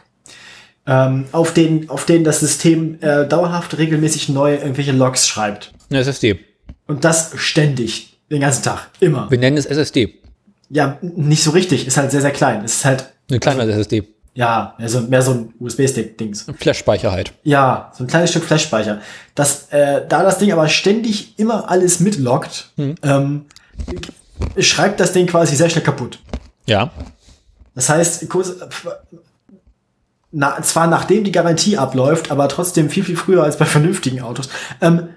A: ähm, auf, den, auf den das System äh, dauerhaft regelmäßig neu irgendwelche Logs schreibt.
B: Eine SSD.
A: Und das ständig. Den ganzen Tag. Immer.
B: Wir nennen es SSD.
A: Ja, nicht so richtig. Ist halt sehr, sehr klein. Ist halt,
B: Eine kleine SSD.
A: ja, mehr so, mehr so ein USB-Stick-Dings.
B: Flash-Speicher halt.
A: Ja, so ein kleines Stück Flash-Speicher. Das, äh, da das Ding aber ständig immer alles mitloggt, ähm, schreibt das Ding quasi sehr schnell kaputt.
B: Ja.
A: Das heißt, kurz, na, zwar nachdem die Garantie abläuft, aber trotzdem viel, viel früher als bei vernünftigen Autos, ähm,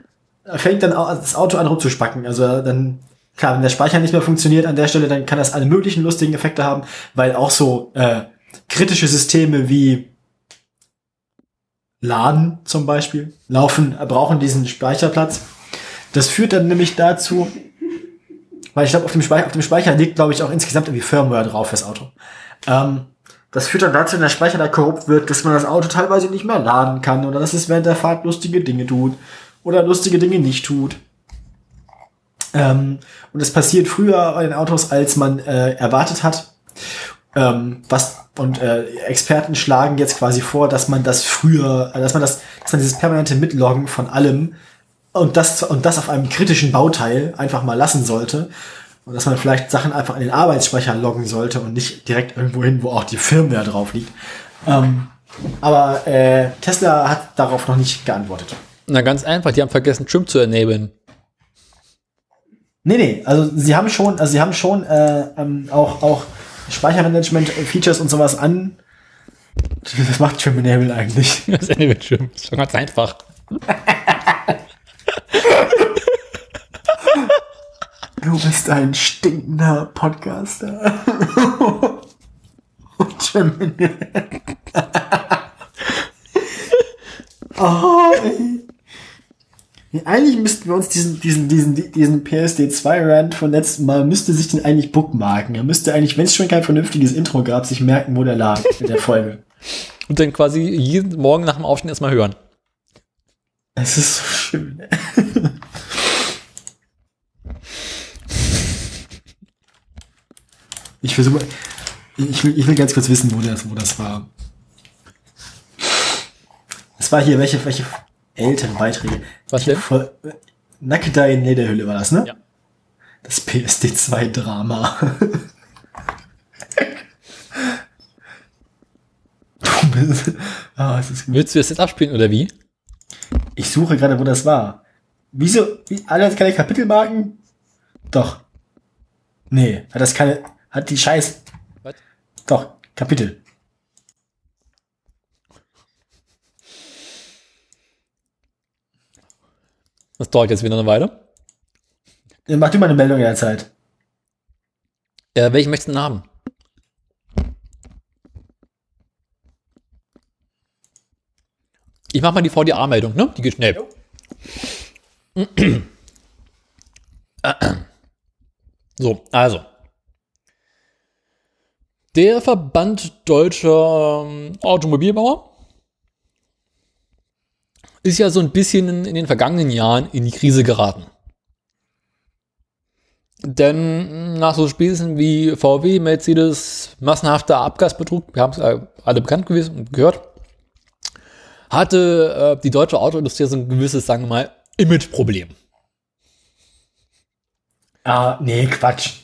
A: fängt dann au- das Auto an rumzuspacken. Also äh, dann, klar, wenn der Speicher nicht mehr funktioniert an der Stelle, dann kann das alle möglichen lustigen Effekte haben, weil auch so äh, kritische Systeme wie Laden zum Beispiel laufen, äh, brauchen diesen Speicherplatz. Das führt dann nämlich dazu, weil ich glaube, auf, dem Spei- auf dem Speicher liegt, glaube ich, auch insgesamt irgendwie Firmware drauf fürs Auto. Ähm, das führt dann dazu, wenn der Speicher da korrupt wird, dass man das Auto teilweise nicht mehr laden kann oder dass es während der Fahrt lustige Dinge tut oder lustige Dinge nicht tut. Ähm, und es passiert früher bei den Autos, als man äh, erwartet hat. Ähm, was und äh, Experten schlagen jetzt quasi vor, dass man das früher, äh, dass man das, dass man dieses permanente Mitloggen von allem und das und das auf einem kritischen Bauteil einfach mal lassen sollte und dass man vielleicht Sachen einfach in den Arbeitsspeicher loggen sollte und nicht direkt irgendwo hin, wo auch die Firmware drauf liegt. Ähm, aber äh, Tesla hat darauf noch nicht geantwortet.
B: Na, ganz einfach. Die haben vergessen, Trim zu enablen.
A: Nee, nee, also sie haben schon, also sie haben schon äh, ähm, auch, auch Speichermanagement-Features und sowas an. Das macht Trim Enable eigentlich.
B: Das Ende wird schön. Ist doch ganz einfach.
A: Du bist ein stinkender Podcaster. Schwimmen. oh, ey. Nee, Eigentlich müssten wir uns diesen, diesen, diesen, diesen PSD2-Rand von letztem Mal, müsste sich den eigentlich bookmarken. Er müsste eigentlich, wenn es schon kein vernünftiges Intro gab, sich merken, wo der lag mit der Folge.
B: Und dann quasi jeden Morgen nach dem Aufstehen erstmal hören.
A: Es ist so schön.
D: Ich versuche. Ich will, ich will ganz kurz wissen, wo das, wo das war. Es war hier, welche, welche älteren Beiträge.
B: Was denn?
D: Voll- Nakeda in Lederhülle war das, ne?
B: Ja.
D: Das PSD2-Drama. ah, es ist gut.
B: Willst du das jetzt abspielen oder wie?
D: Ich suche gerade, wo das war. Wieso? Wie, alle hat keine Kapitelmarken? Doch. Nee, hat das keine. Hat die Scheiß.
B: Was?
D: Doch, Kapitel.
B: Das dauert jetzt wieder eine Weile.
D: Dann Mach du mal eine Meldung in der Zeit.
B: Äh, welchen möchtest du denn haben? Ich mach mal die VDA-Meldung, ne? Die geht schnell. So, also. Der Verband Deutscher ähm, Automobilbauer ist ja so ein bisschen in, in den vergangenen Jahren in die Krise geraten. Denn nach so Späßen wie VW, Mercedes, massenhafter Abgasbetrug, wir haben es äh, alle bekannt gewesen und gehört, hatte äh, die deutsche Autoindustrie so ein gewisses, sagen wir mal, Imageproblem.
D: Ah, nee, Quatsch.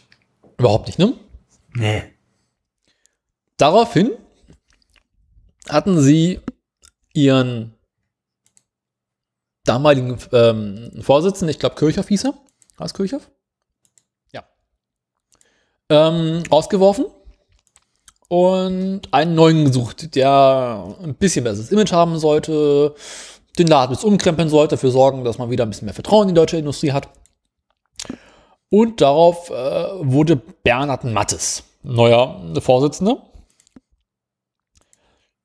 B: Überhaupt nicht, ne?
D: Nee.
B: Daraufhin hatten sie ihren damaligen ähm, Vorsitzenden, ich glaube Kirchhoff hieß er, war es Kirchhoff? Ja. Ähm, rausgeworfen und einen neuen gesucht, der ein bisschen besseres Image haben sollte, den Laden jetzt umkrempeln sollte, dafür sorgen, dass man wieder ein bisschen mehr Vertrauen in die deutsche Industrie hat. Und darauf äh, wurde Bernhard Mattes neuer Vorsitzender.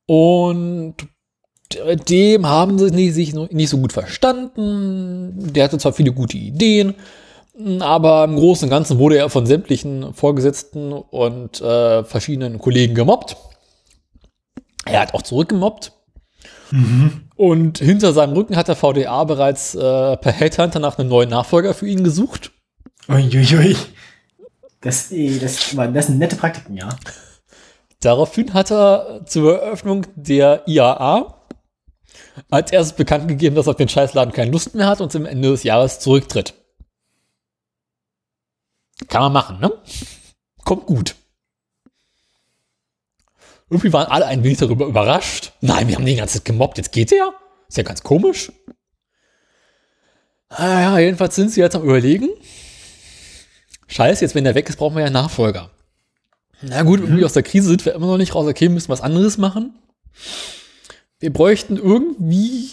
B: Und mit dem haben sie nicht, sich no- nicht so gut verstanden. Der hatte zwar viele gute Ideen, aber im Großen und Ganzen wurde er von sämtlichen Vorgesetzten und äh, verschiedenen Kollegen gemobbt. Er hat auch zurückgemobbt. Und hinter seinem Rücken hat der VDA bereits äh, per Headhunter nach einem neuen Nachfolger für ihn gesucht.
D: Uiuiui. Das, eh, das, man, das sind nette Praktiken, ja.
B: Daraufhin hat er zur Eröffnung der IAA als erstes bekannt gegeben, dass er auf den Scheißladen keine Lust mehr hat und zum Ende des Jahres zurücktritt. Kann man machen, ne? Kommt gut. Irgendwie waren alle ein wenig darüber überrascht. Nein, wir haben den ganzen Zeit gemobbt, jetzt geht er? Ist ja ganz komisch. Ah ja, jedenfalls sind sie jetzt am überlegen. Scheiße, jetzt wenn der weg ist, brauchen wir ja einen Nachfolger. Na gut,
D: Mhm.
B: irgendwie aus der Krise sind wir immer noch nicht raus. Okay, müssen was anderes machen. Wir bräuchten irgendwie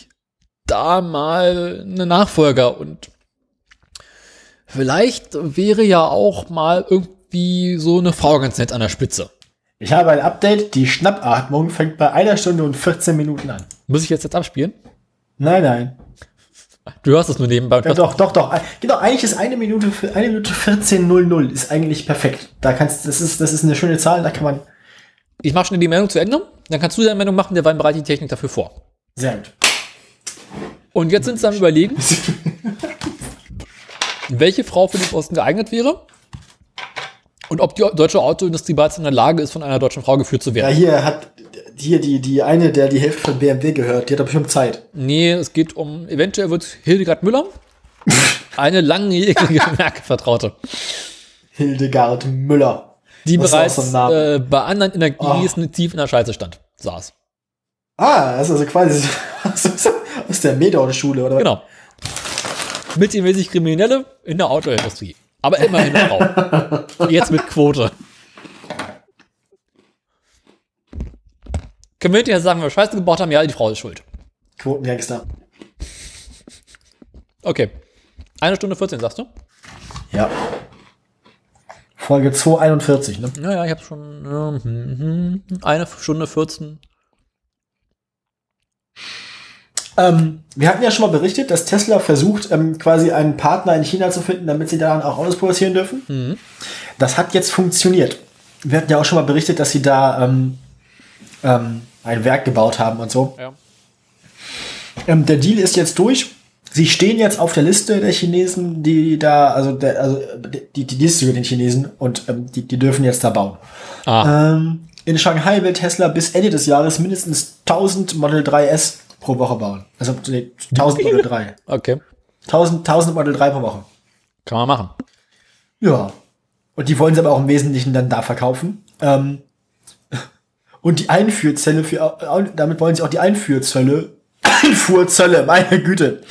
B: da mal einen Nachfolger und vielleicht wäre ja auch mal irgendwie so eine Frau ganz nett an der Spitze.
D: Ich habe ein Update. Die Schnappatmung fängt bei einer Stunde und 14 Minuten an.
B: Muss ich jetzt jetzt abspielen?
D: Nein, nein.
B: Du hörst es nur nebenbei. und
D: Ja,
B: hörst-
D: doch, doch, doch. Genau, eigentlich ist eine Minute, für- eine Minute 14.00 ist eigentlich perfekt. Da kannst, das ist, das ist eine schöne Zahl, da kann man,
B: Ich mache schnell die Meldung zu Ende. Dann kannst du deine Meldung machen, derweil bereite ich die Technik dafür vor.
D: sehr gut.
B: Und jetzt sind sie am überlegen, welche Frau für den Posten geeignet wäre und ob die deutsche Autoindustrie bereits in der Lage ist, von einer deutschen Frau geführt zu
A: Ja,
B: werden.
A: hier hat hier die, die eine, der die Hälfte von BMW gehört, die hat doch bestimmt Zeit.
B: Nee, es geht um, eventuell wird Hildegard Müller, eine langjährige Werkvertraute,
A: Hildegard Müller.
B: die
A: Das ist
B: bereits
A: auch so ein Name.
B: äh, bei anderen Energien
A: Oh.
B: tief in der Scheiße stand, saß.
A: Ah, das ist also quasi aus, aus der Medon-Schule, oder?
B: Genau. Mittelmäßig Kriminelle in der Autoindustrie. Aber immerhin eine Frau. Jetzt mit Quote. Können wir hinterher sagen, wenn wir Scheiße gebaut haben? Ja, die Frau ist schuld.
A: Quotengangster.
B: Okay. Eine Stunde 14, sagst du?
A: Ja. Folge 241, ne?
B: Naja, ich habe schon ja, hm, hm, eine Stunde 14.
A: Ähm, wir hatten ja schon mal berichtet, dass Tesla versucht, ähm, quasi einen Partner in China zu finden, damit sie daran auch Autos produzieren dürfen.
B: Mhm.
A: Das hat jetzt funktioniert. Wir hatten ja auch schon mal berichtet, dass sie da ähm, ähm, ein Werk gebaut haben und so.
B: Ja.
A: Ähm, der Deal ist jetzt durch. Sie stehen jetzt auf der Liste der Chinesen, die da, also, der, also äh, die, die Liste über den Chinesen und ähm, die, die dürfen jetzt da bauen.
B: Ah,
A: Ähm, in Shanghai will Tesla bis Ende des Jahres mindestens 1000 Model 3S pro Woche bauen. Also nee, 1000 Model 3.
B: okay.
A: 1000, 1000 Model 3 pro Woche.
B: Kann man machen.
A: Ja. Und die wollen sie aber auch im Wesentlichen dann da verkaufen. Ähm, und die Einführzölle für, Au- damit wollen sie auch die Einführzölle, Einfuhrzölle, meine Güte,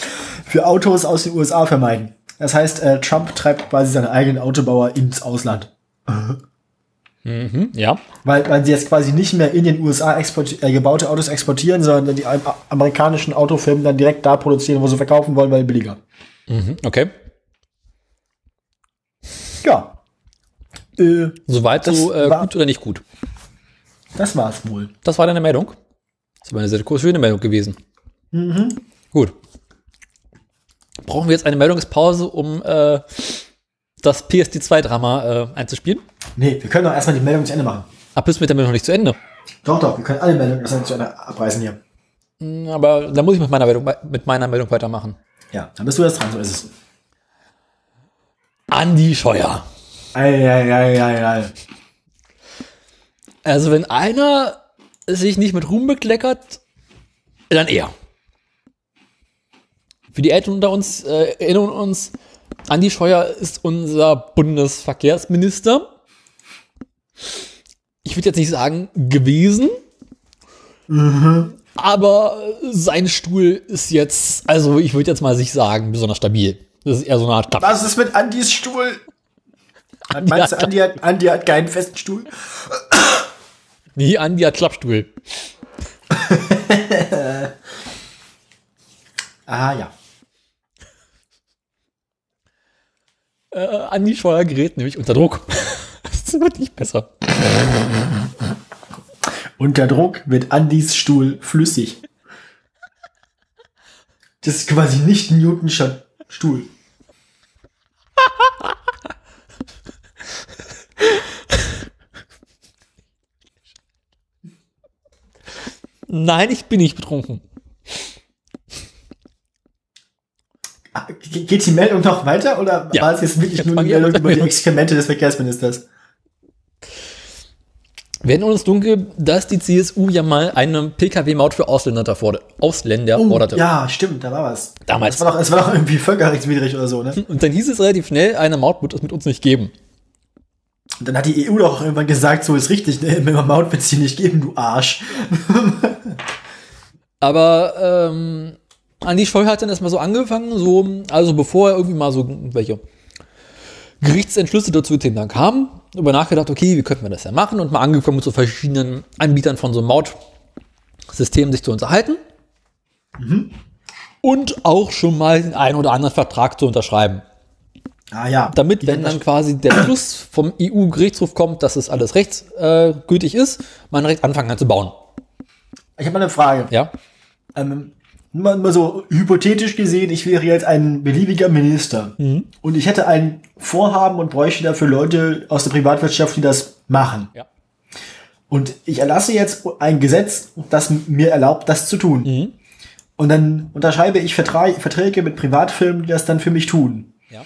A: für Autos aus den USA vermeiden. Das heißt, äh, Trump treibt quasi seine eigenen Autobauer ins Ausland.
B: Mhm, ja.
A: Weil, weil sie jetzt quasi nicht mehr in den USA export, äh, gebaute Autos exportieren, sondern die am- amerikanischen Autofirmen dann direkt da produzieren, wo sie verkaufen wollen, weil billiger.
B: Mhm, okay.
A: Ja. Äh,
B: Soweit
A: Das
B: so äh,
A: war-
B: gut oder nicht gut.
A: das war's wohl.
B: Das war deine Meldung. Das war eine sehr kurze, schöne Meldung gewesen. Gut. Brauchen wir jetzt eine Meldungspause, um äh, das PSD2-Drama äh, einzuspielen?
A: Nee, wir können doch erstmal die Meldung zu Ende machen.
B: Ah, bist du mit der Meldung noch nicht zu Ende?
A: Doch, doch, wir können alle Meldungen erstmal zu Ende abreißen hier.
B: Hm, Aber da muss ich mit meiner Meldung, mit meiner Meldung weitermachen.
A: Ja, dann bist du jetzt dran, so ist es.
B: Andi Scheuer.
A: Eieieiei.
B: Also wenn einer sich nicht mit Ruhm bekleckert, dann er. Für die Eltern unter uns äh, erinnern uns, Andi Scheuer ist unser Bundesverkehrsminister. Ich würde jetzt nicht sagen gewesen, aber sein Stuhl ist jetzt, also ich würde jetzt mal sich sagen, besonders stabil. Das ist eher so eine Art Klapp.
A: Was ist mit Andis Stuhl? Meinst du, Andi hat, Andi hat keinen festen Stuhl?
B: Nee, Andi hat Klappstuhl.
A: Ah, ja.
B: äh, Andi Scheuer gerät nämlich unter Druck. das wird nicht besser.
A: Unter Druck wird Andis Stuhl flüssig. Das ist quasi nicht Newtonscher Stuhl.
B: Nein, ich bin nicht betrunken.
A: Ah, ge- Geht die Meldung noch weiter oder
B: Ja.
A: war es jetzt wirklich
B: Jetzt
A: nur
B: fang
A: eine
B: ich an
A: Meldung
B: mit der
A: über die
B: Meldung.
A: Experimente des Verkehrsministers?
B: Wir erinnern uns dunkel, dass die CSU ja mal eine Pkw-Maut für Ausländer, da fordert, Ausländer forderte.
A: Oh, ja, stimmt, da war was.
B: Oh. Damals.
A: Es war doch, es war doch irgendwie völkerrechtswidrig oder so, ne?
B: Und dann hieß es relativ schnell, eine Maut wird es mit uns nicht geben.
A: Und dann hat die EU doch auch irgendwann gesagt, so ist richtig, ne? Wenn man Maut wird's hier nicht geben, du Arsch.
B: Aber ähm, Andi Scholl hat dann erstmal so angefangen, so, also bevor er irgendwie mal so welche Gerichtsentschlüsse dazu den dann kamen, über nachgedacht, okay, wie könnten wir das ja machen und mal angefangen zu verschiedenen Anbietern von so Mautsystemen sich zu unterhalten. Und auch schon mal den einen oder anderen Vertrag zu unterschreiben.
A: Ah ja.
B: Damit,
A: Die
B: wenn
A: dann-
B: dann quasi der Schluss vom EU-Gerichtshof kommt, dass es alles rechtsgültig ist, man direkt anfangen kann zu bauen.
A: ich habe mal eine Frage.
B: Ja?
A: Ähm, nur mal, mal so hypothetisch gesehen, ich wäre jetzt ein beliebiger Minister
B: Mhm.
A: und ich hätte ein Vorhaben und bräuchte dafür Leute aus der Privatwirtschaft, die das machen.
B: Ja.
A: Und ich erlasse jetzt ein Gesetz, das mir erlaubt, das zu tun.
B: Mhm.
A: Und dann unterschreibe ich Vertra Verträge mit Privatfirmen, die das dann für mich tun.
B: Ja.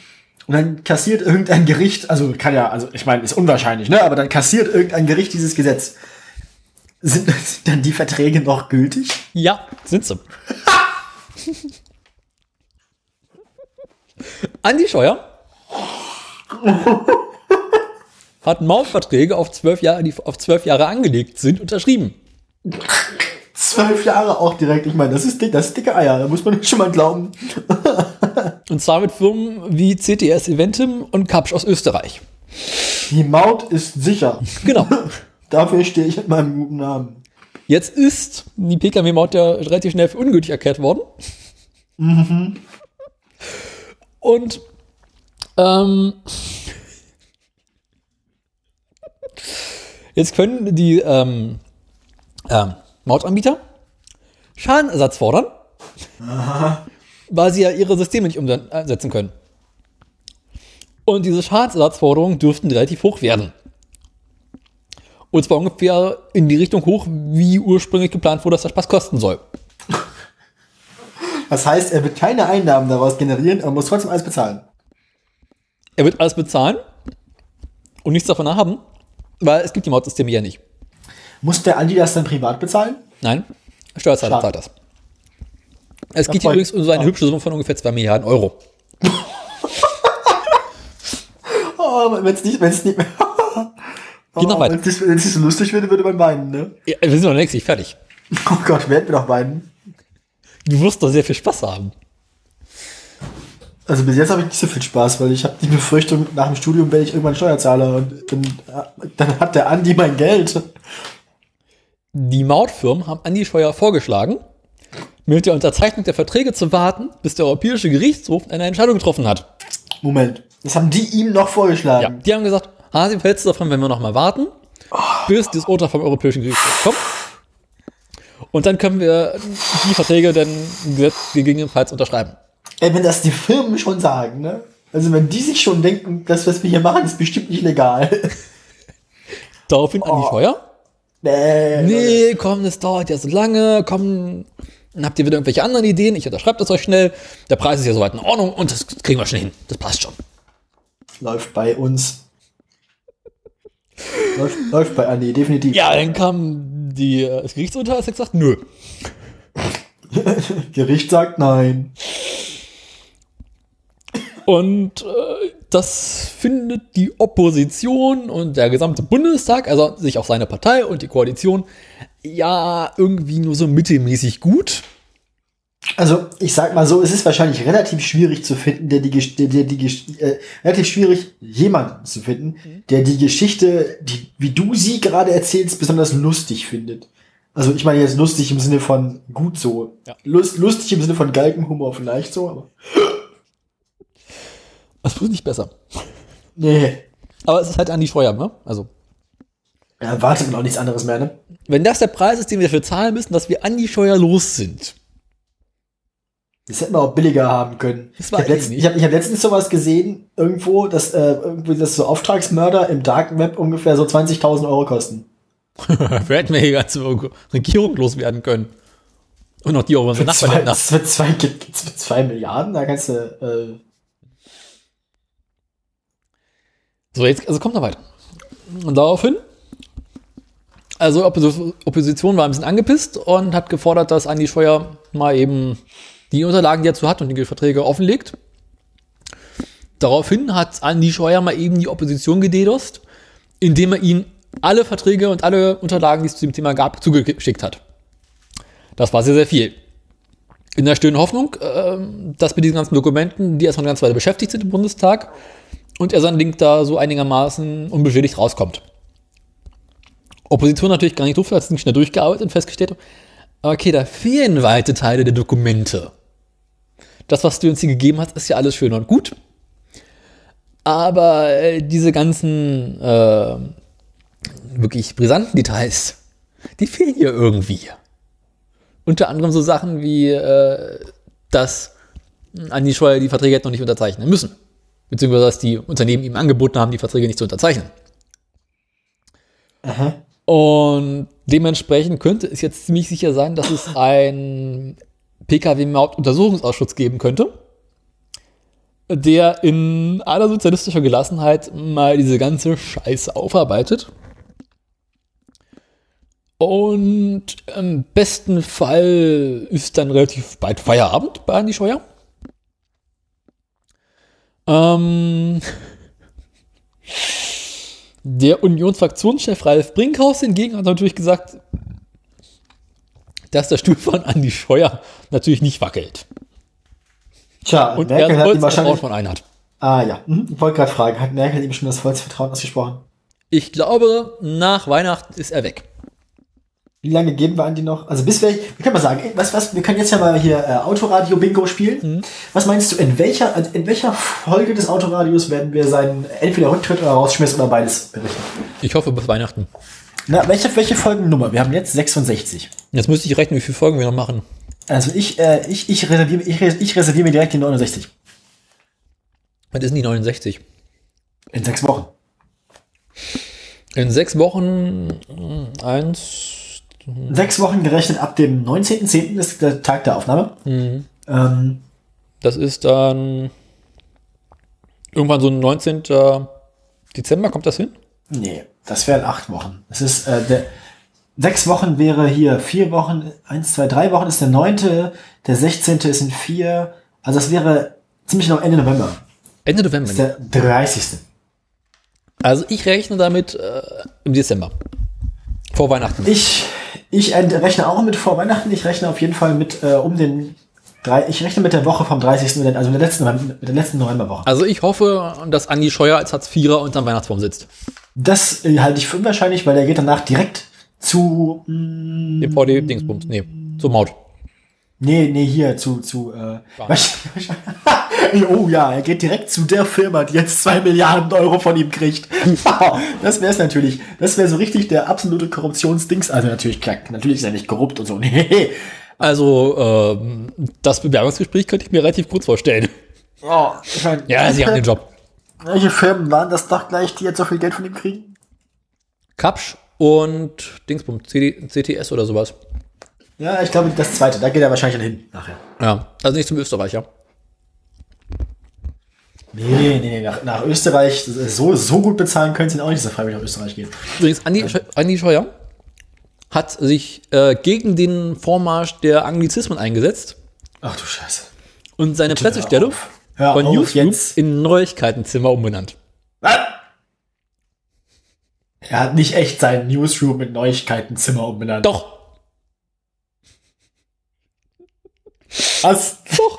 A: Und dann kassiert irgendein Gericht, also kann ja, also ich meine, ist unwahrscheinlich, ne? Aber dann kassiert irgendein Gericht dieses Gesetz. Sind, sind dann die Verträge noch gültig?
B: Ja, sind sie. Andi Scheuer hat Mautverträge auf zwölf Jahre, die auf zwölf Jahre angelegt sind, unterschrieben.
A: Zwölf Jahre auch direkt. Ich meine, das ist dick, das ist dicke Eier. Da muss man schon mal glauben.
B: Und zwar mit Firmen wie CTS Eventim und Kapsch aus Österreich.
A: Die Maut ist sicher.
B: Genau.
A: Dafür stehe ich mit meinem guten Namen.
B: Jetzt ist die Pkw-Maut ja relativ schnell für ungültig erklärt worden. Und ähm, Jetzt können die ähm, ähm, Mautanbieter Schadenersatz fordern, weil sie ja ihre Systeme nicht umsetzen können. Und diese Schadensersatzforderungen dürften relativ hoch werden. Und zwar ungefähr in die Richtung hoch, wie ursprünglich geplant wurde, dass der Spaß kosten soll.
A: Das heißt, er wird keine Einnahmen daraus generieren, aber muss trotzdem alles bezahlen.
B: Er wird alles bezahlen und nichts davon haben, weil es gibt die Mautsysteme ja nicht.
A: Muss der Andi das dann privat bezahlen?
B: Nein, Steuerzahler zahlt das. Es geht hier
A: voll.
B: übrigens um so eine hübsche Summe von ungefähr 2 Milliarden Euro.
A: Oh, wenn es nicht, wenn es nicht mehr. Oh,
B: Geht noch weiter.
A: Wenn es nicht so lustig würde, würde man weinen, ne?
B: Ja, wir sind noch längst nicht fertig.
A: Oh Gott, werden wir doch weinen.
B: Du wirst doch sehr viel Spaß haben.
A: Also bis jetzt habe ich nicht so viel Spaß, weil ich habe die Befürchtung, nach dem Studium werde ich irgendwann Steuerzahler und dann, dann hat der Andi mein Geld.
B: Die Mautfirmen haben Andi Scheuer vorgeschlagen, mit der Unterzeichnung der Verträge zu warten, bis der Europäische Gerichtshof eine Entscheidung getroffen hat.
A: Moment, das haben die ihm noch
B: Ja,
A: vorgeschlagen.
B: Ähm, die haben gesagt, Hasi, was hältst du davon, wenn wir noch mal warten, bis das Urteil vom Europäischen Gerichtshof kommt? Und dann können wir die Verträge dann gesetz- gegebenenfalls unterschreiben.
A: Ey, wenn das die Firmen schon sagen, ne? Also wenn die sich schon denken, das, was wir hier machen, ist bestimmt nicht legal.
B: Daraufhin Andi Scheuer
A: nee.
B: Nee, komm, das dauert ja so lange. Komm, dann habt ihr wieder irgendwelche anderen Ideen? Ich unterschreibe das euch schnell. Der Preis ist ja soweit in Ordnung und das kriegen wir schon hin. Das passt schon.
A: Läuft bei uns. läuft, läuft bei Andi, definitiv.
B: Ja, dann kam die, äh, das Gerichtsurteil und hat gesagt, nö.
A: Gericht sagt nein.
B: Und äh, das findet die Opposition und der gesamte Bundestag, also sich auch seine Partei und die Koalition, ja, irgendwie nur so mittelmäßig gut.
A: Also ich sag mal so, es ist wahrscheinlich relativ schwierig zu finden, der die, Gesch- der, der die Gesch- äh, relativ schwierig jemanden zu finden,
B: Mhm.
A: der die Geschichte, die, wie du sie gerade erzählst, besonders lustig findet. Also ich meine jetzt lustig im Sinne von gut so,
B: Ja.
A: Lust, lustig im Sinne von Galgenhumor vielleicht so, aber
B: Das wird nicht besser.
A: nee,
B: Aber es ist halt Andi Scheuer, ne? Also,
A: da erwartet man auch nichts anderes mehr, ne?
B: wenn das der Preis ist, den wir dafür zahlen müssen, dass wir Andi Scheuer los sind.
A: Das hätten wir auch billiger haben können.
B: Das
A: Ich
B: war
A: habe letztens,
B: eh nicht.
A: ich hab, ich hab letztens sowas gesehen, irgendwo, dass äh, irgendwie das so Auftragsmörder im Dark Web ungefähr so 20.000 Euro kosten.
B: Wir hätten wir die ganze Regierung loswerden können. Und noch die auch unsere
A: Für zwei,
B: Nachbarländer.
A: für, zwei, für zwei Milliarden, da kannst du. äh,
B: So, jetzt also kommt noch weiter. Und daraufhin, also Oppos Opposition war ein bisschen angepisst und hat gefordert, dass Andi Scheuer mal eben die Unterlagen, die er dazu hat und die Verträge offenlegt. Daraufhin hat Andi Scheuer mal eben die Opposition gededost, indem er ihnen alle Verträge und alle Unterlagen, die es zu dem Thema gab, zugeschickt hat. Das war sehr, sehr viel. In der stillen Hoffnung, ähm, dass mit diesen ganzen Dokumenten, die erstmal eine ganze Weile beschäftigt sind im Bundestag, und er sein Link da so einigermaßen unbeschädigt rauskommt. Opposition natürlich gar nicht doof, hat es schnell durchgearbeitet und festgestellt, okay, da fehlen weite Teile der Dokumente. Das, was du uns hier gegeben hast, ist ja alles schön und gut. Aber äh, diese ganzen äh, wirklich brisanten Details, die fehlen hier irgendwie. Unter anderem so Sachen wie, äh, dass Andi Scheuer die Verträge hätte noch nicht unterzeichnen müssen beziehungsweise dass die Unternehmen ihm angeboten haben, die Verträge nicht zu unterzeichnen.
A: Äh, aha.
B: Und dementsprechend könnte es jetzt ziemlich sicher sein, dass es einen PKW-Maut-Untersuchungsausschuss geben könnte, der in aller sozialistischer Gelassenheit mal diese ganze Scheiße aufarbeitet. Und im besten Fall ist dann relativ bald Feierabend bei Andi Scheuer. Ähm, der Unionsfraktionschef Ralf Brinkhaus hingegen hat natürlich gesagt, dass der Stuhl von Andi Scheuer natürlich nicht wackelt.
A: Tja,
B: Und
A: Merkel
B: er
A: hat
B: Holz
A: ihm
B: wahrscheinlich
A: wahrscheinlich.
B: von Einheit.
A: Ah ja, hm, ich wollte gerade fragen, hat Merkel ihm schon das Volksvertrauen ausgesprochen?
B: Ich glaube, nach Weihnachten ist er weg.
A: Wie lange geben wir an die noch? Also bis wir, wir können mal sagen, ey, was, was, wir können jetzt ja mal hier äh, Autoradio Bingo spielen. Was meinst du, in welcher, also in welcher Folge des Autoradios werden wir seinen entweder Rücktritt oder Rausschmiss oder beides berichten?
B: Ich hoffe bis Weihnachten.
A: Na, welche, welche Folgennummer? Wir haben jetzt 66.
B: Jetzt müsste ich rechnen, wie viele Folgen wir noch machen.
A: Also ich, äh, ich, ich reserviere ich, res- ich reserviere mir direkt die 69.
B: Das sind die 69.
A: In sechs Wochen.
B: In sechs Wochen mh, eins.
A: In sechs Wochen gerechnet ab dem 19.10. ist der Tag der Aufnahme. Ähm,
B: Das ist dann irgendwann so ein 19. Dezember, kommt das hin?
A: nee, das wären acht Wochen. Es ist äh, der, sechs Wochen wäre hier vier Wochen, eins, zwei, drei Wochen ist der neunte, der 16. ist in vier. Also das wäre ziemlich noch Ende November.
B: Ende
A: Das ist
B: November.
A: der 30.
B: Also ich rechne damit äh, im Dezember. Vor Weihnachten.
A: Ich, ich end- rechne auch mit vor Weihnachten. Ich rechne auf jeden Fall mit äh, um den drei. Ich rechne mit der Woche vom 30. mit der- also mit der letzten November- mit der letzten Novemberwoche.
B: Also ich hoffe, dass Andi Scheuer als Hartz IVer unterm Weihnachtsbaum sitzt.
A: Das äh, halte ich für unwahrscheinlich, weil er geht danach direkt zu mh,
B: Dem VD Dingsbums. Nee, zur Maut.
A: nee nee hier zu zu äh, oh ja er geht direkt zu der Firma, die jetzt zwei Milliarden Euro von ihm kriegt. das wäre es natürlich. Das wäre so richtig der absolute Korruptionsdings. Also natürlich klar, natürlich ist er nicht korrupt und so. Nee.
B: Also ähm, das Bewerbungsgespräch könnte ich mir relativ kurz vorstellen.
A: Oh, ich mein,
B: Ja, sie haben den Job.
A: Welche Firmen waren das doch gleich, die jetzt so viel Geld von ihm kriegen?
B: Kapsch und Dingsbums, CD, CTS oder sowas.
A: Ja, ich glaube, das zweite. Da geht er wahrscheinlich dann hin. Nachher.
B: Ja, also nicht zum Österreicher.
A: Nee, nee, nee, nach, nach Österreich. das ist So, so gut bezahlen können sie ihn auch nicht, dass er freiwillig nach Österreich geht.
B: Übrigens, Andi, Sche- Andi Scheuer hat sich äh, gegen den Vormarsch der Anglizismen eingesetzt
A: Ach du Scheiße.
B: und seine Pressestelle
A: Hör
B: von
A: auf
B: Newsgroup
A: jetzt.
B: in Neuigkeitenzimmer umbenannt.
A: Er hat nicht echt sein Newsroom mit Neuigkeitenzimmer umbenannt.
B: Doch,
A: Was?
B: doch.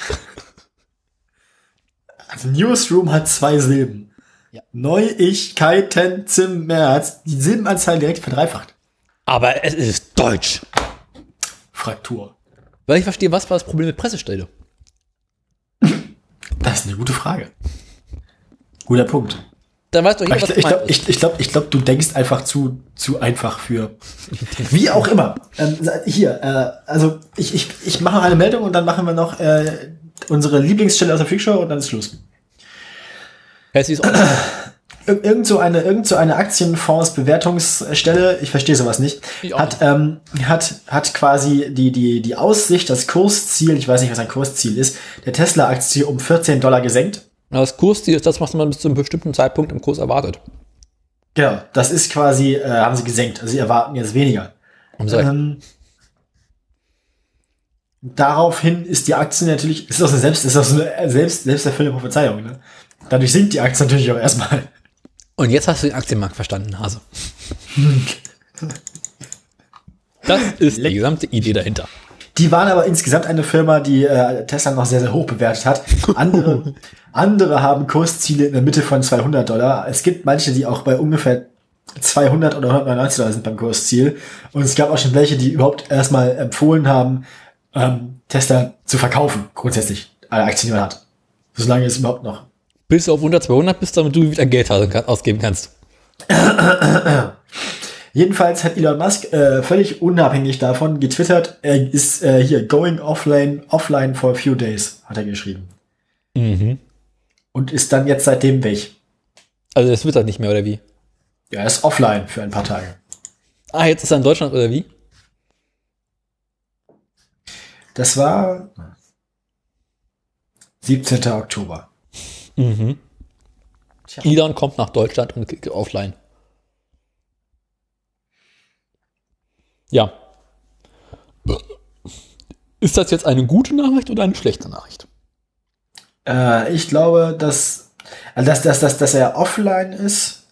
A: Also Newsroom hat zwei Silben.
B: Ja.
A: Neuigkeitenzimmer. Hat die Silbenanzahl direkt verdreifacht.
B: Aber es ist deutsch.
A: Fraktur.
B: Weil ich verstehe, was war das Problem mit Pressestelle?
A: Das ist eine gute Frage. Guter Punkt.
B: Dann weiß doch jeder,
A: Ich,
B: was
A: ich
B: gemeint
A: glaube,
B: ist.
A: ich, ich glaub, ich glaub, du denkst einfach zu, zu einfach für. Wie auch immer. Ähm, hier, äh, also ich, ich, ich mache noch eine Meldung und dann machen wir noch äh, unsere Lieblingsstelle aus der Freakshow und dann ist Schluss.
B: Es ist auch-
A: Ir irgend so eine, irgend so eine Aktienfonds-Bewertungsstelle, ich verstehe sowas nicht,
B: Ich auch
A: hat, ähm, hat, hat quasi die, die, die Aussicht, das Kursziel, ich weiß nicht, was ein Kursziel ist, der Tesla-Aktie um 14 Dollar gesenkt.
B: das Kursziel ist das, was man bis zu einem bestimmten Zeitpunkt im Kurs erwartet.
A: Genau, das ist quasi, äh, haben sie gesenkt. Also sie erwarten jetzt weniger.
B: Um so-
A: Ähm, daraufhin ist die Aktie natürlich, ist das eine selbst, ist das eine selbst, selbsterfüllende Prophezeiung, ne? Dadurch sinkt die Aktie natürlich auch erstmal.
B: Und jetzt hast du den Aktienmarkt verstanden, Hase. Das ist die gesamte Idee dahinter.
A: Die waren aber insgesamt eine Firma, die äh, Tesla noch sehr, sehr hoch bewertet hat. Andere, andere haben Kursziele in der Mitte von 200 Dollar. Es gibt manche, die auch bei ungefähr 200 oder 199 Dollar sind beim Kursziel. Und es gab auch schon welche, die überhaupt erstmal empfohlen haben, ähm, Tesla zu verkaufen, grundsätzlich, alle Aktien, die man hat. Solange es überhaupt noch
B: Bis du auf unter 200 bist, damit du wieder Geld ha- ausgeben kannst.
A: Jedenfalls hat Elon Musk äh, völlig unabhängig davon getwittert, er ist äh, hier going offline, offline for a few days, hat er geschrieben.
B: Mhm.
A: Und ist dann jetzt seitdem weg.
B: Also das wird das nicht mehr, oder wie?
A: Ja, er ist offline für ein paar Tage.
B: Ah, jetzt ist er in Deutschland, oder wie?
A: Das war 17. Oktober.
B: Elon Mhm. kommt nach Deutschland und geht offline. Ja. Ist das jetzt eine gute Nachricht oder eine schlechte Nachricht?
A: Äh, ich glaube, dass, also dass, dass, dass, dass er offline ist,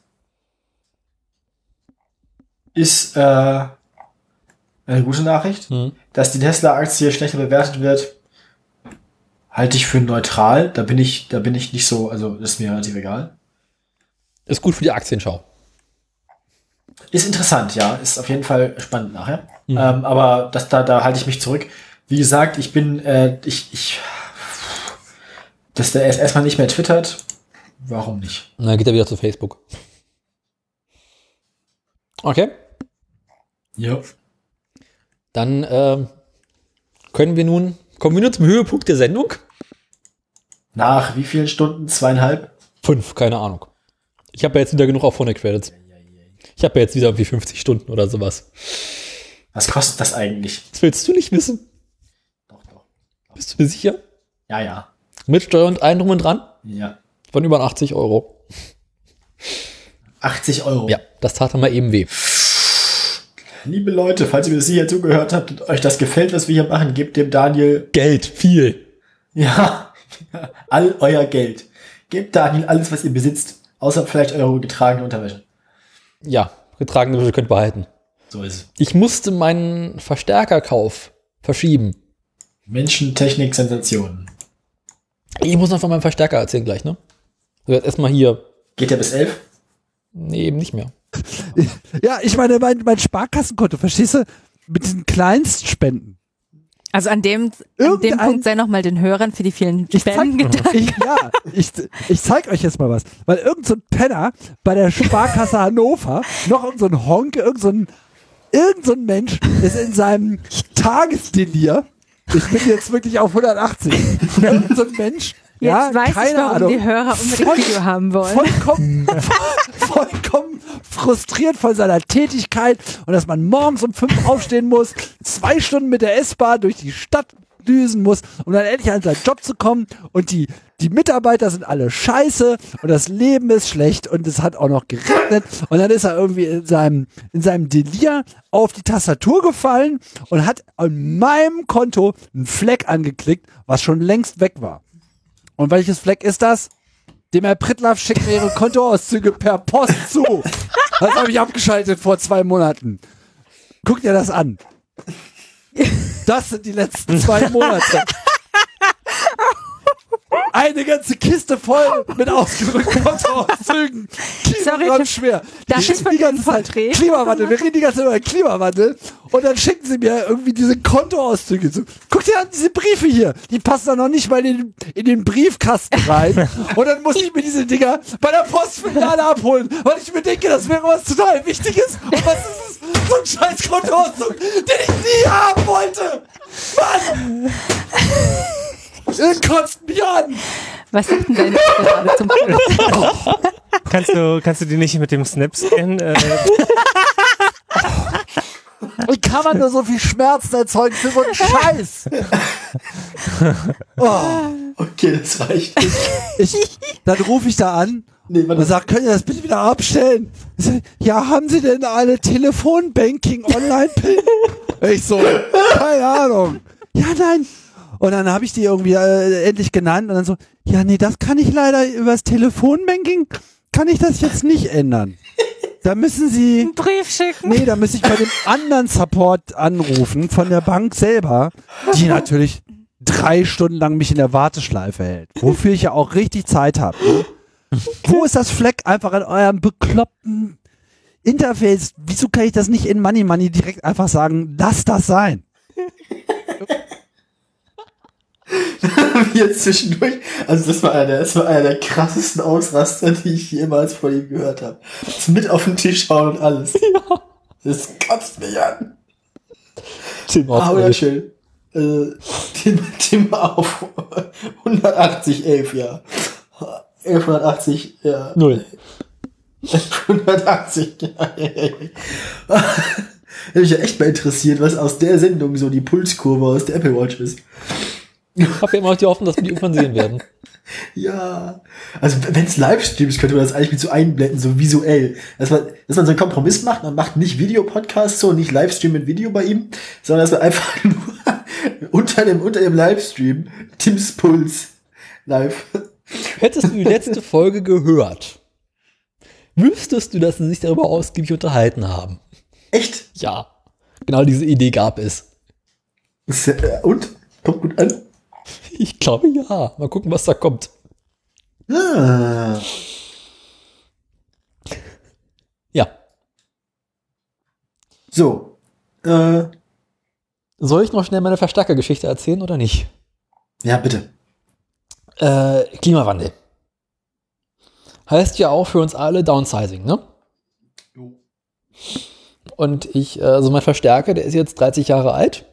A: ist äh, eine gute Nachricht.
B: Hm.
A: Dass die Tesla-Aktie schlechter bewertet wird, halte ich für neutral. Da bin ich, da bin ich nicht so, also ist mir relativ egal.
B: Ist gut für die Aktienschau.
A: Ist interessant, ja. Ist auf jeden Fall spannend nachher. Ähm, aber das, da, da halte ich mich zurück. Wie gesagt, ich bin, äh, ich, ich, dass der erst erstmal nicht mehr twittert, warum nicht?
B: Und dann geht er wieder zu Facebook. Okay.
A: Ja.
B: Dann ähm, können wir nun, kommen wir nun zum Höhepunkt der Sendung?
A: Nach wie vielen Stunden? Zweieinhalb?
B: Fünf, keine Ahnung. Ich habe ja jetzt wieder genug auf vorne Credits. Ich habe ja jetzt wieder wie 50 Stunden oder sowas.
A: Was kostet das eigentlich?
B: Das willst du nicht wissen?
A: Doch, doch.
B: Bist du mir sicher?
A: Ja, ja.
B: Mit Steuer und allem drum und dran
A: Ja.
B: von über 80 Euro.
A: 80 Euro.
B: Ja, das tat mal eben weh.
A: Liebe Leute, falls ihr bis hier zugehört habt und euch das gefällt, was wir hier machen, gebt dem Daniel
B: Geld, viel.
A: Ja, all euer Geld. Gebt Daniel alles, was ihr besitzt, außer vielleicht eure getragene Unterwäsche.
B: Ja, getragene Wäsche könnt ihr behalten.
A: So ist es.
B: Ich musste meinen Verstärkerkauf verschieben.
A: Menschen, Technik, Sensationen.
B: Ich muss noch von meinem Verstärker erzählen gleich, ne? Also jetzt erstmal hier.
A: Geht der bis elf?
B: Nee, eben nicht mehr.
G: Ja, ich meine, mein, mein Sparkassenkonto, verstehst du? Mit den Kleinstspenden.
H: Also an dem, an dem
G: Irgendein-
H: Punkt sei nochmal den Hörern für die vielen
G: Ich zeig-
H: Spenden gedankt.
G: Ich, ja, ich, ich zeig euch jetzt mal was. Weil irgend so ein Penner bei der Sparkasse Hannover, noch irgend so ein Honk, irgend so ein, irgend so ein Mensch ist in seinem Tagesdelir, ich bin jetzt wirklich auf 180, irgend so ein Mensch,
H: Jetzt
G: ja,
H: weiß ich,
G: keine
H: warum
G: Ahnung,
H: die Hörer unbedingt
G: voll-
H: Video haben wollen.
G: Vollkommen, vollkommen frustriert von seiner Tätigkeit und dass man morgens um fünf aufstehen muss, zwei Stunden mit der S-Bahn durch die Stadt düsen muss, um dann endlich an seinen Job zu kommen und die, die Mitarbeiter sind alle scheiße und das Leben ist schlecht und es hat auch noch geregnet und dann ist er irgendwie in seinem, in seinem Delir auf die Tastatur gefallen und hat an meinem Konto einen Fleck angeklickt, was schon längst weg war. Und welches Fleck ist das? Dem Herr Prittlaff schickt mir ihre Kontoauszüge per Post zu. Das habe ich abgeschaltet vor zwei Monaten. Guck dir das an. Das sind die letzten zwei Monate. Eine ganze Kiste voll mit ausgedrückten Kontoauszügen.
H: Sorry,
G: Kilogramm
H: Tim.
G: schwer. Die
H: Darf ich
G: schicken
H: von
G: die
H: Ihrem
G: ganze Zeit
H: Porträt?
G: Klimawandel. Wir reden die ganze Zeit über Klimawandel. Und dann schicken sie mir irgendwie diese Kontoauszüge zu. Guck dir an, diese Briefe hier. Die passen da noch nicht mal in den, in den Briefkasten rein. Und dann muss ich mir diese Dinger bei der Postfiliale abholen, weil ich mir denke, das wäre was total Wichtiges. Und was ist es? So ein scheiß Kontoauszug, den ich nie haben wollte. Mann! Das kotzt mich an.
H: Was sagt denn dein Chef gerade zum Punkt?
I: Kannst du, kannst du die nicht mit dem Snap-Scan? Äh,
G: Wie kann man nur so viel Schmerzen erzeugen für so einen Scheiß? Oh,
A: Okay, das reicht.
G: ich, dann rufe ich da an
A: Nee, warte.
G: und sage, könnt ihr das bitte wieder abstellen? Ich sag, Ja, haben Sie denn alle Telefonbanking Online-Pin? Ich so, keine Ahnung. Ja, nein. Und dann habe ich die irgendwie äh, endlich genannt und dann so, ja, nee, das kann ich leider übers Telefonbanking, kann ich das jetzt nicht ändern. Da müssen Sie
H: Brief schicken.
G: Nee, da müsste ich bei dem anderen Support anrufen von der Bank selber, die natürlich drei Stunden lang mich in der Warteschleife hält, wofür ich ja auch richtig Zeit habe. Ne? Wo ist das Fleck einfach in eurem bekloppten Interface? Wieso kann ich das nicht in Money Money direkt einfach sagen, lass das sein?
A: Jetzt zwischendurch. Also das war einer, der- das war einer der krassesten Ausraster, die ich jemals von ihm gehört habe. Ist mit auf den Tisch hauen und alles. Ja. Das kotzt mich an.
B: Tim
A: Aber Ah, ja, schön. Äh, Tim, Tim auf 180, 11, ja. 1180, ja.
B: Null.
A: 180. Hätte mich ja echt mal interessiert, was aus der Sendung so die Pulskurve aus der Apple Watch ist.
B: Ich habe ja immer noch die Hoffnung, dass wir die irgendwann sehen werden.
A: Ja. Also wenn es Livestreams könnte man das eigentlich mit so einblenden, so visuell. Dass man, dass man so einen Kompromiss macht, man macht nicht Videopodcast so, nicht Livestream mit Video bei ihm, sondern dass man einfach nur unter dem, unter dem Livestream Tims Puls live.
B: Hättest du die letzte Folge gehört, wüsstest du, dass sie sich darüber ausgiebig unterhalten haben.
A: Echt?
B: Ja, genau diese Idee gab es.
A: Ist, äh, Und? Kommt gut an.
B: Ich glaube ja. Mal gucken, was da kommt.
A: Ah.
B: Ja.
A: So. Äh,
B: Soll ich noch schnell meine Verstärkergeschichte erzählen oder nicht?
A: ja, bitte.
B: Äh, Klimawandel. Heißt ja auch für uns alle Downsizing, ne? Und ich, äh, also mein Verstärker, der ist jetzt 30 Jahre alt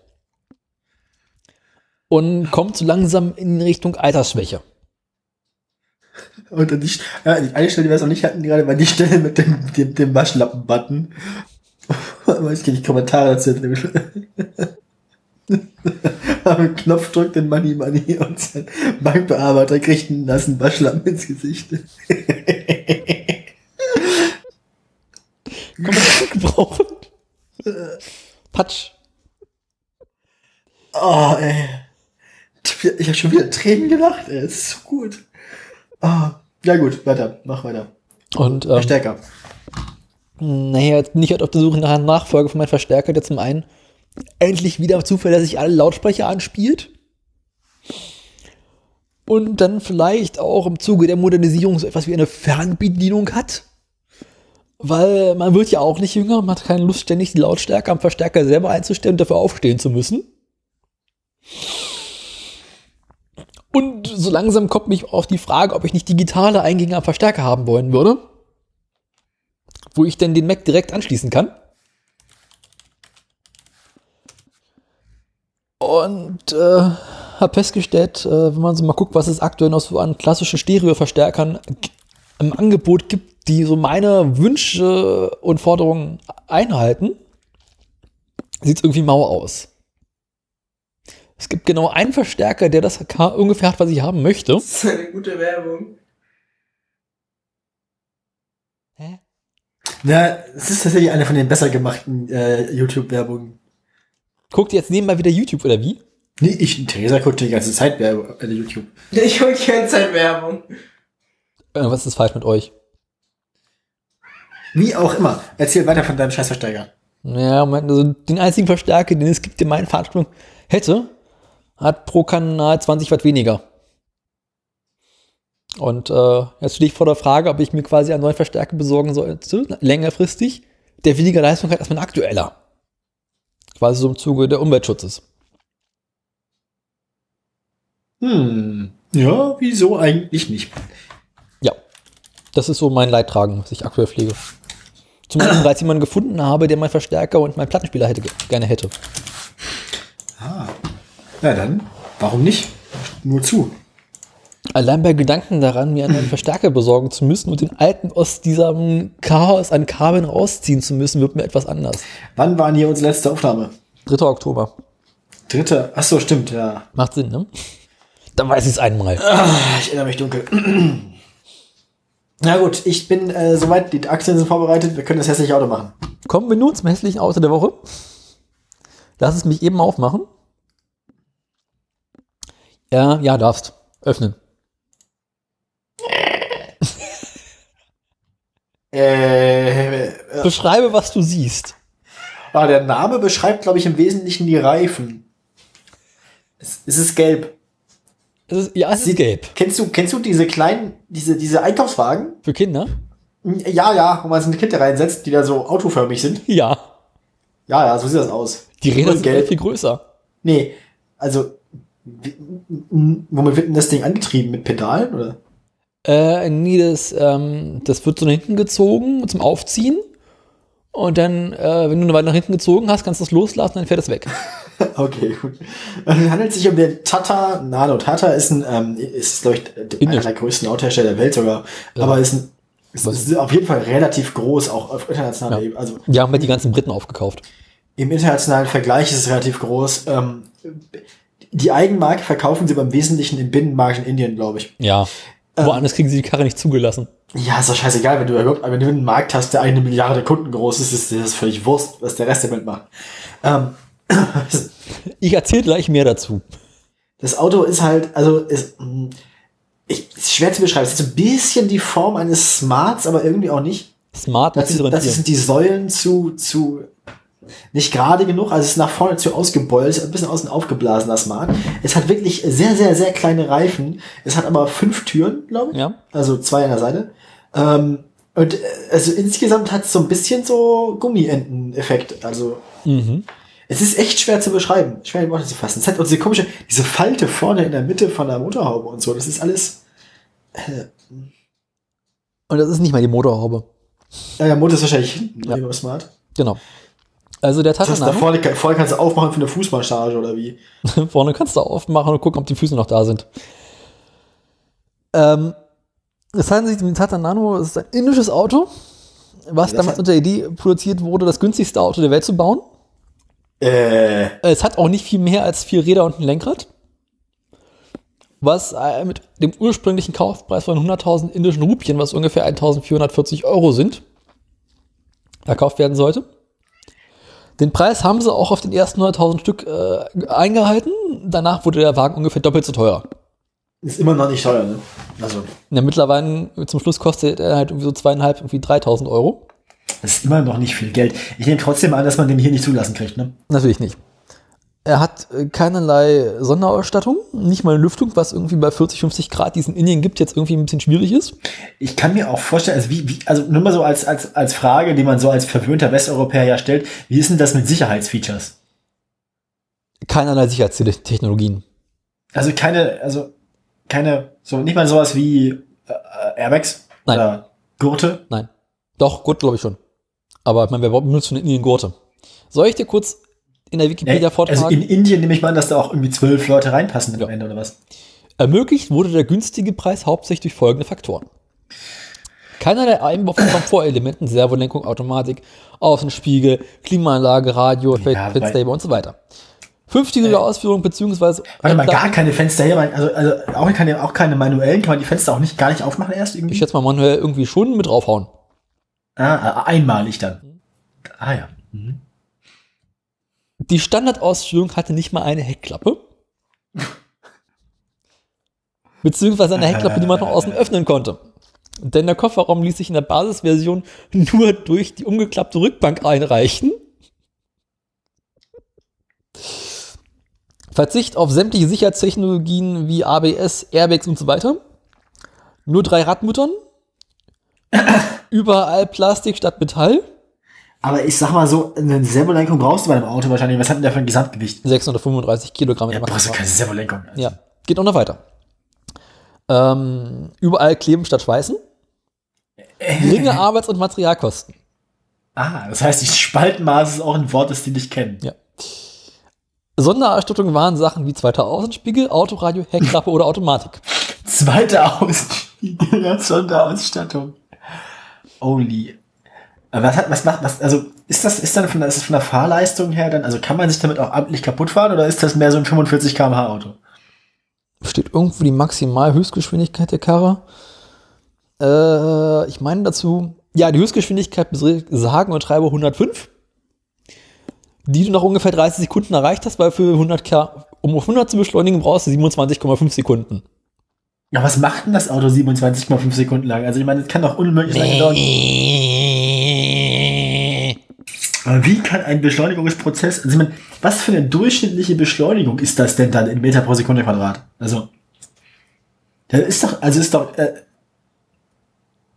B: und kommt so langsam in Richtung Altersschwäche.
A: Und an die, St- äh, die eine Stelle, die wir es noch nicht hatten, gerade war die Stelle mit dem, dem, dem Waschlappen-Button. Weiß gar nicht, Kommentare dazu. Am Knopf drückt den Money Money und sein Bankbearbeiter kriegt einen nassen Waschlappen ins Gesicht.
B: Kann man das gut gebrauchen? Patsch.
A: Oh, ey. Ich habe schon wieder Tränen gelacht, ey. Das ist so gut. Ah, ja gut, weiter. Mach weiter.
B: Und ähm,
A: Stärker.
B: Naja, jetzt bin ich halt auf der Suche nach einer Nachfolge von meinem Verstärker, der zum einen endlich wieder zuverlässig alle Lautsprecher anspielt. Und dann vielleicht auch im Zuge der Modernisierung so etwas wie eine Fernbedienung hat. Weil man wird ja auch nicht jünger, man hat keine Lust, ständig die Lautstärke am Verstärker selber einzustellen und dafür aufstehen zu müssen. Und so langsam kommt mich auch die Frage, ob ich nicht digitale Eingänge am Verstärker haben wollen würde wo ich denn den Mac direkt anschließen kann. Und äh, habe festgestellt, äh, wenn man so mal guckt, was es aktuell noch so an klassischen Stereo-Verstärkern g- im Angebot gibt, die so meine Wünsche und Forderungen einhalten, sieht es irgendwie mau aus. Es gibt genau einen Verstärker, der das ka- ungefähr hat, was ich haben möchte.
C: Das ist eine gute Werbung.
A: Na, es ist tatsächlich eine von den besser gemachten äh, YouTube-Werbungen.
B: Guckt ihr jetzt nebenbei wieder YouTube oder wie?
A: Nee, ich, Theresa guckt die ganze Zeit Werbung, äh, YouTube.
C: Ich hole die ganze Zeit Werbung.
B: Äh, was ist falsch mit euch?
A: Wie auch immer. Erzähl weiter von deinem Scheißversteiger.
B: Ja, Moment, also den einzigen Verstärker, den es gibt, den meine Veranstaltung hätte, hat pro Kanal 20 Watt weniger. Und äh, jetzt stehe ich vor der Frage, ob ich mir quasi einen neuen Verstärker besorgen sollte, längerfristig, der weniger Leistung hat als mein aktueller. Quasi so im Zuge der Umweltschutzes.
A: Hm. Ja, wieso eigentlich nicht?
B: Ja, das ist so mein Leidtragen, was ich aktuell pflege. Zum Beispiel, weil ich jemanden gefunden habe, der meinen Verstärker und meinen Plattenspieler hätte, gerne hätte.
A: Na dann, warum nicht? Nur zu.
B: Allein bei Gedanken daran, mir einen neuen Verstärker besorgen zu müssen und den alten aus diesem Chaos an Kabeln rausziehen zu müssen, wird mir etwas anders.
A: Wann waren hier unsere letzte Aufnahme?
B: 3. Oktober.
A: Dritte. Ach so, stimmt, ja.
B: Macht Sinn, ne? Dann weiß ich es einmal.
A: Ich erinnere mich dunkel. Na gut, ich bin äh, soweit, die Aktien sind vorbereitet, wir können das hässliche Auto machen.
B: Kommen wir nun zum hässlichen Auto der Woche. Lass es mich eben aufmachen. Ja, ja, darfst. Öffnen.
A: Äh, äh,
B: Beschreibe, was du siehst.
A: ah, der Name beschreibt, glaube ich, im Wesentlichen die Reifen. Es, es ist gelb.
B: Es ist, ja, es ist gelb.
A: Kennst du, kennst du diese kleinen, diese, diese Einkaufswagen?
B: Für Kinder?
A: Ja, ja, wo man so eine Kette reinsetzt, die da so autoförmig sind.
B: Ja.
A: Ja, ja, so sieht das aus.
B: Die Räder
A: Nur
B: sind alle
A: gelb.
B: viel größer.
A: Nee, also, w- m- womit wird denn das Ding angetrieben? Mit Pedalen, oder?
B: Äh, nee, das, ähm, das wird so nach hinten gezogen zum Aufziehen. Und dann, äh, wenn du eine Weile nach hinten gezogen hast, kannst du es loslassen, dann fährt es weg.
A: Okay, gut. Es handelt sich um den Tata Nano. Tata ist ein, ähm, ist, glaube ich, einer
B: Indisch.
A: der größten Autohersteller der Welt sogar. Aber ist, ein, ist,
B: Was-
A: ist auf jeden Fall relativ groß, auch auf internationaler
B: Ja.
A: Ebene. Also
B: Die haben halt die ganzen Briten aufgekauft.
A: im internationalen Vergleich ist es relativ groß. Ähm, die Eigenmarke verkaufen sie beim Wesentlichen im Binnenmarkt in Indien, glaube ich.
B: Ja. Ähm. Woanders kriegen sie die Karre nicht zugelassen.
A: Ja, ist doch scheißegal, wenn du überhaupt, wenn du einen Markt hast, der eine Milliarde Kunden groß ist, ist dir das völlig Wurst, was der Rest damit macht. Ähm,
B: Ich erzähle gleich mehr dazu.
A: Das Auto ist halt, also ist, mh, ich, ist schwer zu beschreiben. Es ist so ein bisschen die Form eines Smarts, aber irgendwie auch nicht.
B: Smart mit
A: Das,
B: diesem
A: das sind die Säulen zu, zu nicht gerade genug, also es ist nach vorne zu ausgebeult, ein bisschen außen aufgeblasener Smart. Es hat wirklich sehr, sehr, sehr kleine Reifen. Es hat aber fünf Türen, glaube ich.
B: Ja.
A: Also zwei an der Seite. Ähm, und äh, also insgesamt hat es so ein bisschen so Gummienten-Effekt. Also
B: Mhm.
A: es ist echt schwer zu beschreiben, schwer in Worte zu fassen. Es hat auch diese komische, diese Falte vorne in der Mitte von der Motorhaube und so. Das ist alles.
B: Und das ist nicht mal die Motorhaube.
A: Ja, der Motor ist wahrscheinlich hinten,
B: Ja.
A: ja. smart.
B: Genau. Also der
A: Das heißt,
B: Taschenname
A: da vorne, kann- vorne kannst du aufmachen für eine Fußmassage oder wie?
B: vorne kannst du aufmachen und gucken, ob die Füße noch da sind. Ähm, es handelt sich um den Tata Nano, es ist ein indisches Auto, was damals unter der Idee produziert wurde, das günstigste Auto der Welt zu bauen.
A: Äh,
B: Es hat auch nicht viel mehr als vier Räder und ein Lenkrad. Was äh, mit dem ursprünglichen Kaufpreis von 100.000 indischen Rupien, was ungefähr 1.440 Euro sind, verkauft werden sollte. Den Preis haben sie auch auf den ersten 100.000 Stück äh, eingehalten. Danach wurde der Wagen ungefähr doppelt so teuer.
A: ist immer noch nicht teuer, ne? Also,
B: Ja, mittlerweile zum Schluss kostet er halt irgendwie so zweieinhalb, irgendwie 3.000 Euro.
A: das ist immer noch nicht viel Geld. Ich nehme trotzdem an, dass man den hier nicht zulassen kriegt, ne?
B: Natürlich nicht. Er hat äh, keinerlei Sonderausstattung, nicht mal eine Lüftung, was irgendwie bei 40, 50 Grad, die es in Indien gibt, jetzt irgendwie ein bisschen schwierig ist.
A: Ich kann mir auch vorstellen, also, wie, wie, also nur mal so als, als, als Frage, die man so als verwöhnter Westeuropäer ja stellt, wie ist denn das mit Sicherheitsfeatures?
B: Keinerlei Sicherheitstechnologien.
A: Also keine, also keine, so nicht mal sowas wie äh, äh, Airbags
B: Nein.
A: oder Gurte.
B: Nein. Doch, Gurt glaube ich schon. Aber ich meine, wer benutzt schon in Indien Gurte? Soll ich dir kurz in der
A: Nee,
B: Wikipedia vortragen?
A: also in Indien nehme ich mal an, dass da auch irgendwie zwölf Leute reinpassen am
B: Ja.
A: Ende oder was.
B: Ermöglicht wurde der günstige Preis hauptsächlich durch folgende Faktoren. Keinerlei Einbau von Komfortelementen, Servolenkung, Automatik, Außenspiegel, Klimaanlage, Radio,
A: Ja, Äh,
B: Fensterheber und so weiter. Fünftige Ausführung bzw.
A: Warte mal, gar keine Fenster hier, rein, also, also auch, keine, auch keine manuellen, kann man die Fenster auch nicht gar nicht aufmachen erst irgendwie?
B: Ich schätze mal manuell irgendwie schon mit draufhauen.
A: Ah, einmalig dann. Ah ja. Mhm.
B: Die Standardausführung hatte nicht mal eine Heckklappe. Beziehungsweise eine Heckklappe, die man von außen öffnen konnte. Denn der Kofferraum ließ sich in der Basisversion nur durch die umgeklappte Rückbank einreichen. Verzicht auf sämtliche Sicherheitstechnologien wie ABS, Airbags und so weiter. Nur drei Radmuttern. Überall Plastik statt Metall.
A: Aber ich sag mal so, eine Servolenkung brauchst du bei einem Auto wahrscheinlich. Was hat denn der für ein Gesamtgewicht?
B: 635 Kilogramm. in
A: Ja,
B: der
A: brauchst du
B: Maximal-
A: keine Servolenkung. Also,
B: Ja, geht auch noch weiter. Ähm, überall kleben statt schweißen. Geringe Arbeits- und Materialkosten.
A: Ah, das heißt, das Spaltmaß ist auch ein Wort, das die nicht kennen.
B: Sonderausstattung waren Sachen wie zweiter Außenspiegel, Autoradio, Heckklappe oder Automatik.
A: Zweiter Ausstieg der Sonderausstattung. Holy. Aber Was hat, was macht, was, also, ist das, ist dann von, der- ist das von der Fahrleistung her dann, also kann man sich damit auch amtlich kaputt fahren oder ist das mehr so ein 45 km/h Auto?
B: Steht irgendwo die Maximal-Höchstgeschwindigkeit der Karre? Äh, ich meine dazu, ja, die Höchstgeschwindigkeit sagen und treibe 105, die du nach ungefähr 30 Sekunden erreicht hast, weil für 100 K, um auf 100 zu beschleunigen, brauchst du 27,5 Sekunden.
A: Ja, was macht denn das Auto 27,5 Sekunden lang? Also, ich meine, es kann doch unmöglich lange dauern. Aber wie kann ein Beschleunigungsprozess, also ich meine, was für eine durchschnittliche Beschleunigung ist das denn dann in Meter pro Sekunde Quadrat? Also, das ist doch, also ist doch, äh,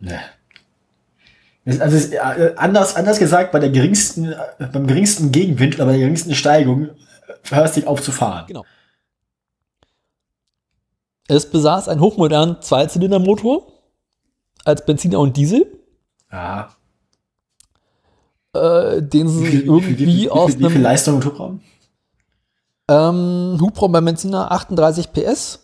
A: ne. Das- Also ist, äh, anders, anders gesagt, bei der geringsten, äh, beim geringsten Gegenwind oder bei der geringsten Steigung äh, hörst du dich auf zu fahren.
B: Genau. Es besaß einen hochmodernen Zweizylindermotor als Benziner und Diesel,
A: Ja.
B: äh, den
A: Wie
B: sie
A: viel,
B: sich irgendwie
A: wie, viel, wie,
B: aus
A: viel, wie viel
B: einem
A: Leistung im Hubraum?
B: ähm, Hubraum beim Benziner 38 PS.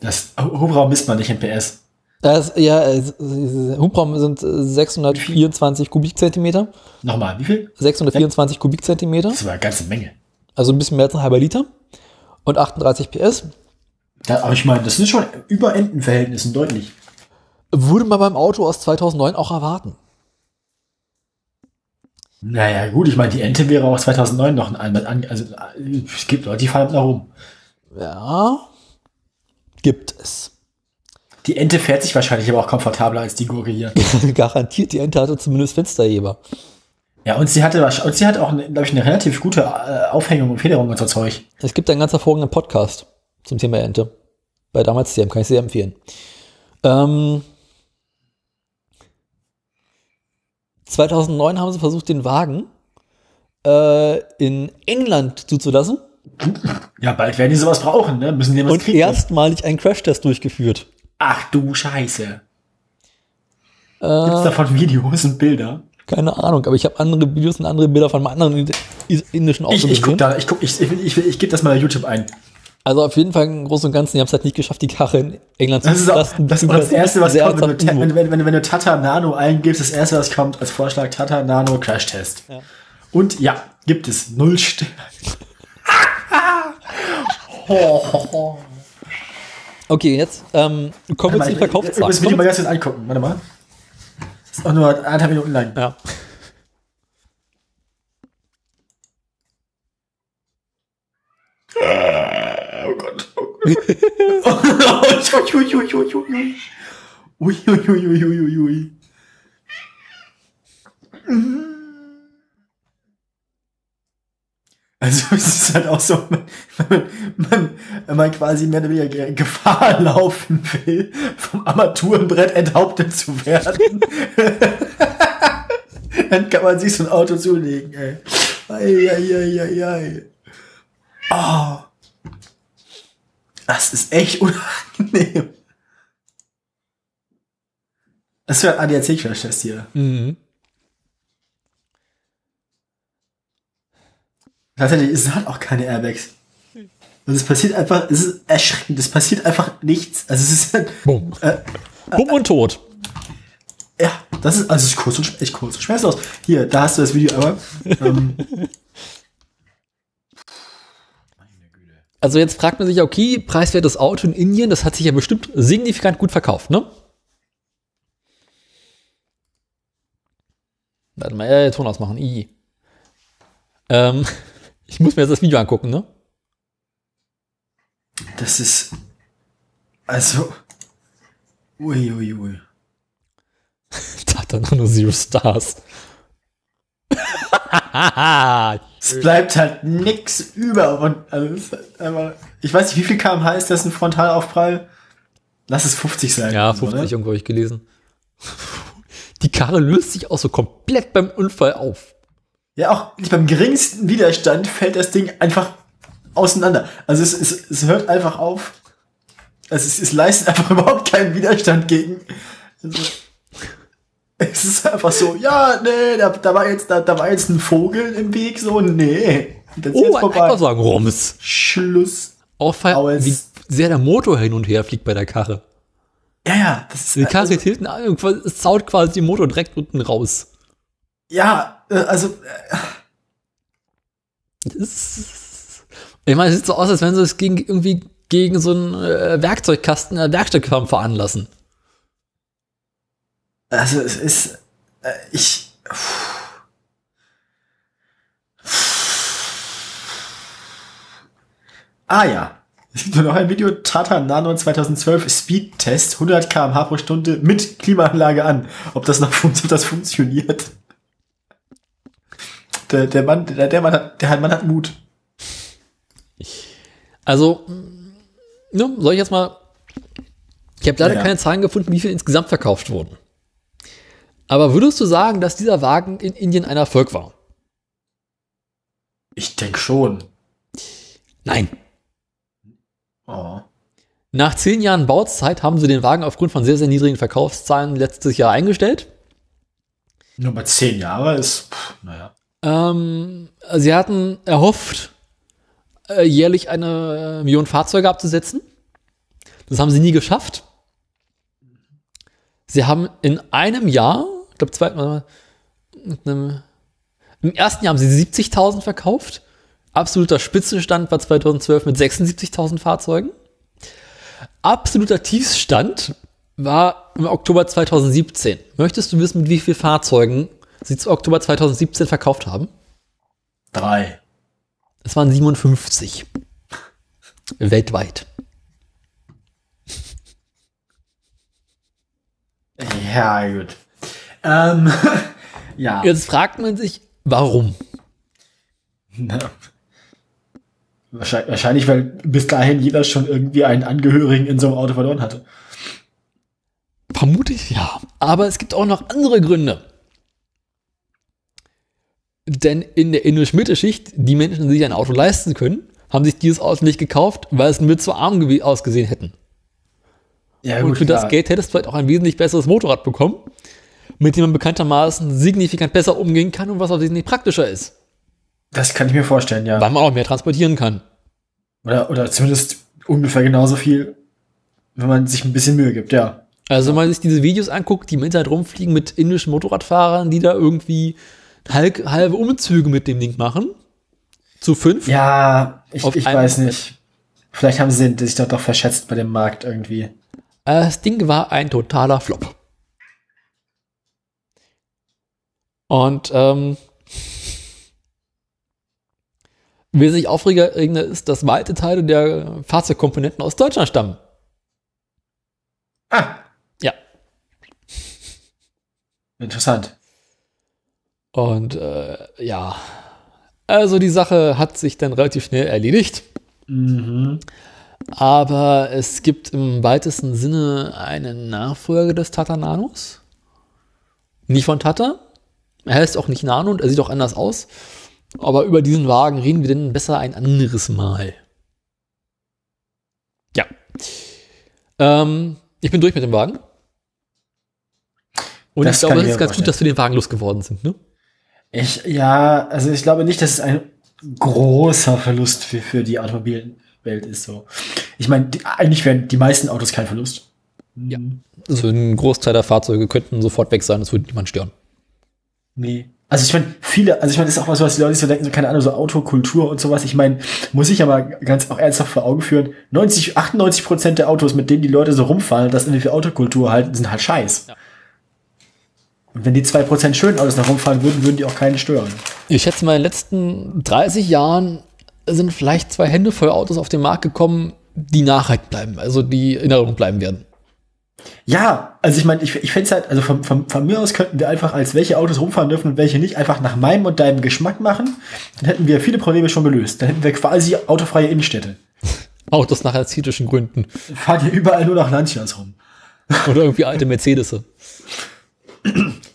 A: Das Hubraum misst man nicht in PS.
B: Das, ja, äh, s- s- Hubraum sind äh, 624 Kubikzentimeter.
A: Nochmal, wie
B: Hm?
A: viel?
B: 624 Kubikzentimeter,
A: Das ist aber eine ganze Menge.
B: also ein bisschen mehr als ein halber Liter. Und 38 PS.
A: Da, aber ich meine, das ist schon über Entenverhältnissen deutlich.
B: Würde man beim Auto aus 2009 auch erwarten.
A: Naja, gut, ich meine, die Ente wäre auch 2009 noch ein Einmal an. Also, äh, es gibt Leute, die fahren da rum.
B: Ja, gibt es.
A: Die Ente fährt sich wahrscheinlich aber auch komfortabler als die Gurke hier.
B: Garantiert, die Ente hatte zumindest Fensterheber.
A: Ja, und sie hatte, wahrsch- und sie hat auch, glaube ich, eine relativ gute äh, Aufhängung und Federung und so Zeug.
B: Es gibt einen ganz hervorragenden Podcast zum Thema Ente. Bei damals CM kann ich sehr empfehlen. Ähm, 2009 haben sie versucht, den Wagen äh, in England zuzulassen
A: Ja, bald werden die sowas brauchen, ne? Müssen die was
B: und erstmalig einen Crashtest durchgeführt.
A: Ach du Scheiße. Gibt's
B: Äh,
A: davon Videos und Bilder?
B: Keine Ahnung, aber ich habe andere Videos und andere Bilder von einem anderen ind- indischen Auto
A: Ich, ich guck da, ich guck, ich, ich, ich, ich, ich gebe das mal bei YouTube ein.
B: Also auf jeden Fall im Großen und Ganzen, die haben es halt nicht geschafft, die Karre in England
A: Das ist auch das,
B: belasten.
A: ist auch das erste, was
B: Sehr
A: kommt, wenn du,
B: ernsthaft
A: Ta- wenn,
B: Niveau.
A: wenn, wenn, wenn du Tata Nano eingibst, das erste, was kommt als Vorschlag Tata Nano Crash Test. Und ja, gibt es null Sterne.
B: Okay, jetzt ähm, kommen wir zu den
A: Ich muss
B: Verkaufszahlen.
A: mir die mal
B: Kommen-
A: ganz kurz angucken. Warte mal. Das ist auch nur anderthalb Minuten lang.
B: Ja.
A: Oh Gott. Oh Gott. Ui, ui, ui, ui, ui. Ui, ui, ui, ui, ui, ui, ui. Also es ist halt auch so, man, man, man, wenn man quasi mehr oder weniger Gefahr laufen will, vom Armaturenbrett enthauptet zu werden, dann kann man sich so ein Auto zulegen, ey. Ei, ei, ei, ei, ei. Oh. Das ist echt unangenehm. Das wäre ein ADAC-Crash-Test hier.
B: Mhm.
A: Tatsächlich, es hat auch keine Airbags. Und es passiert einfach, es ist erschreckend, es passiert einfach nichts. Also es ist,
B: Bumm.
A: Äh,
B: Bumm und tot.
A: ja, das ist, also es ist kurz und, sch- echt kurz und schmerzlos. Hier, da hast du das Video, aber, ähm,
B: Also jetzt fragt man sich, okay, preiswertes Auto in Indien, das hat sich ja bestimmt signifikant gut verkauft, ne? Warte mal, äh, Ton ausmachen. I. Ähm, ich muss mir jetzt das Video angucken, ne?
A: das ist, also, uiuiui. Ui, ui.
B: Da hat er noch nur Zero Stars.
A: Es bleibt halt nix über und, also, es ist halt einfach, ich weiß nicht, wie viel kmh ist das ein Frontalaufprall? Lass es 50 sein.
B: ja,
A: oder so,
B: 50
A: ne?
B: irgendwo habe ich gelesen. Die Karre löst sich auch so komplett beim Unfall auf.
A: Ja, auch nicht beim geringsten Widerstand fällt das Ding einfach auseinander. Also es, es, es hört einfach auf. Also es, es leistet einfach überhaupt keinen Widerstand gegen. Also, es ist einfach so, ja, nee, da, da, war jetzt, da, da war jetzt ein Vogel im Weg, so, nee. Das ist
B: Oh,
A: jetzt
B: ein
A: vorbei.
B: Einkaufswagen rums.
A: Schluss.
B: Auffall,
A: Aus.
B: wie sehr der Motor hin und her fliegt bei der Karre.
A: Ja, ja, das
B: Die
A: ist, also,
B: Karre ist hinten, an und quasi- es zaut quasi den Motor direkt unten raus.
A: ja, äh, also, äh,
B: Das ist- Ich meine, es sieht so aus, als wenn sie es gegen, irgendwie gegen so einen äh, Werkzeugkasten, äh, Werkstatt haben fahren lassen.
A: also es ist, äh, ich, Ah ja. Es gibt nur noch ein Video, Tata Nano 2012 Speedtest, 100 km/h pro Stunde mit Klimaanlage an. Ob das noch fun- ob das funktioniert? Der, der Mann, der, der Mann hat, der Mann hat Mut.
B: Also, mh, ne, soll ich jetzt mal. Ich habe leider
A: Ja.
B: keine Zahlen gefunden, wie viel insgesamt verkauft wurden. Aber würdest du sagen, dass dieser Wagen in Indien ein Erfolg war?
A: Ich denke schon.
B: Nein.
A: Oh.
B: Nach zehn Jahren Bauzeit haben sie den Wagen aufgrund von sehr, sehr niedrigen Verkaufszahlen letztes Jahr eingestellt.
A: Nur mal zehn Jahre ist, pff, naja.
B: Ähm, sie hatten erhofft, äh, jährlich eine äh, Million Fahrzeuge abzusetzen. Das haben sie nie geschafft. Sie haben in einem Jahr, ich glaube, zwei, äh, mit einem, im ersten Jahr haben sie 70.000 verkauft. Absoluter Spitzenstand war 2012 mit 76.000 Fahrzeugen. Absoluter Tiefstand war im Oktober 2017. Möchtest du wissen, mit wie vielen Fahrzeugen sie zu Oktober 2017 verkauft haben?
A: Drei.
B: Es waren 57. Weltweit.
A: Ja, gut. Ähm, ja.
B: Jetzt fragt man sich, warum?
A: Na, wahrscheinlich, wahrscheinlich, weil bis dahin jeder schon irgendwie einen Angehörigen in so einem Auto verloren hatte.
B: Vermutlich ja. Aber es gibt auch noch andere Gründe. Denn in der indisch-Mittelschicht, die Menschen, die sich ein Auto leisten können, haben sich dieses Auto nicht gekauft, weil es mit zu arm gewe- ausgesehen hätten.
A: Ja,
B: Und für das
A: klar.
B: Geld hättest du vielleicht auch ein wesentlich besseres Motorrad bekommen. mit dem man bekanntermaßen signifikant besser umgehen kann und was auch wesentlich praktischer ist,
A: Das kann ich mir vorstellen, ja.
B: weil man auch mehr transportieren kann.
A: Oder, oder zumindest ungefähr genauso viel, wenn man sich ein bisschen Mühe gibt, ja.
B: Also wenn man sich diese Videos anguckt, die im Internet rumfliegen mit indischen Motorradfahrern, die da irgendwie halb, halbe Umzüge mit dem Ding machen, zu fünf,
A: Ja, ich,
B: Auf
A: ich
B: einmal-
A: weiß nicht. Vielleicht haben sie sich doch doch verschätzt bei dem Markt irgendwie.
B: Äh, Das Ding war ein totaler Flop. Und ähm, wesentlich aufregender ist, dass weite Teile der Fahrzeugkomponenten aus Deutschland stammen.
A: Ah.
B: Ja.
A: Interessant.
B: Und äh, ja, also die Sache hat sich dann relativ schnell erledigt.
A: Mhm.
B: Aber es gibt im weitesten Sinne eine Nachfolge des Tata Nanos. Nicht von Tata. Er heißt auch nicht Nano und er sieht auch anders aus. Aber über diesen Wagen reden wir denn besser ein anderes Mal. Ja. Ähm, ich bin durch mit dem Wagen. Und
A: Das
B: ich glaube,
A: kann
B: es
A: ich
B: ist
A: mir
B: ganz gut,
A: vorstellen.
B: dass wir den Wagen losgeworden sind. Ne?
A: Ich, ja, also ich glaube nicht, dass es ein großer Verlust für, für die Automobilwelt ist. So. Ich meine, die- eigentlich wären die meisten Autos kein Verlust.
B: Ja. Also ein Großteil der Fahrzeuge könnten sofort weg sein, es würde niemand stören.
A: Nee. Also ich meine, viele, also ich meine, das ist auch was, was die Leute so denken, so keine Ahnung, so Autokultur und sowas. Ich meine, muss ich aber ganz auch ernsthaft vor Augen führen, 90, 98 Prozent der Autos, mit denen die Leute so rumfahren, das irgendwie für Autokultur halten, sind halt scheiß. Und wenn die 2% schönen Autos noch rumfahren würden, würden die auch keinen stören.
B: Ich schätze mal, in den letzten 30 Jahren sind vielleicht zwei Hände voll Autos auf den Markt gekommen, die nachhaltig bleiben, also die in Erinnerung bleiben werden.
A: Ja, also ich meine, ich, ich fände es halt, also von, von, von mir aus könnten wir einfach als welche Autos rumfahren dürfen und welche nicht, einfach nach meinem und deinem Geschmack machen. Dann hätten wir viele Probleme schon gelöst. Dann hätten wir quasi autofreie Innenstädte.
B: Autos nach ästhetischen Gründen
A: Dann fahren hier überall nur nach Lancias rum.
B: oder irgendwie alte Mercedes.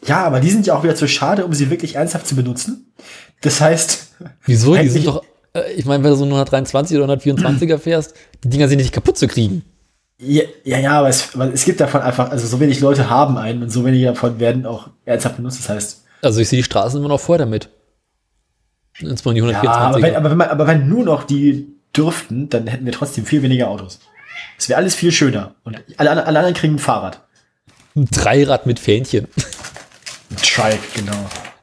A: Ja, aber die sind ja auch wieder zu schade, um sie wirklich ernsthaft zu benutzen. Das heißt,
B: Wieso? Die
A: Eigentlich-
B: sind doch, äh, ich meine, wenn du so einen 123 oder 124er fährst, die Dinger sind nicht kaputt zu kriegen.
A: ja, ja, ja aber, es, aber es gibt davon einfach, also so wenig Leute haben einen und so wenige davon werden auch ernsthaft benutzt. Das heißt,
B: Also ich sehe die Straßen immer noch voll damit. Insbesondere die
A: ja, aber
B: 124er.
A: wenn, aber, wenn man, aber wenn nur noch die dürften, dann hätten wir trotzdem viel weniger Autos. Es wäre alles viel schöner. Und alle, alle, alle anderen kriegen ein Fahrrad.
B: ein Dreirad mit Fähnchen.
A: Ein Trike, genau.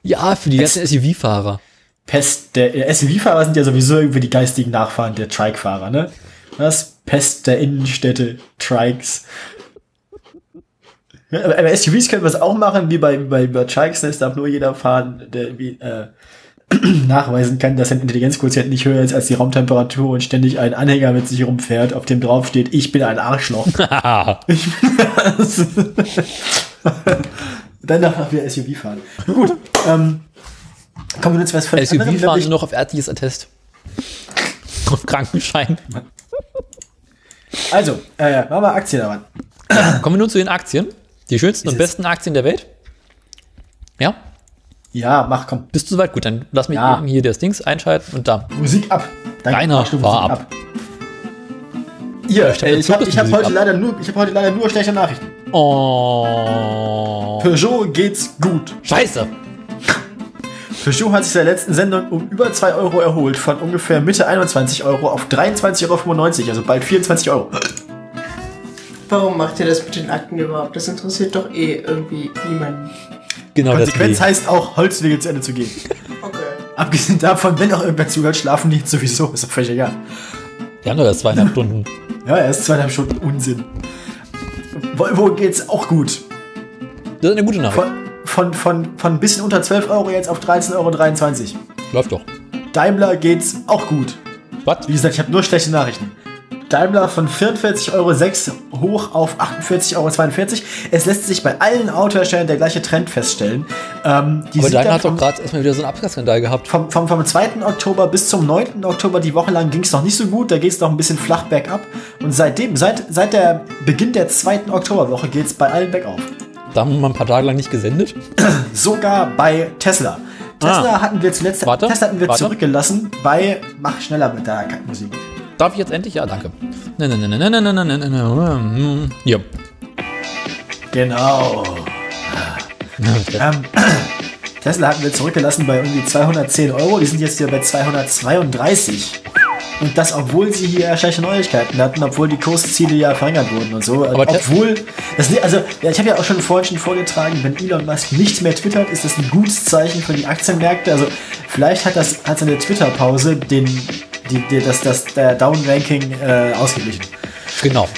B: ja, für die ganzen SUV-Fahrer.
A: Pest der äh, SUV-Fahrer sind ja sowieso irgendwie die geistigen Nachfahren der Trike-Fahrer, ne? Was? Pest der Innenstädte, Trikes. Ja, Aber, aber SUVs können wir es auch machen, wie bei, bei, bei Trikes, ne? es darf nur jeder fahren, der irgendwie äh, nachweisen kann, dass sein Intelligenzquotient nicht höher ist als die Raumtemperatur und ständig einen Anhänger mit sich rumfährt, auf dem drauf steht, ich bin ein Arschloch. ich Dann darf man wieder SUV fahren. Gut, ähm, kommen wir zu was völlig anderem,
B: SUV-Fahren
A: nämlich-
B: nur noch auf ärztliches Attest. Auf Krankenschein.
A: Also, äh, machen wir Aktien daran.
B: Kommen wir nun zu den Aktien. Die schönsten und besten Aktien der Welt. Ja,
A: Ja, mach, komm.
B: bist du soweit? Gut, dann lass mich
A: Ja.
B: eben hier das Dings einschalten und da.
A: Musik ab. Dein
B: Rainer,
A: Arschloch,
B: fahr ab.
A: Ihr, ich
B: Ich hab jetzt
A: habe ich hab
B: Musik
A: heute,
B: ab.
A: leider nur- ich hab heute leider nur schlechte Nachrichten.
B: Oh.
A: Peugeot geht's gut.
B: Scheiße.
A: Peugeot hat sich seit der letzten Sendung um über 2 Euro erholt, von ungefähr Mitte 21 Euro auf 23,95 Euro, also bald 24 Euro.
C: Warum macht ihr das mit den Akten überhaupt? Das interessiert doch eh irgendwie niemanden.
B: Genau das
A: Konsequenz
B: B.
A: heißt auch, Holzwege zu Ende zu gehen.
C: Okay.
A: Abgesehen davon, wenn auch irgendwer zuhört, schlafen die sowieso, ist doch völlig egal.
B: Die haben doch erst zweieinhalb Stunden.
A: Ja, erst zweieinhalb Stunden Unsinn. Volvo geht's auch gut.
B: Das ist eine gute Nachricht.
A: Von, von, von, von ein bisschen unter 12 Euro jetzt auf 13,23 Euro.
B: Läuft doch.
A: Daimler geht's auch gut.
B: Was?
A: Wie gesagt, ich habe nur schlechte Nachrichten. Daimler von 44,06 Euro hoch auf 48,42 Euro. Es lässt sich bei allen Autoherstellern der gleiche Trend feststellen. Ähm, die
B: Aber
A: sind
B: Daimler
A: dann
B: hat doch
A: vom-
B: gerade erstmal wieder so einen Abgasskandal gehabt.
A: vom, vom, vom 2. Oktober bis zum 9. Oktober, die Woche lang, ging es noch nicht so gut. Da geht es noch ein bisschen flach bergab. Und seitdem, seit, seit der Beginn der 2. Oktoberwoche geht es bei allen bergauf.
B: Da haben wir mal ein paar Tage lang nicht gesendet.
A: sogar bei Tesla. Tesla hatten wir zuletzt
B: Ah. Warte,
A: Tesla hatten wir
B: warte.
A: zurückgelassen bei Mach schneller mit der Kackmusik.
B: Darf ich jetzt endlich? Ja, danke. Nein, nein, nein, nein, nein, nein, nein, nein, nein. Ja.
A: Genau. Ähm, Tesla hatten wir zurückgelassen bei irgendwie 210 Euro. Die sind jetzt hier bei 232. Und das, obwohl sie hier schlechte Neuigkeiten hatten, obwohl die Kursziele ja verringert wurden und so. Also
B: Aber Tes-
A: obwohl, das, li- also ja, ich habe ja auch schon vorhin schon vorgetragen, wenn Elon Musk nicht mehr twittert, ist das ein gutes Zeichen für die Aktienmärkte. Also vielleicht hat das hat seine Twitter-Pause den, die, die, das, das der Downranking äh, ausgeglichen.
B: Genau.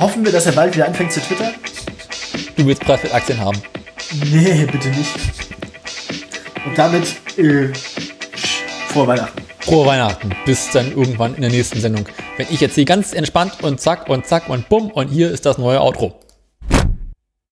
A: Hoffen wir, dass er bald wieder anfängt zu twittern.
B: Du willst Preis mit Aktien haben.
A: Nee, bitte nicht. Und damit äh, vor Weihnachten.
B: Frohe Weihnachten. Bis dann irgendwann in der nächsten Sendung. Wenn ich jetzt hier ganz entspannt und zack und zack und bumm und hier ist das neue Outro.